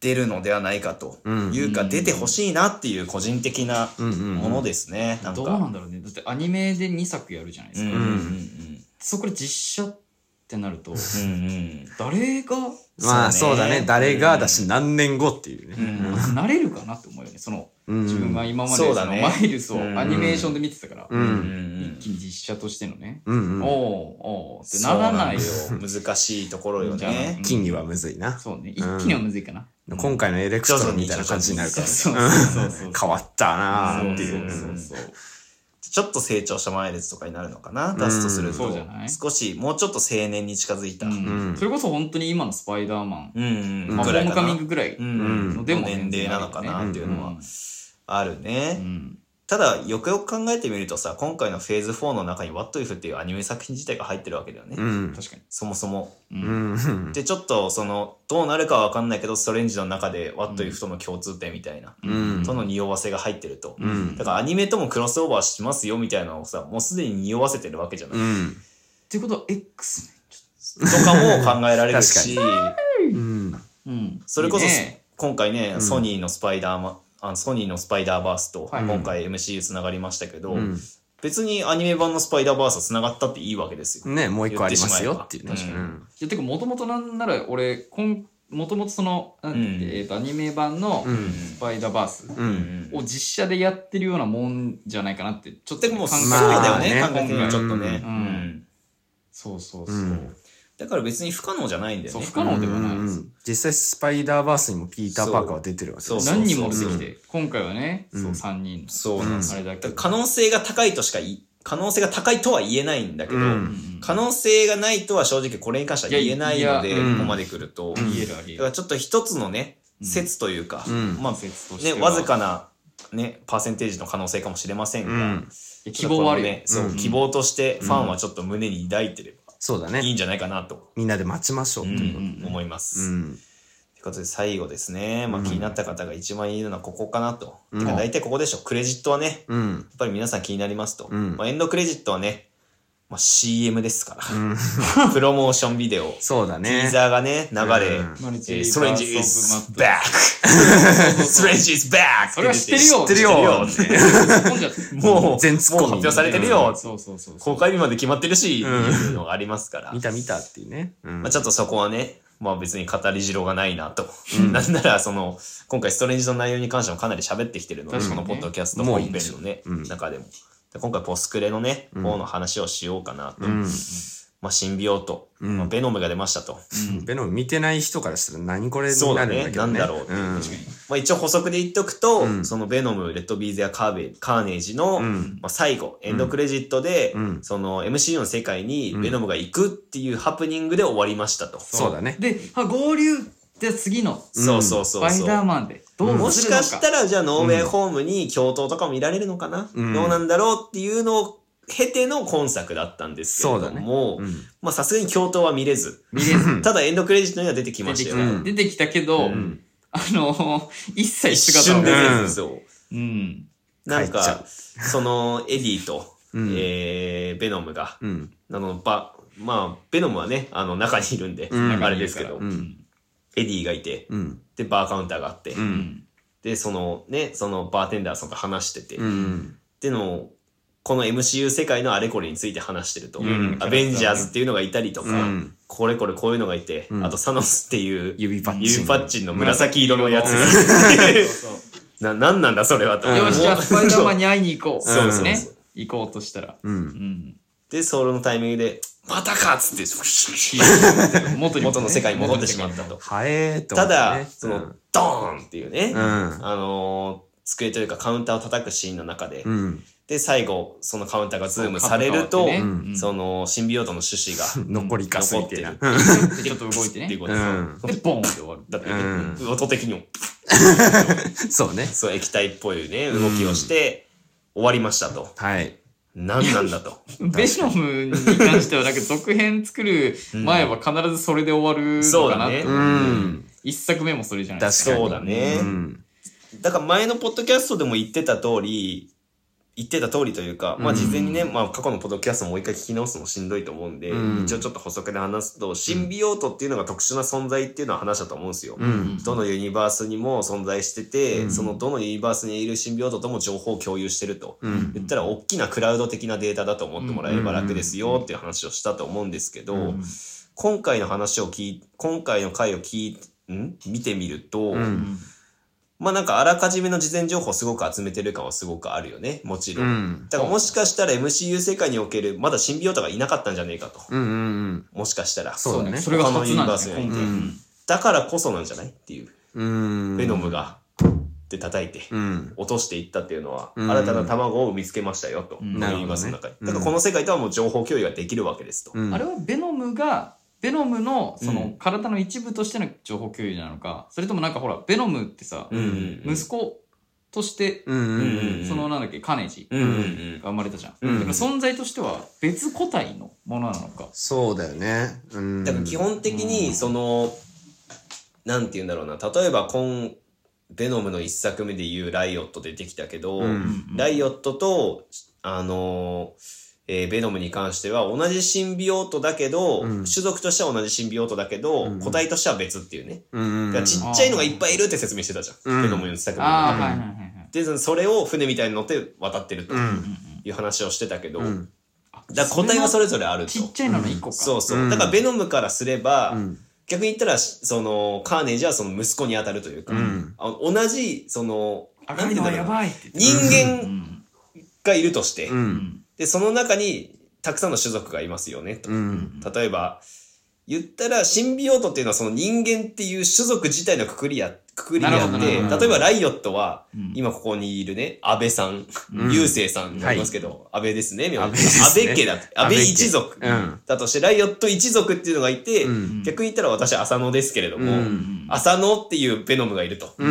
出るのではないかと
うん
いうか、出てほしいなっていう個人的な
うんうん。
ものですね。なんか。
どうなんだろうね。だってアニメで2作やるじゃないです
うん
か。
うんうんうん
そこで実写っってなると、
うんうん
誰が
まあ
そ
そうう
ね
だね誰がだし何年後っていうね、
なれるかなって思うよね。その、
うん、
自分が今まで
そう
そ
だ
の
ね
マイルスを
うん
アニメーションで見てたから、
う
うんうんん
一気に実写としてのね、
うん
お
うん
おうおうってならないよ。
そうなんだよ難しいところよ
じゃあ
ね
金魚はむずいな
そうね、一気にはむずいかな。
今回のエレクトロンみたいな感じになるから
そうそうそうそう。
変わったな
そ
ー
う
っていう
そうそうそう。
ちょっと成長した前列とかになるのかな出すとする
そう
と
じゃない
少しもうちょっと青年に近づいたうん
うんそれこそ本当に今のスパイダーマン、
うん
まあ、ホ
ぐら
ー
い
ム
か
カミ
な
ングぐらい。
う
うんんでも
年齢なのかなっていうの
う
は
ん
あるね
うん
ただよくよく考えてみるとさ今回のフェーズ4の中に「WhatIf」っていうアニメ作品自体が入ってるわけだよね、
うん
確かに。
そもそも。
う
うんうん
でちょっとそのどうなるかは分かんないけどストレンジの中で「WhatIf」との共通点みたいな、
うん
との匂わせが入ってると、
うん
だからアニメともクロスオーバーしますよみたいなのをさもうすでに匂わせてるわけじゃない、
うん
ってことは X
とかも考えられる し
うん
うん。
それこそ
いいね
今回ね、
うん
ソニーのスパイダーマンあソニーのスパイダーバースと
はい
今回 MCU つながりましたけど、
うん
別にアニメ版のスパイダーバースはつながったっていいわけですよ。
ねもう一個ありますよっていうね
言ってしまえば
うん
いや、てか、もともとなんなら、俺、こん、もともとその、なんて
うん
えっ、と、アニメ版の
う、ん
スパイダーバース
う
う
ん
ん
を実写でやってるようなもんじゃないかなって、ちょっと
でも、
考え
そう
て
だよね、
まあ
考えてみればちょっとね、
うんそうそうそう。
うん
だから別に不可能じゃないんだよ
そう、
ね。
不可能ではないです。
うん実際スパイダーバースにもピーター・パーカーは出てるわけ
そう
何人も出てきて、今回はね、
うん
そう、3人の。
そうなんですよ。
あれだけ
だ
ど。
から可能性が高いとしかい、可能性が高いとは言えないんだけど、
うん
うん
可能性がないとは正直これに関しては言えないので、
い
やいやうん
ここまで来る
う
と。
ん
言えるあり
だ
え
か
る。
らちょっと一つのね、説というか、
うん
まあ、
説として
ね、
は
わずかな、ね、パーセンテージの可能性かもしれませんが、
うん
いや希望はあるよ
ね、そう、
うん
希望としてファンはちょっと胸に抱いてれば
そうだ
いい
ね
んじゃないかなと
みんなで待ちましょうということでね
思います。
うん
ということで最後ですね、まあ、
うん
気になった方が一番いいのはここかなと。
うん
てか大体ここでしょ。クレジットはね、やっ
うん
ぱり皆さん気になりますと。
うん
まあ、エンドクレジットはね、まあ、CM ですか
うん
ら。 プロモーションビデオ。
そうだ
テ
ね
ィーザーがね、流れ、
うん
マルチ
え
バ
ー
ー
ス
ス
ト
オブ
レ
マッ
ンジ is
プ
back! ストレンジ is back!
それは知ってるよ
知ってるよ
知ってるよって
もう、
全ツッコミ
もう発表されてるよ、
そうそうそうそう。
公開日まで決まってるし、
うん
っていうのがありますから
見。た見たっていうねうん
まあ、ちょっとそこはね、まあ別に語り代がないなと。なんなら、その、今回ストレンジの内容に関してもかなり喋ってきてるので、
確
こ
かに
の
ね
ポッドキャスト本編のね、
うん
中でも。で今回ポスクレのね、
うん
方の話をしようかなと。
うん
まあシンビオート、
うん
まあベノムが出ましたと。
ベノム見てない人からしたら何これになるんだけどね。
そうだねなんだろうっていうんまあ一応補足で言っとくと、
うん
そのベノム、レッドビーズやカーベカーネージの、
うん
まあ、最後、エンドクレジットで、
うん
その MCU の世界に
うん
ベノムが行くっていうハプニングで終わりましたと。
そうだね。
で、あ合流で次の
そうそう
ス
そうそう。
パイダーマンでど
うん
も
う
し
するの
か
か。
したら、じゃあ、ノーウェイホームに共闘とかも見られるのかな、
うん
どうなんだろうっていうのを経ての今作だったんですけれ
そう
ど
だね
も、
うん
まあ、さすがに共闘は見れず、
見れず
ただエンドクレジットには出てき
出
ま
て
し
き
た
た
よ。
うん
出てきたけど、
うん
あの、一切
一
姿
瞬
を
で
見
出
せ
て
ず
る
うん
んですよ。
うん。
なん
帰っちゃ
か、その、エディと、
うん
えー、ベノムが、
うん。
あの、ば、まあ、ベノムはね、あの、中にいるんで、
うん
あれですけ
う
ど、
ん。
エディがいて、
うん。
で、バーカウンターがあって、
うん。
で、そのね、そのバーテンダーさんと話してて、
うん。
でのこの MCU 世界のあれこれについて話してると、
ん
アベンジャーズっていうのがいたりとか、
うん
これこれこういうのがいて、
うん
あとサノスっていう
指パッチン
指パッチンの紫色のやつ、
そう
ななんなんだそれはと、
うん
よし、じゃあスパイダーマンに会いに行こう。
そう
です
そう
ね。行こうとしたら。
うん。
うん。
でそのタイミングで「またか!」っつって
元に
元の世界に戻ってしま
っ
ったと。
はえーと思っ
た
て
だ、
ね。
そのドーンっていうね、
うん。
あのー机というかカウンターを叩くシーンの中で、
うん。
で最後そのカウンターがズームされると、
そうカウンター
がね
うんそのシンビオートの種子が
残りかすみたいな。
残
てちょっと動いて
っ
ね
ていう。こと
う
ですよ
ん。
で、ボンって終わる。
だって、
うん
音的にも
そうね。
そう液体っぽいね動きをして、終わりましたと
はい。
何なんだと
ベノムに関しては、なんか続編作る前は必ずそれで終わる
そう
のか
だ
なって
ね、
うん。
一作目もそれじゃないです
確かに。
そうだね
うん。
だから前のポッドキャストでも言ってた通り言ってた通りというか、まあ
うん
事前にね、まあ過去のポッドキャストもう一回聞き直すのもしんどいと思うんで、
うん
一応ちょっと補足で話すと、シンビオートっていうのが特殊な存在っていうのは話したと思うんですよ。
うん。
どのユニバースにも存在してて、
うん
そのどのユニバースにいるシンビオートとも情報を共有してると。
うん。
言ったら大きなクラウド的なデータだと思ってもらえば楽ですよっていう話をしたと思うんですけど、
うん
今回の話を聞い、今回の回を聞い、ん見てみると、
うん
まあなんかあらかじめの事前情報をすごく集めてる感はすごくあるよね、もちろ。
うんん
だからもしかしたら MCU 世界におけるまだシンビオタがいなかったんじゃねえかと。
うんうん
もしかしたら。
そうだね
それが
他の
初
ユニ
なん
バー
だ
ス
ね
がいて
今
う
回
ん
だからこそなんじゃないっていう。
うん
ベノムが、で叩いて、
うん
落としていったっていうのは、
うん
新たな卵を見つけましたよと、
うん
このユニバースの中に。
なるほどね
だからこの世界とはもう情報共有ができるわけですと。
うん
あれはベノムがベノムのそうの
ん
体の一部としての情報共有なのかそれともなんかほらベノムってさ
うんうんうん
息子として
うんうん
うん
そのなんだっけカネジ
うんうんうん
が生まれたじゃん、
うん
だから存在としては別個体のものなのか
そうだよねうん
だから基本的に、その、なんて言うんだろうな、例えば今、ベノムの一作目で言うライオット出てきたけど、
うん
ライオットと、あのえーベノムに関しては同じシンビオートだけど、
うん
種族としては同じシンビオートだけど、
うん
個体としては別っていうね。
うん
だからちっちゃいのがいっぱいいるって説明してたじゃん。
うん
ベノムの一作目
ああ、
で
はいはいはいはい
で、そのそれを船みたいに乗って渡ってると
うん
いう話をしてたけど、
うん
だから個体はそれぞれあると
ち。っちゃいのの1個か、
そうそうう。
ん
だからベノムからすれば、
うん
逆に言ったら、その、カーネージはその息子に当たるというか、
うん
あの同じ、その、
赤身のは
な
や
んて言うんだろう
ばいって言って
人
う
間
ん
がいるとして、
うん
で、その中にたくさんの種族がいますよね、と。
うん
例えば、言ったら、シンビオートっていうのはその人間っていう種族自体のくくりや、くくりであっ
なるほどな
て、
る
ほど
例えばライオットは、
うん
今ここにいるね、安倍さん、
うん
雄生さんになりますけど、安倍ですね、名字
安倍ですね
安倍家だって。安倍一族
安倍家うん
だとして、ライオット一族っていうのがいて、
うん
逆に言ったら私、浅野ですけれども、
うん
浅野っていうベノムがいると。
う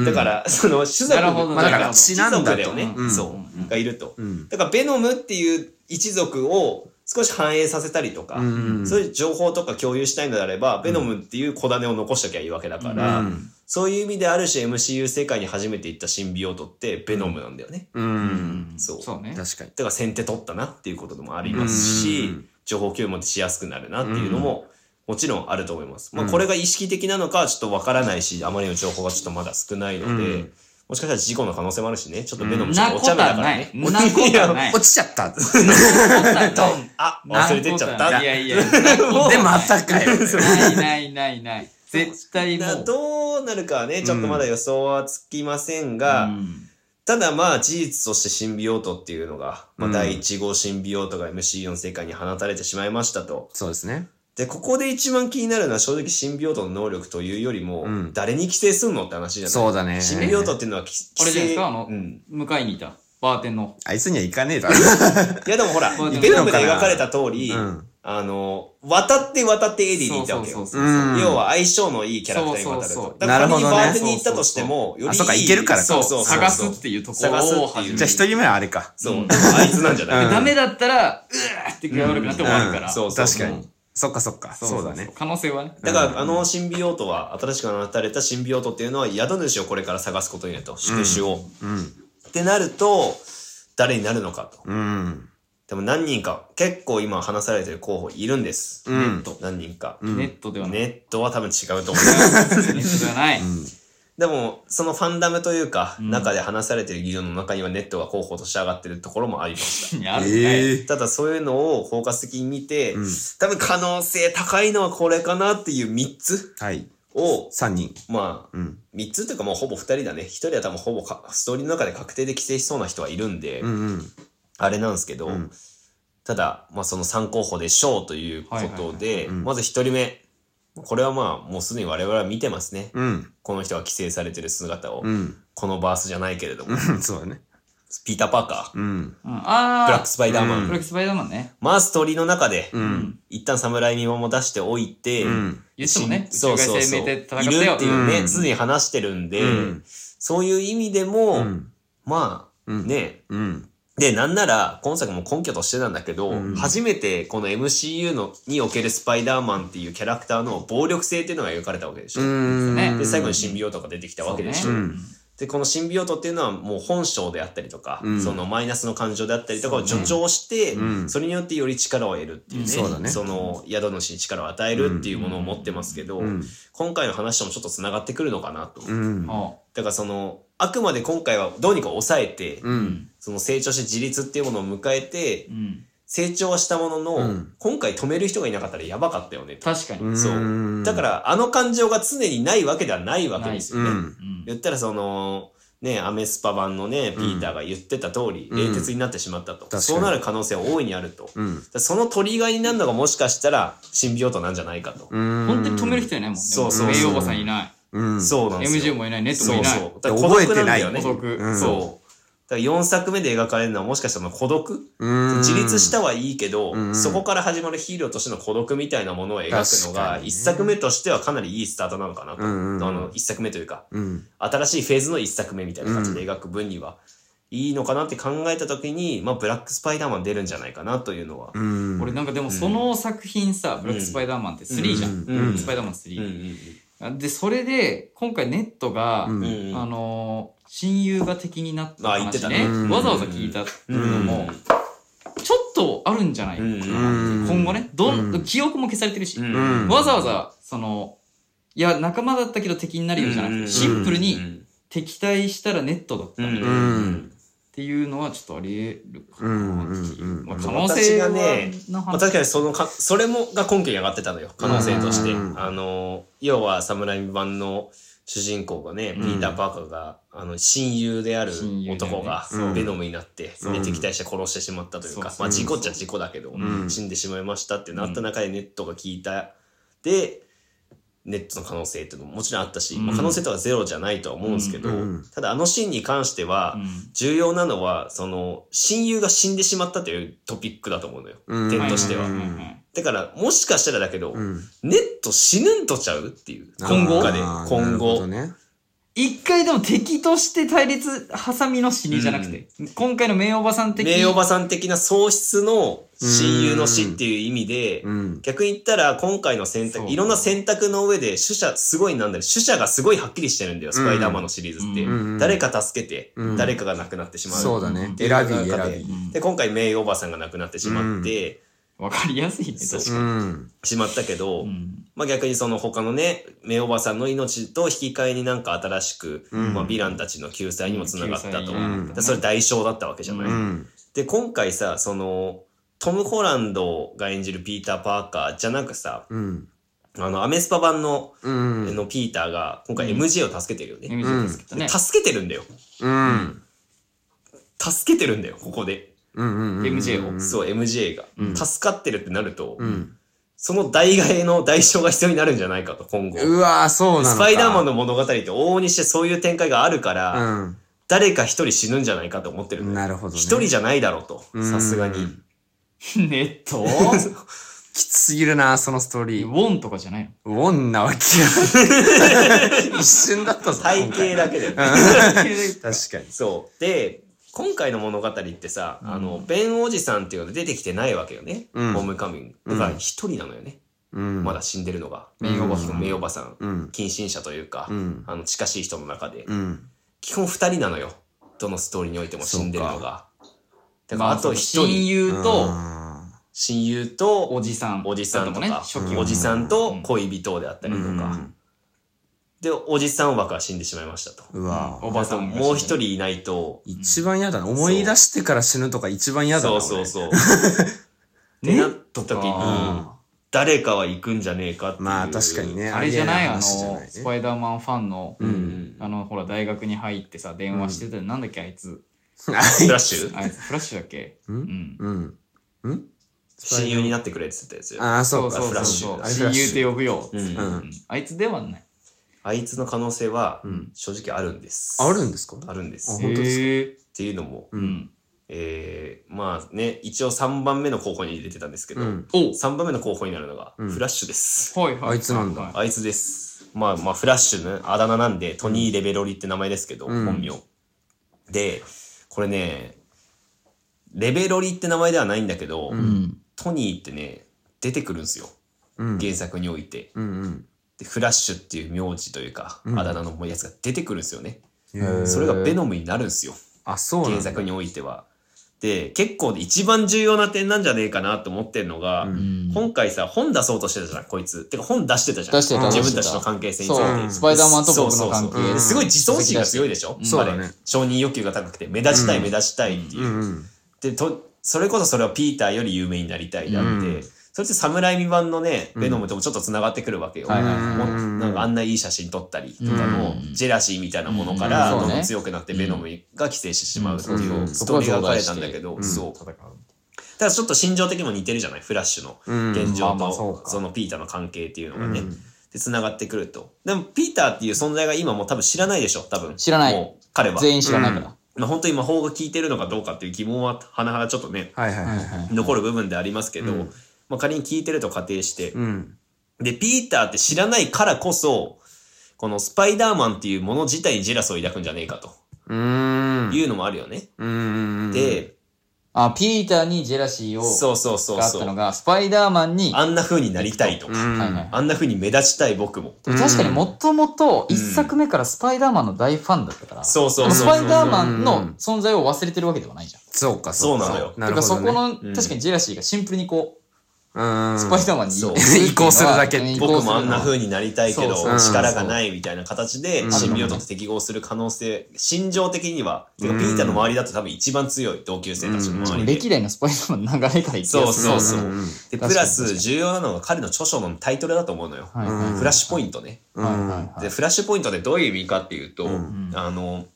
ん
だから、その、種族
なるほど
まあ
なるほど
種族だよね
う。ん
そう。がいると。
うん
だからベノムっていう一族を少し反映させたりとか、
うん
そういう情報とか共有したいのであれば、ベノムっていう小種を残しときゃいいわけだから、
うん
そういう意味であるし MCU 世界に初めて行ったシンビオートってベノムなんだよね。
うん
そう。
そうね
確かに
だから先手取ったなっていうことでもありますし、
うん
情報共有もしやすくなるなっていうのも、もちろんあると思います。まあ
うん
これが意識的なのかはちょっとわからないし、あまりの情報がちょっとまだ少ないので、
うん
もしかしたら事故の可能性もあるしね、ちょっとベノムちょっ
な
とお
こ
茶
と
目だ
は
から
ない
ね。
な ことはない
落ちちゃった
ド
あ、忘れてっちゃった。
いや いやいや
でまたかよ
ないないないない絶対も
な
う
どうなるかはね、ちょっとまだ予想はつきませんが、
うん
ただまあ事実としてシンビオートっていうのが、ま
う
あ、
ん
第1号シンビオートが MC4 世界に放たれてしまいましたと。
そうですね
で、ここで一番気になるのは正直シンビオートの能力というよりも、
うん
誰に寄生すんのって話じゃない
そうだね
シンビオートっていうのはき寄
あれじゃないで
生。
すかあの
うん。
向かいにいたバーテンの
あいつには行かねえだろ
いやでもほら、
まあでも
ベノムで描かれた通り、
うん
あの、渡って渡ってエディにいたわけよ。
そうそうそう
う
そうん
要は相性のいいキャラクターに渡る
そうそうそ
と
う。
だから仮に
なるほどね
バーテンに行ったとしても、よりいい。
あそうか行けるからか
そう
そ
そうう。
探すっていうところを始め
じゃあ
る
一人目はあれか
そうう。
ん
でもあいつなんじゃない、
うん
ダメだったらうーって具合悪くなって終わるから
うん
そうそう
確かにそっかそっかそうだね
可能性はね
だから、あのシンビオートは、新しく放たれたシンビオートっていうのは、宿主をこれから探すことになると。宿主を。
うん
ってなると、誰になるのかと。
うん
でも何人か、結構今話されてる候補いるんです。
うん
ネット。何人か。
ネットではない
ネットは多分違う と思う。
ネットではない
でも、そのファンダムというか、中で話されてる議論の中にはネットが候補として上がってるところもありました。
いやあるんかい
ええ
ただそういうのを包括的に見て、
うん
多分可能性高いのはこれかなっていう3つ
はい
を、
三人
まあ、
うん
3つというかもうほぼ2人だね。1人は多分ほぼかストーリーの中で確定で規制しそうな人はいるんで、
うんうん
あれなんですけど、
うん
ただ、まあその3候補でしょうということで、
うん
まず1人目。これはまあもうすでに我々は見てますね。
うん
この人が規制されてる姿を。
うん
このバースじゃないけれども、
うんそうだね
ピーター・パーカー、
うん
うんああ
ブラック・スパイダーマン、
うん
ブラックスパイダーマンね
まあストーリーの中で、
うん
一旦侍見も出しておいて、
うん
言ってもね
しそうそうそう
宇宙外生命体戦っ
い
てよ
るっていうね、
うん
常に話してるんで、
うん
そういう意味でも、
うん
まあ、
うん
ね、
うん
で、なんなら、今作も根拠としてなんだけど、
うん
初めてこの MCU のにおけるスパイダーマンっていうキャラクターの暴力性っていうのが描かれたわけでしょ。
うん
で、最後にシンビオートが出てきたわけでしょ。
そうね
うん
で、このシンビオートっていうのはもう本性であったりとか、
うん
そのマイナスの感情であったりとかを助長して、そ,、
うん
れによってより力を得るっていうね、
うんそうだね
の宿主に力を与えるっていうものを持ってますけど、
うん
今回の話ともちょっと繋がってくるのかなと。
うん
あ
だからその、あくまで今回はどうにか抑えて、
うん
その成長して自立っていうものを迎えて、
うん
成長はしたものの、
うん
今回止める人がいなかったらやばかったよねと。
確かに。
そう
う、
だからら、あの感情が常にないわけではないわけです
う
よね。
ん。
うん
言ったら、その、ね、アメスパ版のね、ピーターが言ってた通り、
うん
冷徹になってしまったと。
かに
そうなる可能性は大いにあると。だか
うん。
らその鳥以外になるのがもしかしたら、シンビオートなんじゃないかと。
本
本当に止める人いないもんね。
そうそ
そ
う
う
栄養母さんいない。
うん。
そうなんですよ。
MJ もいない、ネットもいない。
そうそう。だから孤独なんだよ
覚
ね。
孤独。
うん
そう。だから4作目で描かれるのはもしかしたら孤独
うん。
自立したはいいけど、
うん
そこから始まるヒーローとしての孤独みたいなものを描くの
確か
が、
にね
1作目としてはかなりいいスタートなのかなと。
うんうん
あの、1作目というか、
うん。
新しいフェーズの1作目みたいな感じで描く分には、いいのかなって考えた時に、まあ、ブラックスパイダーマン出るんじゃないかなというのは。
うん。
俺なんかでもその作品さ、ブラックスパイダーマンって3じゃん。
うん
ブラックスパイダーマン
うん
3。で、それで、今回ネットが、
うん
うんうん。
あのー親友が敵になった
あ言って
話
た
ね
ね
うん
わざわざ聞いたのも、ちょっとあるんじゃない、
うん
うん
今後ねどん、
うん
記憶も消されてるし、
うん
うん
わざわざそのいや仲間だったけど敵になるよじゃなくて、
うん
シンプルに、
うん
敵対したらネットだったみたいな、
う
っ
ん
ていうのはちょっとあり得るかな、
うんうんうん
まあ、可能性は
私がね
の
まあ、
話
確かにそのかそれもが根拠に上がってたのよ可能性として、
うん
あの要は侍版の主人公がね、
うん
ピーター・パーカーがあの親友である
親友だよね
男が
うん
ベノムになって、
そう
で敵対して殺してしまったというか、
そう
まあ、事故っちゃ事故だけど、
ん
死んでしまいましたってなった中でネットが聞いたでネットの可能性っていうのももちろんあったし、
うん
まあ、可能性とはゼロじゃないとは思うんですけど、
うん
ただあのシーンに関しては、
うん
重要なのはその親友が死んでしまったというトピックだと思うのよ、
うん
点としては。
う
い
ん
いい
だから、もしかしたらだけど、
うん。
ネット死ぬんとちゃうっていう。
今
今
後
後
か
か
ね
ね、
今
今
後
後。
ね。
一回でも敵として対立挟みの死にじゃなくて、今回の名おばさん的
名誉馬さん的な喪失の親友の死っていう意味で、
うん。
逆に言ったら、今回の選択、
そう
いろんな選択の上で、主者、すごいなんだろう、主者がすごいはっきりしてるんだよ、スパイダーマンのシリーズって。
うんうん
誰か助けて、
うん
誰かが亡くなってしまう。
そうだね
っ。
て
選
いう
び
中で
選び。
うん
で、今回、名誉おばさんが亡くなってしまって、
わかりやすいね、確
そう
か
うん。
しまったけど、
に。
まあ、逆にその他のね、名おばさんの命と引き換えになんか新しく、
うん
まあ、ヴィランたちの救済にもつながったと。
救済
うん
でそれ代償だったわけじゃない。
うん。
で、今回さ、その、トム・ホランドが演じるピーター・パーカーじゃなくさ、
うん。
あの、アメスパ版の、
うん。
のピーターが、今回 MJ を助けてるよね。
ね
うん
助けた
で
ね。
助けてるんだよ。
うん。
助けてるんだよ、ここで。
うん。
MJ を
そう、MJ が、
うん
助かってるってなると、
うん。
その代替えの代償が必要になるんじゃないかと、今後。
うわー、そうなのか。
スパイダーマンの物語って往々にしてそういう展開があるから、誰か一人死ぬんじゃないかと思ってる
うん。
んだよ
なるほどね。
一人じゃないだろうと
う、ん
さすが
う
に
ん。
ネッ トウ
きつすぎるな、そのストーリー。
ォンとかじゃないの
ウォンなわけや。一瞬だったぞ。
体型だけでね。
確かに。
そう。で、今回の物語ってさ、あの、ベンおじさんっていうのが出てきてないわけよね。
うん
ホームカミング。だから一人なのよね。
うん。
まだ。死んでるのが。
名誉おばさん
名誉おばさん。
うん。
近親者というか、
うん
あの、近しい人の中で。
うん。
基本二人なのよ。どのストーリーにおいても死んでるのが。だから、
ま
あと一
親
人、
友と
あ
親友と、
おじさん。
おじさん
だ
と
ったもね、
か、
初期
は
おじさんと恋人であったりとか、
うん
で、おじさん枠は死んでしまいましたと。
ーうわー
おばさんが死んで
もう一人いないと、
一番嫌だな。思い出してから死ぬとか一番嫌だな。
そう
俺
そうそう。 ってなった時に
か、
誰かは行くんじゃねえかっていう。
まあ確かに。ね。
あれじゃないあの、
りえ話
ス
じゃない
パ
ね
イダーマンファンの、
うん。
あの、ほら、大学に入ってさ、電話してたよなんだっけ、あいつ。
フラッシュ
あいつ、フラッシュだっけ
うん
うん。
うん。
親友になってくれって言ったやつよ。
ああ、そ
そうう
か。
そうそう
フラッシ
そう。
あれフ
ュ
ラ
親
ッ
友
シュ
って呼ぶよ。
うん
うん
うんあいつではない。
あいつの可能性は
ん、
正直あるんです。
あるんですか
あるんです。
あ
っ
本当ですか
です
ていうのも、
う。
うんん。
えー、まあね、一応3番目の候補に入れてたんですけど、
うん
お
3番目の候補になるのが、
うん
フラッシュです。
はいはい。
あいつなんだ
はい
あいつです。まあまあ、フラッシュね、あだ名なんで、トニー・レベロリって名前ですけど、
うん
本名。で、これね、レベロリって名前ではないんだけど、
うん。
トニーってね、出てくるんですよ。
うん。
原作において。
うんうん。
で、フラッシュっていう名字というか、
うん
あだ名のやつが出てくるんですよね。
へー
それがベノムになるんですよ。
あ、そうな
原
んだ。
作においては。で、結構一番重要な点なんじゃねえかなと思ってるのが、
う
う
ん
今回さ、本出そうとしてたじゃん、こいつ。てか本出してたじゃん。
出してた
出してた
自分たちの関係性について。
そう、スパイダーマンと僕の関
そうそうそう
係。
すごい自尊心が強いでしょ、
そうだ
あ
ね
れ承認欲求が高くて目立ちたい、
うん
目立ちたいっていうう、
んうん。
でとそれこそそれはピーターより有名になりたいであって、
うん
それって侍未版のね、
うん
ベノムともちょっと繋がってくるわけよ。
はいはいはい
もうなんかあんないい写真撮ったりとかの、
うん
ジェラシーみたいなものから、
うんそう
ど
ね
んどん強くなってベノムが寄生してしまうって
う
い
ん
うストーリーが書かれたんだけど、
うん
そう。
戦う。
ただちょっと心情的にも似てるじゃないフラッシュの
うん
現
ま
状
あまあそう
と
か
そのピーターの関係っていうの
う
が
ん
ね、で繋がってくるとでもピーターっていう存在が今もう多分知らないでしょ多分
知らない
もう彼は
全員知らないから。
まあ本当に魔法が効いてるのかどうかっていう疑問は甚だちょっとね
はいはいはい。
はい
残る部分でありますけど、
うん
まあ、仮に効いてると仮定して、
うん。
でピーターって知らないからこそこのスパイダーマンっていうもの自体にジェラスを抱くんじゃねえか
う
と
ん。
いうのもあるよね、
うん。、
で
あ、ピーターにジェラシーを、
そうそうそう
があった
そ
の
う
が、スパイダーマンに、
あんな風になりたいとか、
うん。
はいはい
あんな風に目立ちたい僕も
でも確かにもともと一作目からスパイダーマンの大ファンだったから、
そうそう
でも
そ
ス
う
パイダーマンの存在を忘れてるわけではないじゃん。
そうか、
そう
か
なのよ
な
だか
る
ら
ほ
そ
どね
この、
うん
確かにジェラシーがシンプルにこう、
うん。
スパイダーマンに
そう
移行するだけ
移行する
僕もあんな風になりたいけど
そう
そう
力がないみたいな形で
うん
神妙と適合する可能性心情的にはてかピーターの周りだと多分一番強い同級生たち
し
の
か
周
も
りで
歴代のスパイダーマンの流れから言って
そうそうそう
うん
で
確かに
プラス重要なのが彼の著書のタイトルだと思うのよ
はいはい
フラッシュポイントね
う
はい
ん。
はいはい
でフラッシュポイントってどういう意味かっていうと
うん
あの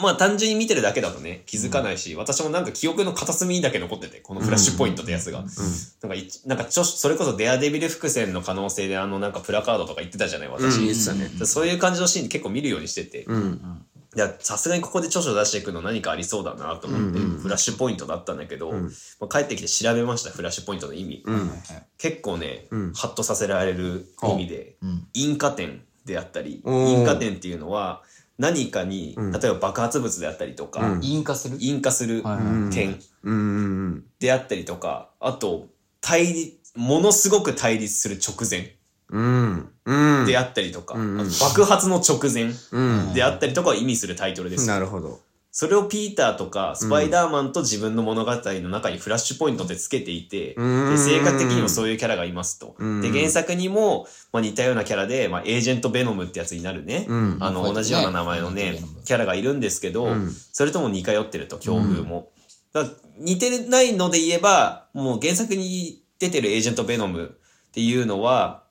まあ単純に見てるだけだとね気づかないし私もなんか記憶の片隅にだけ残っててこのフラッシュポイントってやつがなんかいち、なんかちょ、それこそデアデビル伏線の可能性で、あの、なんかプラカードとか言ってたじゃない、
うん
私。
言ってたね
でそういう感じのシーン結構見るようにしてて、い
うん。
や、さすがにここで著書出していくの何かありそうだなと思って、
うんうん
フラッシュポイントだったんだけど、
うん
まあ、帰ってきて調べました、フラッシュポイントの意味。
うん。
結構ね、
うん
ハッとさせられる意味で、
うん
インカ点であったり、
おー
インカ点っていうのは、何かに、
うん
例えば爆発物であったりとか、
うん
引火する
引火する
はい
うん
点、
うん。
であったりとか、あと、対立、ものすごく対立する直前
うん。うん。
であったりとか、
うんうん
あと爆発の直前
うん。
であったりとかを意味するタイトルです。
なるほど。
それをピーターとかスパイダーマンと自分の物語の中にフラッシュポイントでつけていて、
うん
で性格的にもそういうキャラがいますと。
うん
で、原作にも、まあ、似たようなキャラで、まあ、エージェント・ベノムってやつになるね、
うん。
あ
う
の
ん
同じような名前の
そう
ね
ですね
キャラがいるんですけど、
うん
それとも似通ってると境遇も、だから似てないので言えばもう原作に出てるエージェント・ベノムっていうのは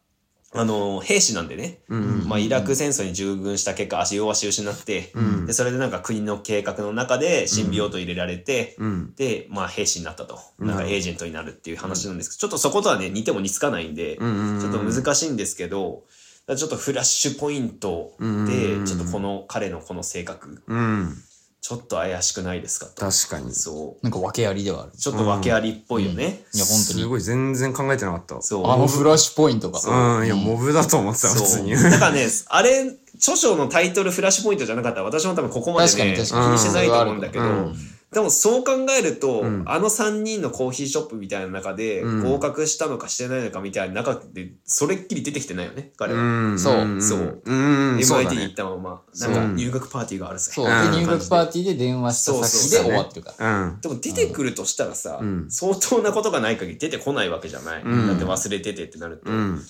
あの兵士なんでね、
うん。
まあ、イラク戦争に従軍した結果足弱足失って、
うん
でそれでなんか国の計画の中で新病と入れられて、
うん。
で、まあ、兵士になったと。
うん
なんかエージェントになるっていう話なんですけど、ちょっとそことはね、似ても似つかないんで、
うんうんうん
ちょっと難しいんですけど、だからちょっとフラッシュポイント
うんうんうん
で、ちょっとこの彼のこの性格、
うん。
ちょっと怪しくないですかと。
確かに。
そ
なんか訳ありではある。
う。ちょっと訳ありっぽいよね。
いや、本当
す
に。
ごい、全然考えてなかった。
そう。
あのフラッシュポイントが。
うん。いや、モブだと思ってた、普
そ
通に。
う。だからね、あれ、著書のタイトルフラッシュポイントじゃなかったら、私も多分ここまでね、気
確
に
かに確かに
してないと思うんだけど、
うん
でもそう考えると、
うん
あの3人のコーヒーショップみたいな中で、
うん
合格したのかしてないのかみたいな中で、それっきり出てきてないよね、彼は。
うん。
そうん
そう。
うん。そう
MIT
だ
に行
ね
っ。たまま、
そう
なんか入学パーティーがあるぜ。
そう。
うん
で、入学パーティーで電話した先で終わってるから。
うん。
でも出てくるとしたらさ、
うん
相当なことがない限り出てこないわけじゃない。
うん
だって忘れててってなると。
う
っ
ん。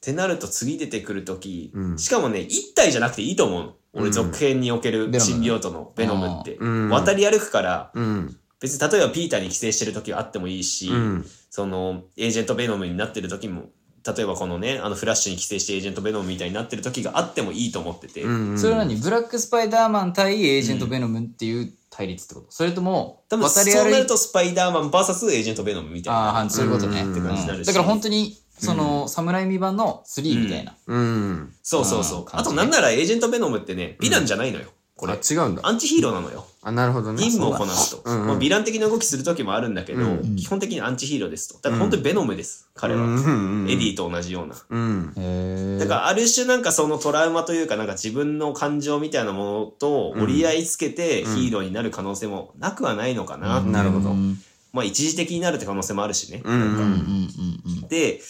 てなると次出てくるとき、
うん
しかもね、1体じゃなくていいと思うの。
う
俺
ん
続編における
ベノム
シンビオートのベノムって。
うん
渡り歩くから、
うん。
別に例えばピーターに寄生してる時はあってもいいし、
うん。
そのエージェント・ベノムになってる時も例えばこのねあのフラッシュに寄生してエージェント・ベノムみたいになってる時があってもいいと思ってて、
うん。
それは何ブラックスパイダーマン対エージェント・ベノムっていう対立ってことそれとも、
多分
渡り
そう
歩
ないるとスパイダーマン VS エージェント・ベノムみたいな
ああ、そういうことね。
うん
うん
って感じになるし
だから本当に、その、侍未版の3みたいな。
うん。
そうそうそう
あー
あとなんならエージェント・ベノムってねヴィランじゃないのよ、こ
あ
れ、
違うんだ。
アンチヒーローなのよ
あ、なるほどね。
任務をこなすと、
うんうん
まあ、ヴィラン的な動きする時もあるんだけど、
うん
基本的にアンチヒーローですとだから本当にベノムです、彼は、
うん。
エディと同じような
うん。
へ
だからある種なんかそのトラウマというかなんか自分の感情みたいなものと折り合いつけて
うん
ヒーローになる可能性もなくはないのかな、
なるほど
う。ん
まあ一時的になるって可能性もあるしね。
うん。う
うんうん
ん。
うん
で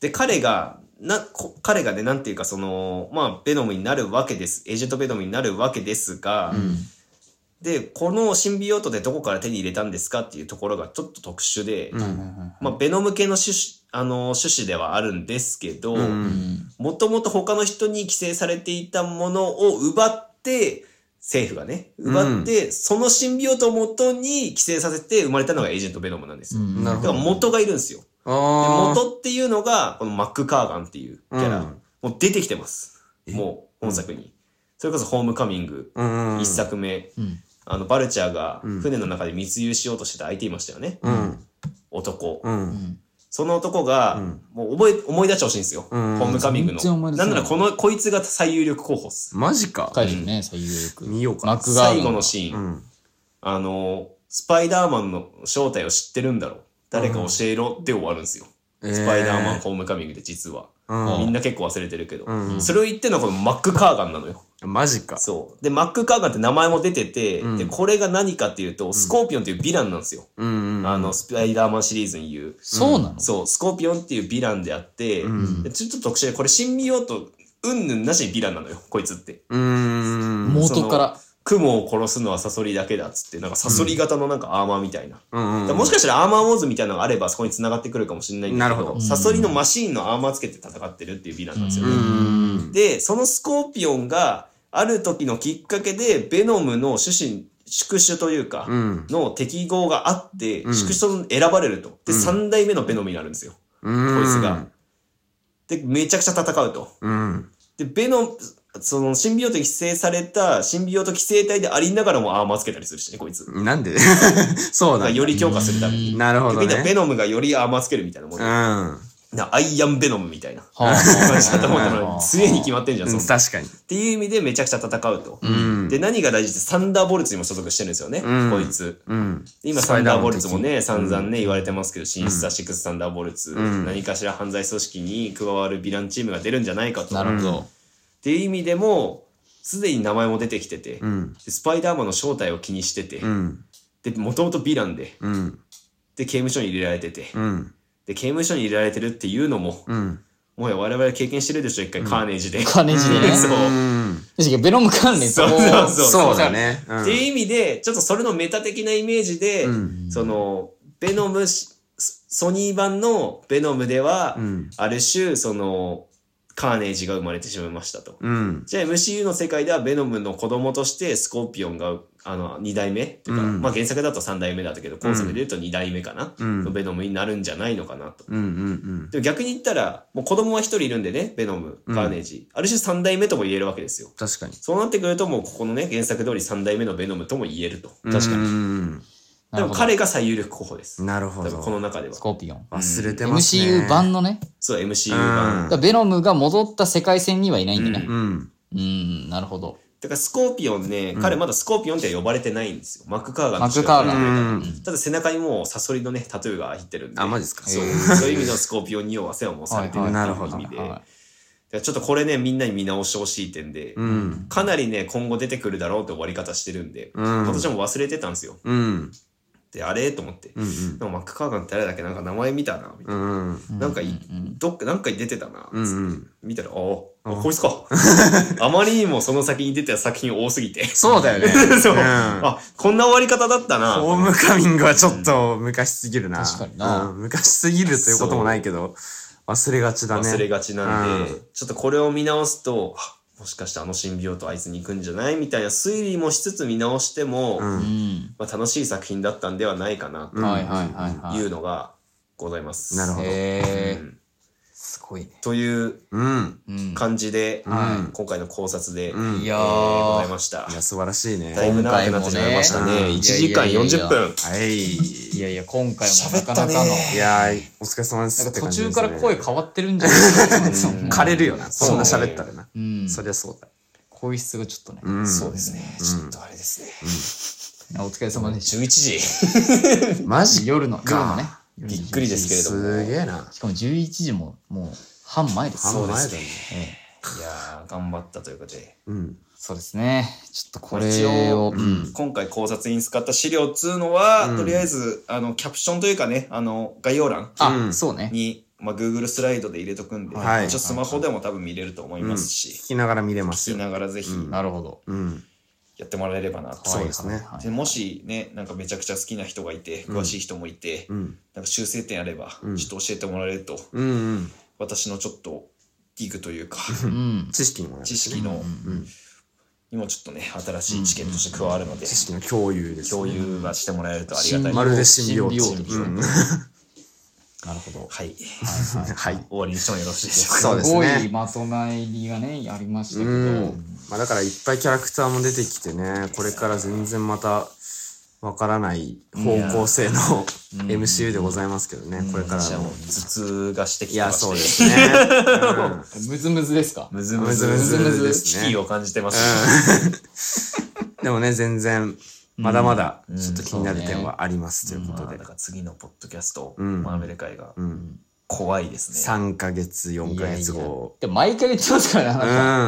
で彼がなこ彼がねなんていうかそのまあベノムになるわけですエージェントベノムになるわけですが、でこのシンビオートでどこから手に入れたんですかっていうところがちょっと特殊で、
う。
うんん。
まあ、ベノム系の趣旨あの趣旨ではあるんですけど、
うん
うん
もともと他の人に規制されていたものを奪って政府がね、奪って、そのシンビオトを元に寄生させて生まれたのがエージェント・ベノムなんですよ。
ん
なる
だ
ほ
か
ど
ら元がいるんですよ。で
あー
元っていうのが、このマック・カーガンっていうキャラ。
うん
もう出てきてます。
え
もう、本作に。それこそ、ホームカミング、
うんうん
一作目。
うん
あの、バルチャーが
うん
船の中で密輸しようとしてた相手いましたよね。
うん
男。
う
うんん
その男が、
うん
もう覚え、思い出してほしいんですよ。
う
ホー
ん
ムカミング
全然思
の。
い出
な
せ
ん
ない
なら、この、こいつが最有力候補っす。
マジか
書いてるね、最有力。
見ようか
マ
な
クガー
最
ド
後のシーン。
うん
あの、スパイダーマンの正体を知ってるんだろう。誰か教えろって終わるんですよ。スパイダーマン、ホームカミングで実は。
マ
みんな結構忘れてるけど。
うん
それを言ってるのはこのマック・カーガンなのよ。
うんマジか
そう。で、マック・カーガンって名前も出てて、
うん
で、これが何かっていうと、スコーピオンっていうヴィランなんですよ。
うんうん
あの、スパイダーマンシリーズに言う。
そうなの
そう、スコーピオンっていうヴィランであって、
うん
でちょっと特殊で、これ、新見ようと、うんぬんなしにヴィランなのよ、こいつって。
うん
う
元から。
雲を殺すのはサソリだけだっつって、なんかサソリ型のなんかアーマーみたいな。
うんう
だから
ん
もしかしたらアーマーウォーズみたいなのがあれば、そこに繋がってくるかもしれないんだけ
なる
ど、
ほど
サソリのマシーンのアーマーつけて戦ってるっていうヴィランなんですよ
う
ね。
ん
で、そのスコーピオンが、ある時のきっかけで、ベノムの種子、宿主というか、
うん
の適合があって、
うん
宿主と選ばれると。で、
うん
三代目のベノムになるんですよ。
うん
こいつがで、めちゃくちゃ戦うと。
うん
で、ベノム、その、シンビオトに寄生された、シンビオト寄生体でありながらもアーマーつけたりするしね、こいつ。だ
なんでそう
か
な
ら
ん
よ
だ
り強化するために。
なるほど
逆に言ったらベ
ね
ノムがよりアーマーつけるみたいなもん
う
だよ
ん
なアイアンベノムみたいな。
はあは
感じだと思った
は
ら、
あ
強いに決まってんじゃん、そ
うんん
な
確かに
っていう意味でめちゃくちゃ戦うと。
ん
で、何が大事ってサンダーボルツにも所属してるんですよね、
うん
こいつ。
うん
で今、
スパ
サ
イ
ン
ダ
ダ
ー
ー
マ
ボ
ン
ル
的
ツもね、散々ね、言われてますけど、進出ザ・シックス・サンダーボルツ、
ん
何かしら犯罪組織に加わるヴィランチームが出るんじゃないかと。
なるほど。
っていう意味でも、すでに名前も出てきてて、
うん
でスパイダーマンの正体を気にしてて、
うん
で、もともとヴィランで、
うん
で、刑務所に入れられてて、
うん
で、刑務所に入れられてるっていうのも、
うん
もうや我々経験してるでしょ、一回カーネージで。
カーネージでね
そう。
うん
確かにベノム関連
そう
こ
そうそう
そうだね
っていう意味で、ちょっとそれのメタ的なイメージで、
うん
その、ベノムし、ソニー版のベノムでは、
うん
ある種、その、カーネージが生まれてしまいましたと。
うん
じゃあ MCU の世界ではベノムの子供としてスコーピオンが、あの、2代目というか、
うん
まあ原作だと3代目だったけど、今作で言うと2代目かな、
うん
のベノムになるんじゃないのかなと。
うんうん
でも逆に言ったら、もう子供は1人いるんでね、ベノム、カーネージ。ある種3代目とも言えるわけですよ。
確かに
そうなってくると、もうここのね、原作通り3代目のベノムとも言えると。
確かに
に
な
で
る
も
ほど
彼が最有力候補です。
なるほ
多分この
ど
中では
ス。コーピオン。
忘れてますね
MCU 版のね。
そう、MCU
う
版。
ん
だからベノムが戻った世界線にはいないんだね。
うん
うん、んなるほど。
だからスコーピオンね、彼まだスコーピオンって呼ばれてないんですよ。マック・カーガン
マックカーガン
うん
ただ背中にもうサソリのね、タトゥーが入ってるんで。
あマジですか
そう、
へー
そういう意味のスコーピオンには世話もされてるっていう
はいはい
意味で。
はい
だからちょっとこれね、みんなに見直してほしい点で、
うん
かなりね、今後出てくるだろうって終わり方してるんで、
うん
私も忘れてたんですよ。
うん
で、あれと思って。で
うんうん
もマック・カーガンって誰だっけなんか名前見たな、みたいな。
うん
なんかい、どっか、なんかに出てたな、
うんうん
見たら、ああ、こ いつか。あまりにもその先に出てた作品多すぎて。
そうだよね
そう。
ん
あ、こんな終わり方だったな。
ホームカミングはちょっと昔すぎるな。
確かにな
うん昔すぎるということもないけど、忘れがちだね。
忘れがちなんで、
うん
ちょっとこれを見直すと、あもしかしてあの神病とあいつに行くんじゃないみたいな推理もしつつ見直しても、
う
う。
んん。
まあ、楽しい作品だったんではないかな
うん
はいはいはいは
と
い。
いうのがございます。
なるほど
へ
う
ー
ん
すごいね。
という
うん。
うん。
感じで、
は
今回の考察で、
うん。
い
い
や
えーござい
ー
ました。
や、素晴らしいね。
だいぶ長くなってしまいました
今回
ね。
もね
1時間
いやいやいやいや
40分。
はい。
い
い
やいや、今回もな
喋
か
っ
な
たね
かの。
やー、お疲れ様です
な
っ
ん
て
か途
感じで
中
すね
から声変わってるんじゃないですか
枯れるよな。そんな
そうね
喋ったらな。
うん。
そりゃそうだ。
声質がちょっとね。
うん。
そうですね。ちょっとあれですね。
あお疲れ様でし
11
た。
時。
マジ夜の、夜のね。
びっくりですけれども。
すげえな。
しかも11時ももう半前です。
半前だね。
ええ
いやー、頑張ったということで。
うん。
そうですね。ちょっとこ
一
れ
応
を、うん
今回考察に使った資料っつうのは、
うん
とりあえず、あの、キャプションというかね、あの、概要欄
あ、
うん
そうね。
に、まあ、Google スライドで入れとくんで、
はい
一応スマホでも多分見れると思います
聞
し、
きながら見れます
聞き
よ。
ながらぜひ
なるほど。
うん。
やってもらえればなと。
そうですね
はい
でもしね、なんかめちゃくちゃ好きな人がいて、詳しい人もいて、
うん。
なんか修正点あれば、
うん
ちょっと教えてもらえると、
うんうん。
私のちょっと、ディグというか、
うん。
知識にもなる。
知識の
うん
うん。
にもちょっとね、新しい知見として加わるので、
知識の共有です、
共有はしてもらえるとありがたい。
まるで新病
新病
棟。
棟
うん
なるほど。
はい。
はい。
終わりにしてもよろしいでしょうか。
そうですす
ご
ね
い。まとまりがね、ありましたけ
う
ど。
ん。まあだからいっぱいキャラクターも出てきてね、これから全然またわからない方向性の MCU でございますけどね、これから
私はもう
の
頭。痛がしてき
い
てま
や、
して
そうで すね。うん
ムズムズですか
むずむ
むず
ず
む
む
ず
ず
で
ですす
ね。
ね。危機を感じてます。
でもね、全然、まだまだ、ちょっと気になる
うん
点はありますというこ
ま
と
あ、
で
だ。から次のポッドキャスト、
うん
マーベル会が
うん。
怖いですね。
3ヶ月、4ヶ月後。
でも毎回言ってますからねあ
う
なた、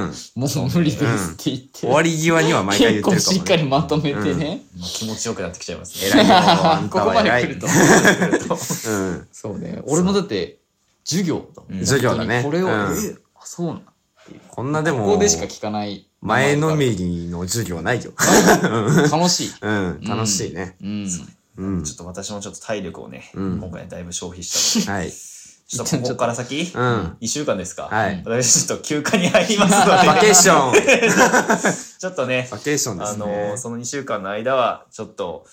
ん。
もう無理ですって言って。
終わり際には毎回
結
言っ
構
てるかも、
し
ね。
っかりまとめてね。
まあ気持ちよくなってきちゃいますね。
偉いよ。あん
こ
た
こ
は
まで
偉い。
来ると。
うん。
そうね。俺もだって、授業だもん
うん
授業だね
本当にこれを、
うん
えあそうなん
こんなでも、
ここでしか聞かない。
前のめりの授業ないよ。
楽しい。
うん。楽しいね。
うん。
うん。
ちょっと私もちょっと体力をね、
うん
今回ねだいぶ消費したので、
はい。
ちょっとここから先、
うん。は
1週間ですか、
い。
私ちょっと休暇に入ります
バ
の
ケ
で、
ーション。
ちょっとね、
バケーションで
あ
す
の
ね。
その2週間の間は、ちょっと、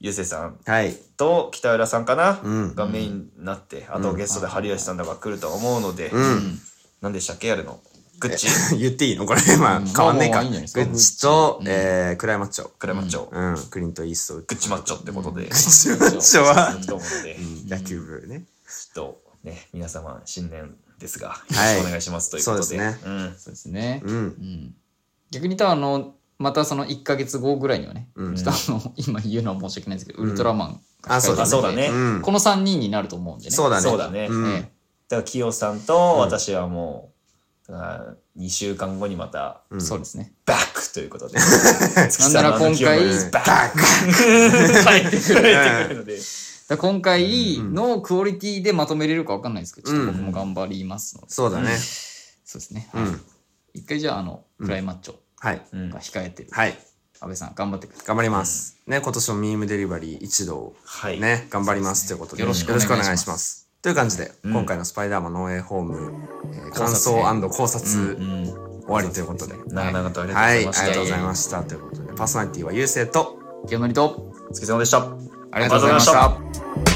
ゆうせいさん
はい。
と北浦さんかな、
うん。
がメインになって、あとゲストでハリヤシさんとか来ると思うので、
うん。
何でしたっけやるのグッチ、
言っていいのこれ、まあ、
うん
変わんねえ
ま
か。
あまあ
グ
いいんじゃないですか
ッチと、えー、クライマッチョ。
クラマッチョ、
うん。クリント・イーストウッド。
グッチマッチョってことで、
グッチマッチョは、
と思うので、
野球部ね。
ちょっとね、皆様、新年ですが、よろ
はい
しくお願いしますということで。
そうです
ん
そうですね。
うん。
うん逆に言ったらあのまたその1か月後ぐらいにはね、
うん
ちょっとあの今言うのは申し訳ないんですけど、ウルトラマン
あそうだ
あ、そうだね。
うん。
この3人になると思うんでね
そうだね。
そうだね
うん
え
だから、キヨさんと私はもう、2週間後にまた、
えそうですね
バックということ で。なん
なら今回
バック帰ってくる帰ってくるので。
だから今回のクオリティでまとめれるかわかんないですけど、ちょっと僕も頑張りますので、
そうだね。
そうですね、
う
はい
ん。
一回じゃああのクライマッチョ
はい。
うん
が控えてる、
はい。
安倍さん頑張ってください
頑張ります。ね、今年もミームデリバリー一同、
はい。
ね、頑張りますということで、
よろしく
よろしくお
お
願
願
い
い
し
し
ま。
ます
という感じで、
うん
今回のスパイダーマンノーエイホーム、えー感想
考
考察
うん。
終わりということで。
長々とありが
はい、あ
とう
り
ござい
が
ました。
とうございました。ということで、パーソナリティは優勢と、
清則と
お疲れ様でした。あり
あり
がとうございました。